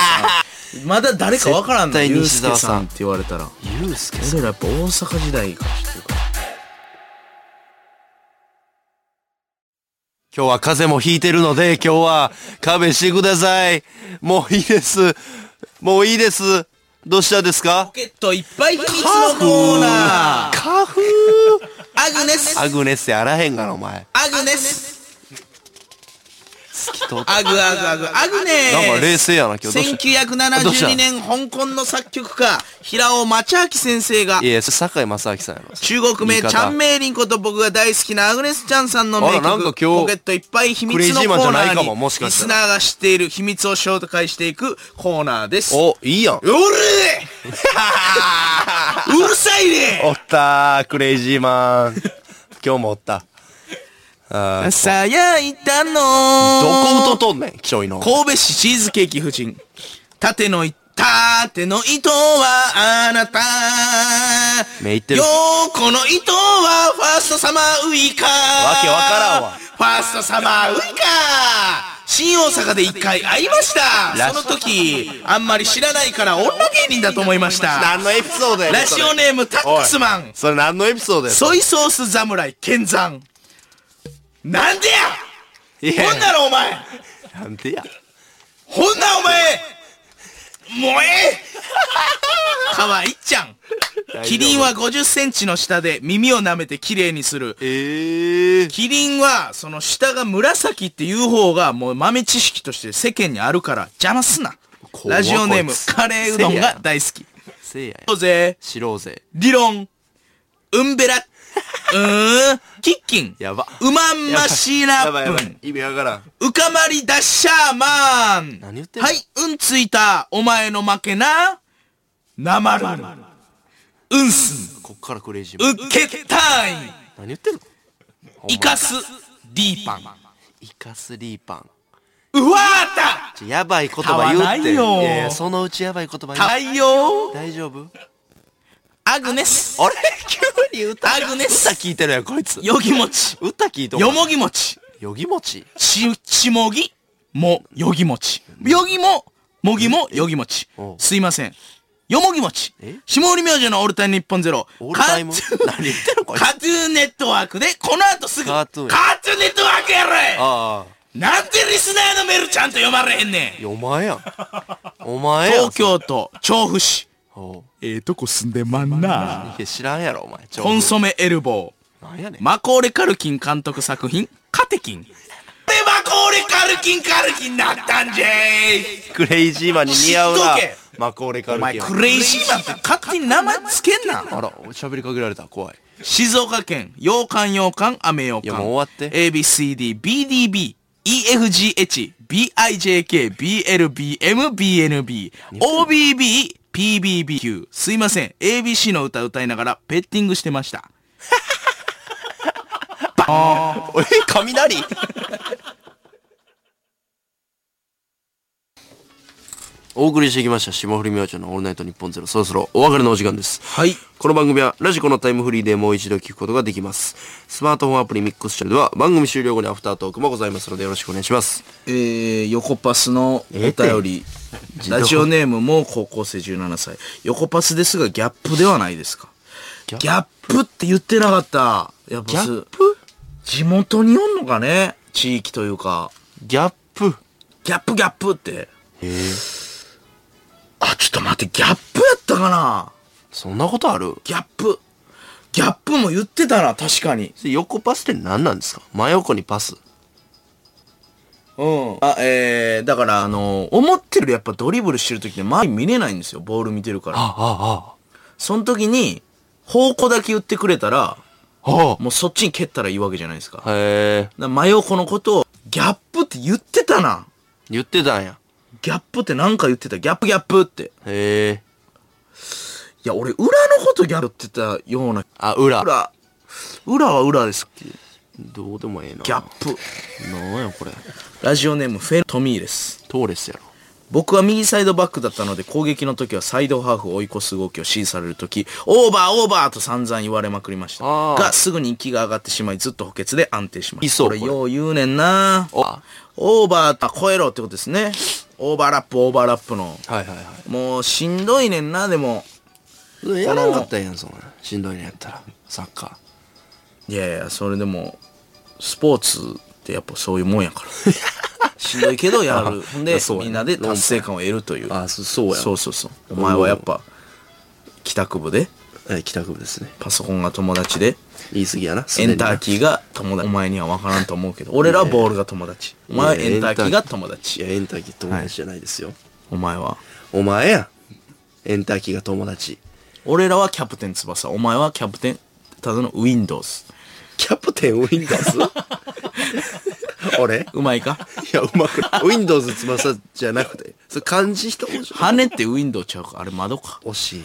B: まだ誰かわからんの
A: 絶対
B: ゆう
A: 西
B: すけ
A: 澤さん
B: さんって言われたら。
A: ゆうすけさん。
B: 俺らやっぱ大阪時代から知ってるから。
A: 今日は風邪もひいてるので、今日は勘弁してください。もういいです。もういいです。どうしたんですか
B: ポケットいっぱい秘密のコーナー
A: カフー
B: アグネス
A: アグネスやあらへんがな、お前。
B: アグネス
A: き通っ
B: アグアグアグアグネス
A: なんか冷静やな、今日。どうしたどうした
B: 1972年香港の作曲家平尾町明先生が
A: いやいや、それ堺正明さんやろ。
B: 中国名
A: 言い
B: チ
A: 方
B: ャンメイリンこと僕が大好きなアグネス・チャンさんの名
A: あらなんか
B: 曲
A: 今日
B: ポケットいっぱい秘密
A: クレイジ
B: の
A: ーマ
B: コ
A: ンじゃ
B: ー
A: ない
B: ナー
A: かももし
B: に
A: か
B: リ
A: した
B: ス
A: ら
B: ナーが知っている秘密を紹介していくコーナーです
A: お、いいやん。
B: おれうるさいね
A: おったー、クレイジーマン。今日もおった。あー
B: さやいたの
A: ど
B: ー
A: こ歌とんねん、ちょいの。
B: 神戸市チーズケーキ夫人縦のい縦の糸はあなた
A: 目いってる
B: よーこの糸はファーストサマーウイカわ
A: けわからんわ
B: ファーストサマーウイカ新大阪で一回会いました
A: ラ
B: その時あんまり知らないから女芸人だと思いました
A: 何のエピソードやね
B: ラ
A: んそ
B: ジ
A: れ
B: オネームタックスマン
A: それ何のエピソードや
B: ソイソース侍剣山なんで
A: いや
B: やほんならお前
A: なんでや。
B: ほんなお前もうえ えかわいいちゃんキリンは50センチの下で耳を舐めて綺麗にする。
A: ええー。
B: キリンは、その下が紫っていう方がもう豆知識として世間にあるから邪魔すな。
A: 怖っ
B: ラジオネーム
A: こいつ、
B: カレーうどんが大好き。
A: せいやや。
B: どうぜ、
A: 知ろうぜ。
B: 理論、うん べら、うーん、キッキン、
A: やば
B: うまんましラップン、
A: 意味わからん。
B: うかまりダッシャーマン
A: 何言ってんの
B: はい、うんついたお前の負けななまるうんす
A: こっからクレイジー
B: ん
A: マン。
B: うっけたい
A: 何言ってんの
B: イカス D パン
A: イカスリーパン。
B: うわーた
A: ちょやばい言葉言うって。
B: 買わないよ
A: ややそのうちやばい言葉言う。
B: 太陽
A: 大丈夫
B: アグネス
A: あれ 急に歌。
B: アグネス
A: 歌聞いてるやん、こいつ。
B: よぎもち
A: 歌聞いとん
B: よもぎもち
A: よぎもち。
B: ち、ちもぎもよぎもち。よぎも、もぎもよぎもち
A: おう。
B: すいません。よもぎもち
A: え。
B: 下り明星のオールタイム日本ゼロ。
A: オールタイム
B: カー
A: 何言ってんのこいつ
B: カトゥーンネットワークで、この後すぐ。
A: カートゥーン
B: カトゥーンネットワークやろ
A: ああ。
B: いなんでリスナーのメールちゃんと読まれへんねん
A: い。やお前やん。お前やん。
B: 東京都調布市。
A: おう。
B: ええとこ住んでまんない
A: や、知らんやろ、お前。ちょ
B: コンソメエルボー。
A: なんやねん。
B: マコーレ・カルキン監督作品、カテキン。で、マコーレ・カルキン・カルキンなったんじゃい
A: クレイジーマンに似合う
B: 知
A: な
B: っとけ。
A: マコーレカ
B: お
A: ル
B: 前
A: キン。
B: クレイジーマンって勝手に名前つけんな
A: あら、喋りかけられた。怖い。
B: 静岡県洋館洋館雨洋
A: い
B: 館
A: やもう終わって
B: ABCDBDB EFGH BIJK BLBM BNB OBB PBBQ すいません ABC の歌歌いながらペッティングしてました
A: え雷お送りしてきました霜降り明星のオールナイトニッポンゼロそろそろお別れのお時間です
B: はい
A: この番組はラジコのタイムフリーでもう一度聞くことができますスマートフォンアプリミックスチャンネルでは番組終了後にアフタートークもございますのでよろしくお願いします
B: えー、横パスのお便 り、ラジオネームも高校生17歳横パスですがギャップではないですか
A: ギ
B: ギ
A: ャ
B: ャ
A: ッ
B: ップって言ってなかったやっぱす
A: プ
B: 地元におんのかね地域というか
A: ギャップ
B: ギャップギャップって
A: へえ
B: あちょっと待ってギャップやったかな
A: そんなことある
B: ギャップギャップも言ってたな確かに
A: それ横パスって何なんですか真横にパス
B: うん。あ、えー、だから、あの、思ってるよりやっぱドリブルしてる時って周り見れないんですよ。ボール見てるから。
A: あ
B: その時に、方向だけ言ってくれたら、
A: あ、あ
B: もうそっちに蹴ったらいいわけじゃないですか。だか
A: あ。へえ。
B: ら真横のことを、ギャップって言ってたな。
A: 言ってたんや。
B: ギャップってなんか言ってた。ギャップギャップって。
A: へえ。
B: いや、俺、裏のことギャルって言ってたような。
A: あ、裏。
B: 裏。裏は裏ですっけ
A: どうでもええな。
B: ギャップ。
A: なんやこれ。
B: ラジオネーム、フェルトミーです。
A: トーレスやろ。
B: 僕は右サイドバックだったので攻撃の時はサイドハーフを追い越す動きを指示される時オーバーオーバーと散々言われまくりました
A: あー
B: がすぐに息が上がってしまいずっと補欠で安定しました
A: いそう
B: これ
A: これ
B: よう言うねんな
A: おあ
B: オーバーと超えろってことですねオーバーラップオーバーラップの
A: はいはいはい。
B: もうしんどいねんなでも
A: やらんかったらええやんそんなんしんどいのやったらサッカ
B: いやいやそれでもスポーツってやっぱそういうもんやから しんどいけどやるほんで
A: そうやね
B: みんなで達成感を得るという
A: ーあそそうや
B: そうそうそうお前はやっぱ帰宅部で
A: えー帰宅部ですね
B: パソコンが友達で、
A: 言い過ぎやなす
B: エ
A: でに
B: ンターキーが友達。お前には分からんと思うけど、俺らはボールが友達。お前はエンターキーが友
A: いや
B: 達。
A: エンターキー友達じゃないですよ、
B: お前は。
A: お前やエンターキーが友達
B: 俺らはキャプテン翼。お前はキャプテン、ただの Windows。
A: キャプテンウィンダー ズ俺いう
B: まいか
A: やうまくない Windows 翼じゃなくてそれ漢字一文字
B: 羽ってウィンドウちゃうかあれ窓か。
A: 惜しい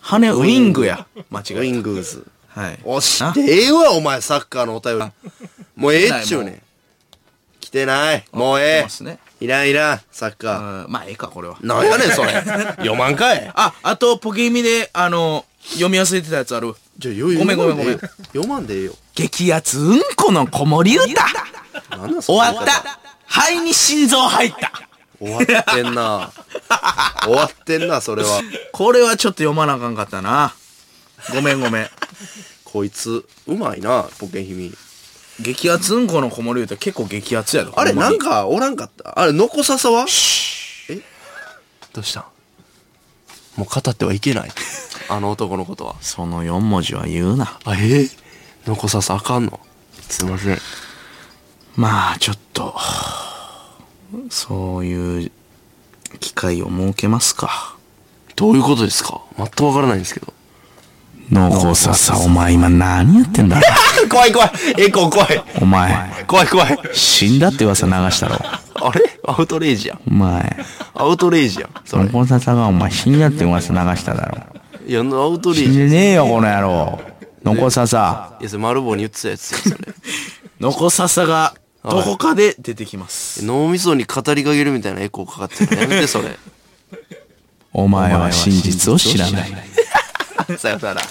B: 羽ウィングや。間
A: ウ
B: 違
A: ィ
B: え
A: ングーズ
B: た。はい。
A: 惜し
B: ない
A: ええわお前サッカーのお便りもうええっちゅうねん来てないもうえ
B: 来て
A: え
B: ますね
A: いらんいらんサッカー
B: あーまあ、ええか、これは。
A: なんやねんそれ読まんかい
B: あ、あと、ポケミで、あの、読み忘れてたやつある。
A: じゃあ
B: ごめんごめんごめん
A: 読まんでええよ
B: 激アツうんこの子守歌
A: なんだそ
B: 終
A: の言
B: わ
A: い方
B: った肺に心臓入った
A: 終わってんな終わってんなそれは
B: これはちょっと読まなあかんかったな。ごめんごめん。
A: こいつうまいなポケヒミ
B: 激アツうんこの子守歌結構激アツやろ。
A: あれ
B: ほま
A: な
B: に
A: んかおらんかったあれ残ささはえどうしたんもう語ってはいけない あの男のことは
B: その4文字は言うな。
A: あええ残ささあかんのすいません
B: まあちょっと、そういう機会を設けますか。
A: どういうことですか全くわからないんですけど
B: 濃厚ささ、お前今何やってんだろ
A: 怖い怖いエコー怖い
B: お前、
A: 怖い怖い
B: 死んだって噂流したろ。
A: あれアウトレイジやん
B: お前、
A: アウトレイジやんそれ
B: 濃厚ささがお前死んだって噂流しただろ。
A: いやアウトレイ
B: 死
A: ジい
B: んでねえよ、この野郎。濃厚ささ。
A: やそれ丸棒に言ってたやつやそれ
B: ノコササがどこかで出てきます。
A: 脳みそに語りかけるみたいなエコーかかってるのやめてそれ
B: お前は真実を知らない。
A: さよなら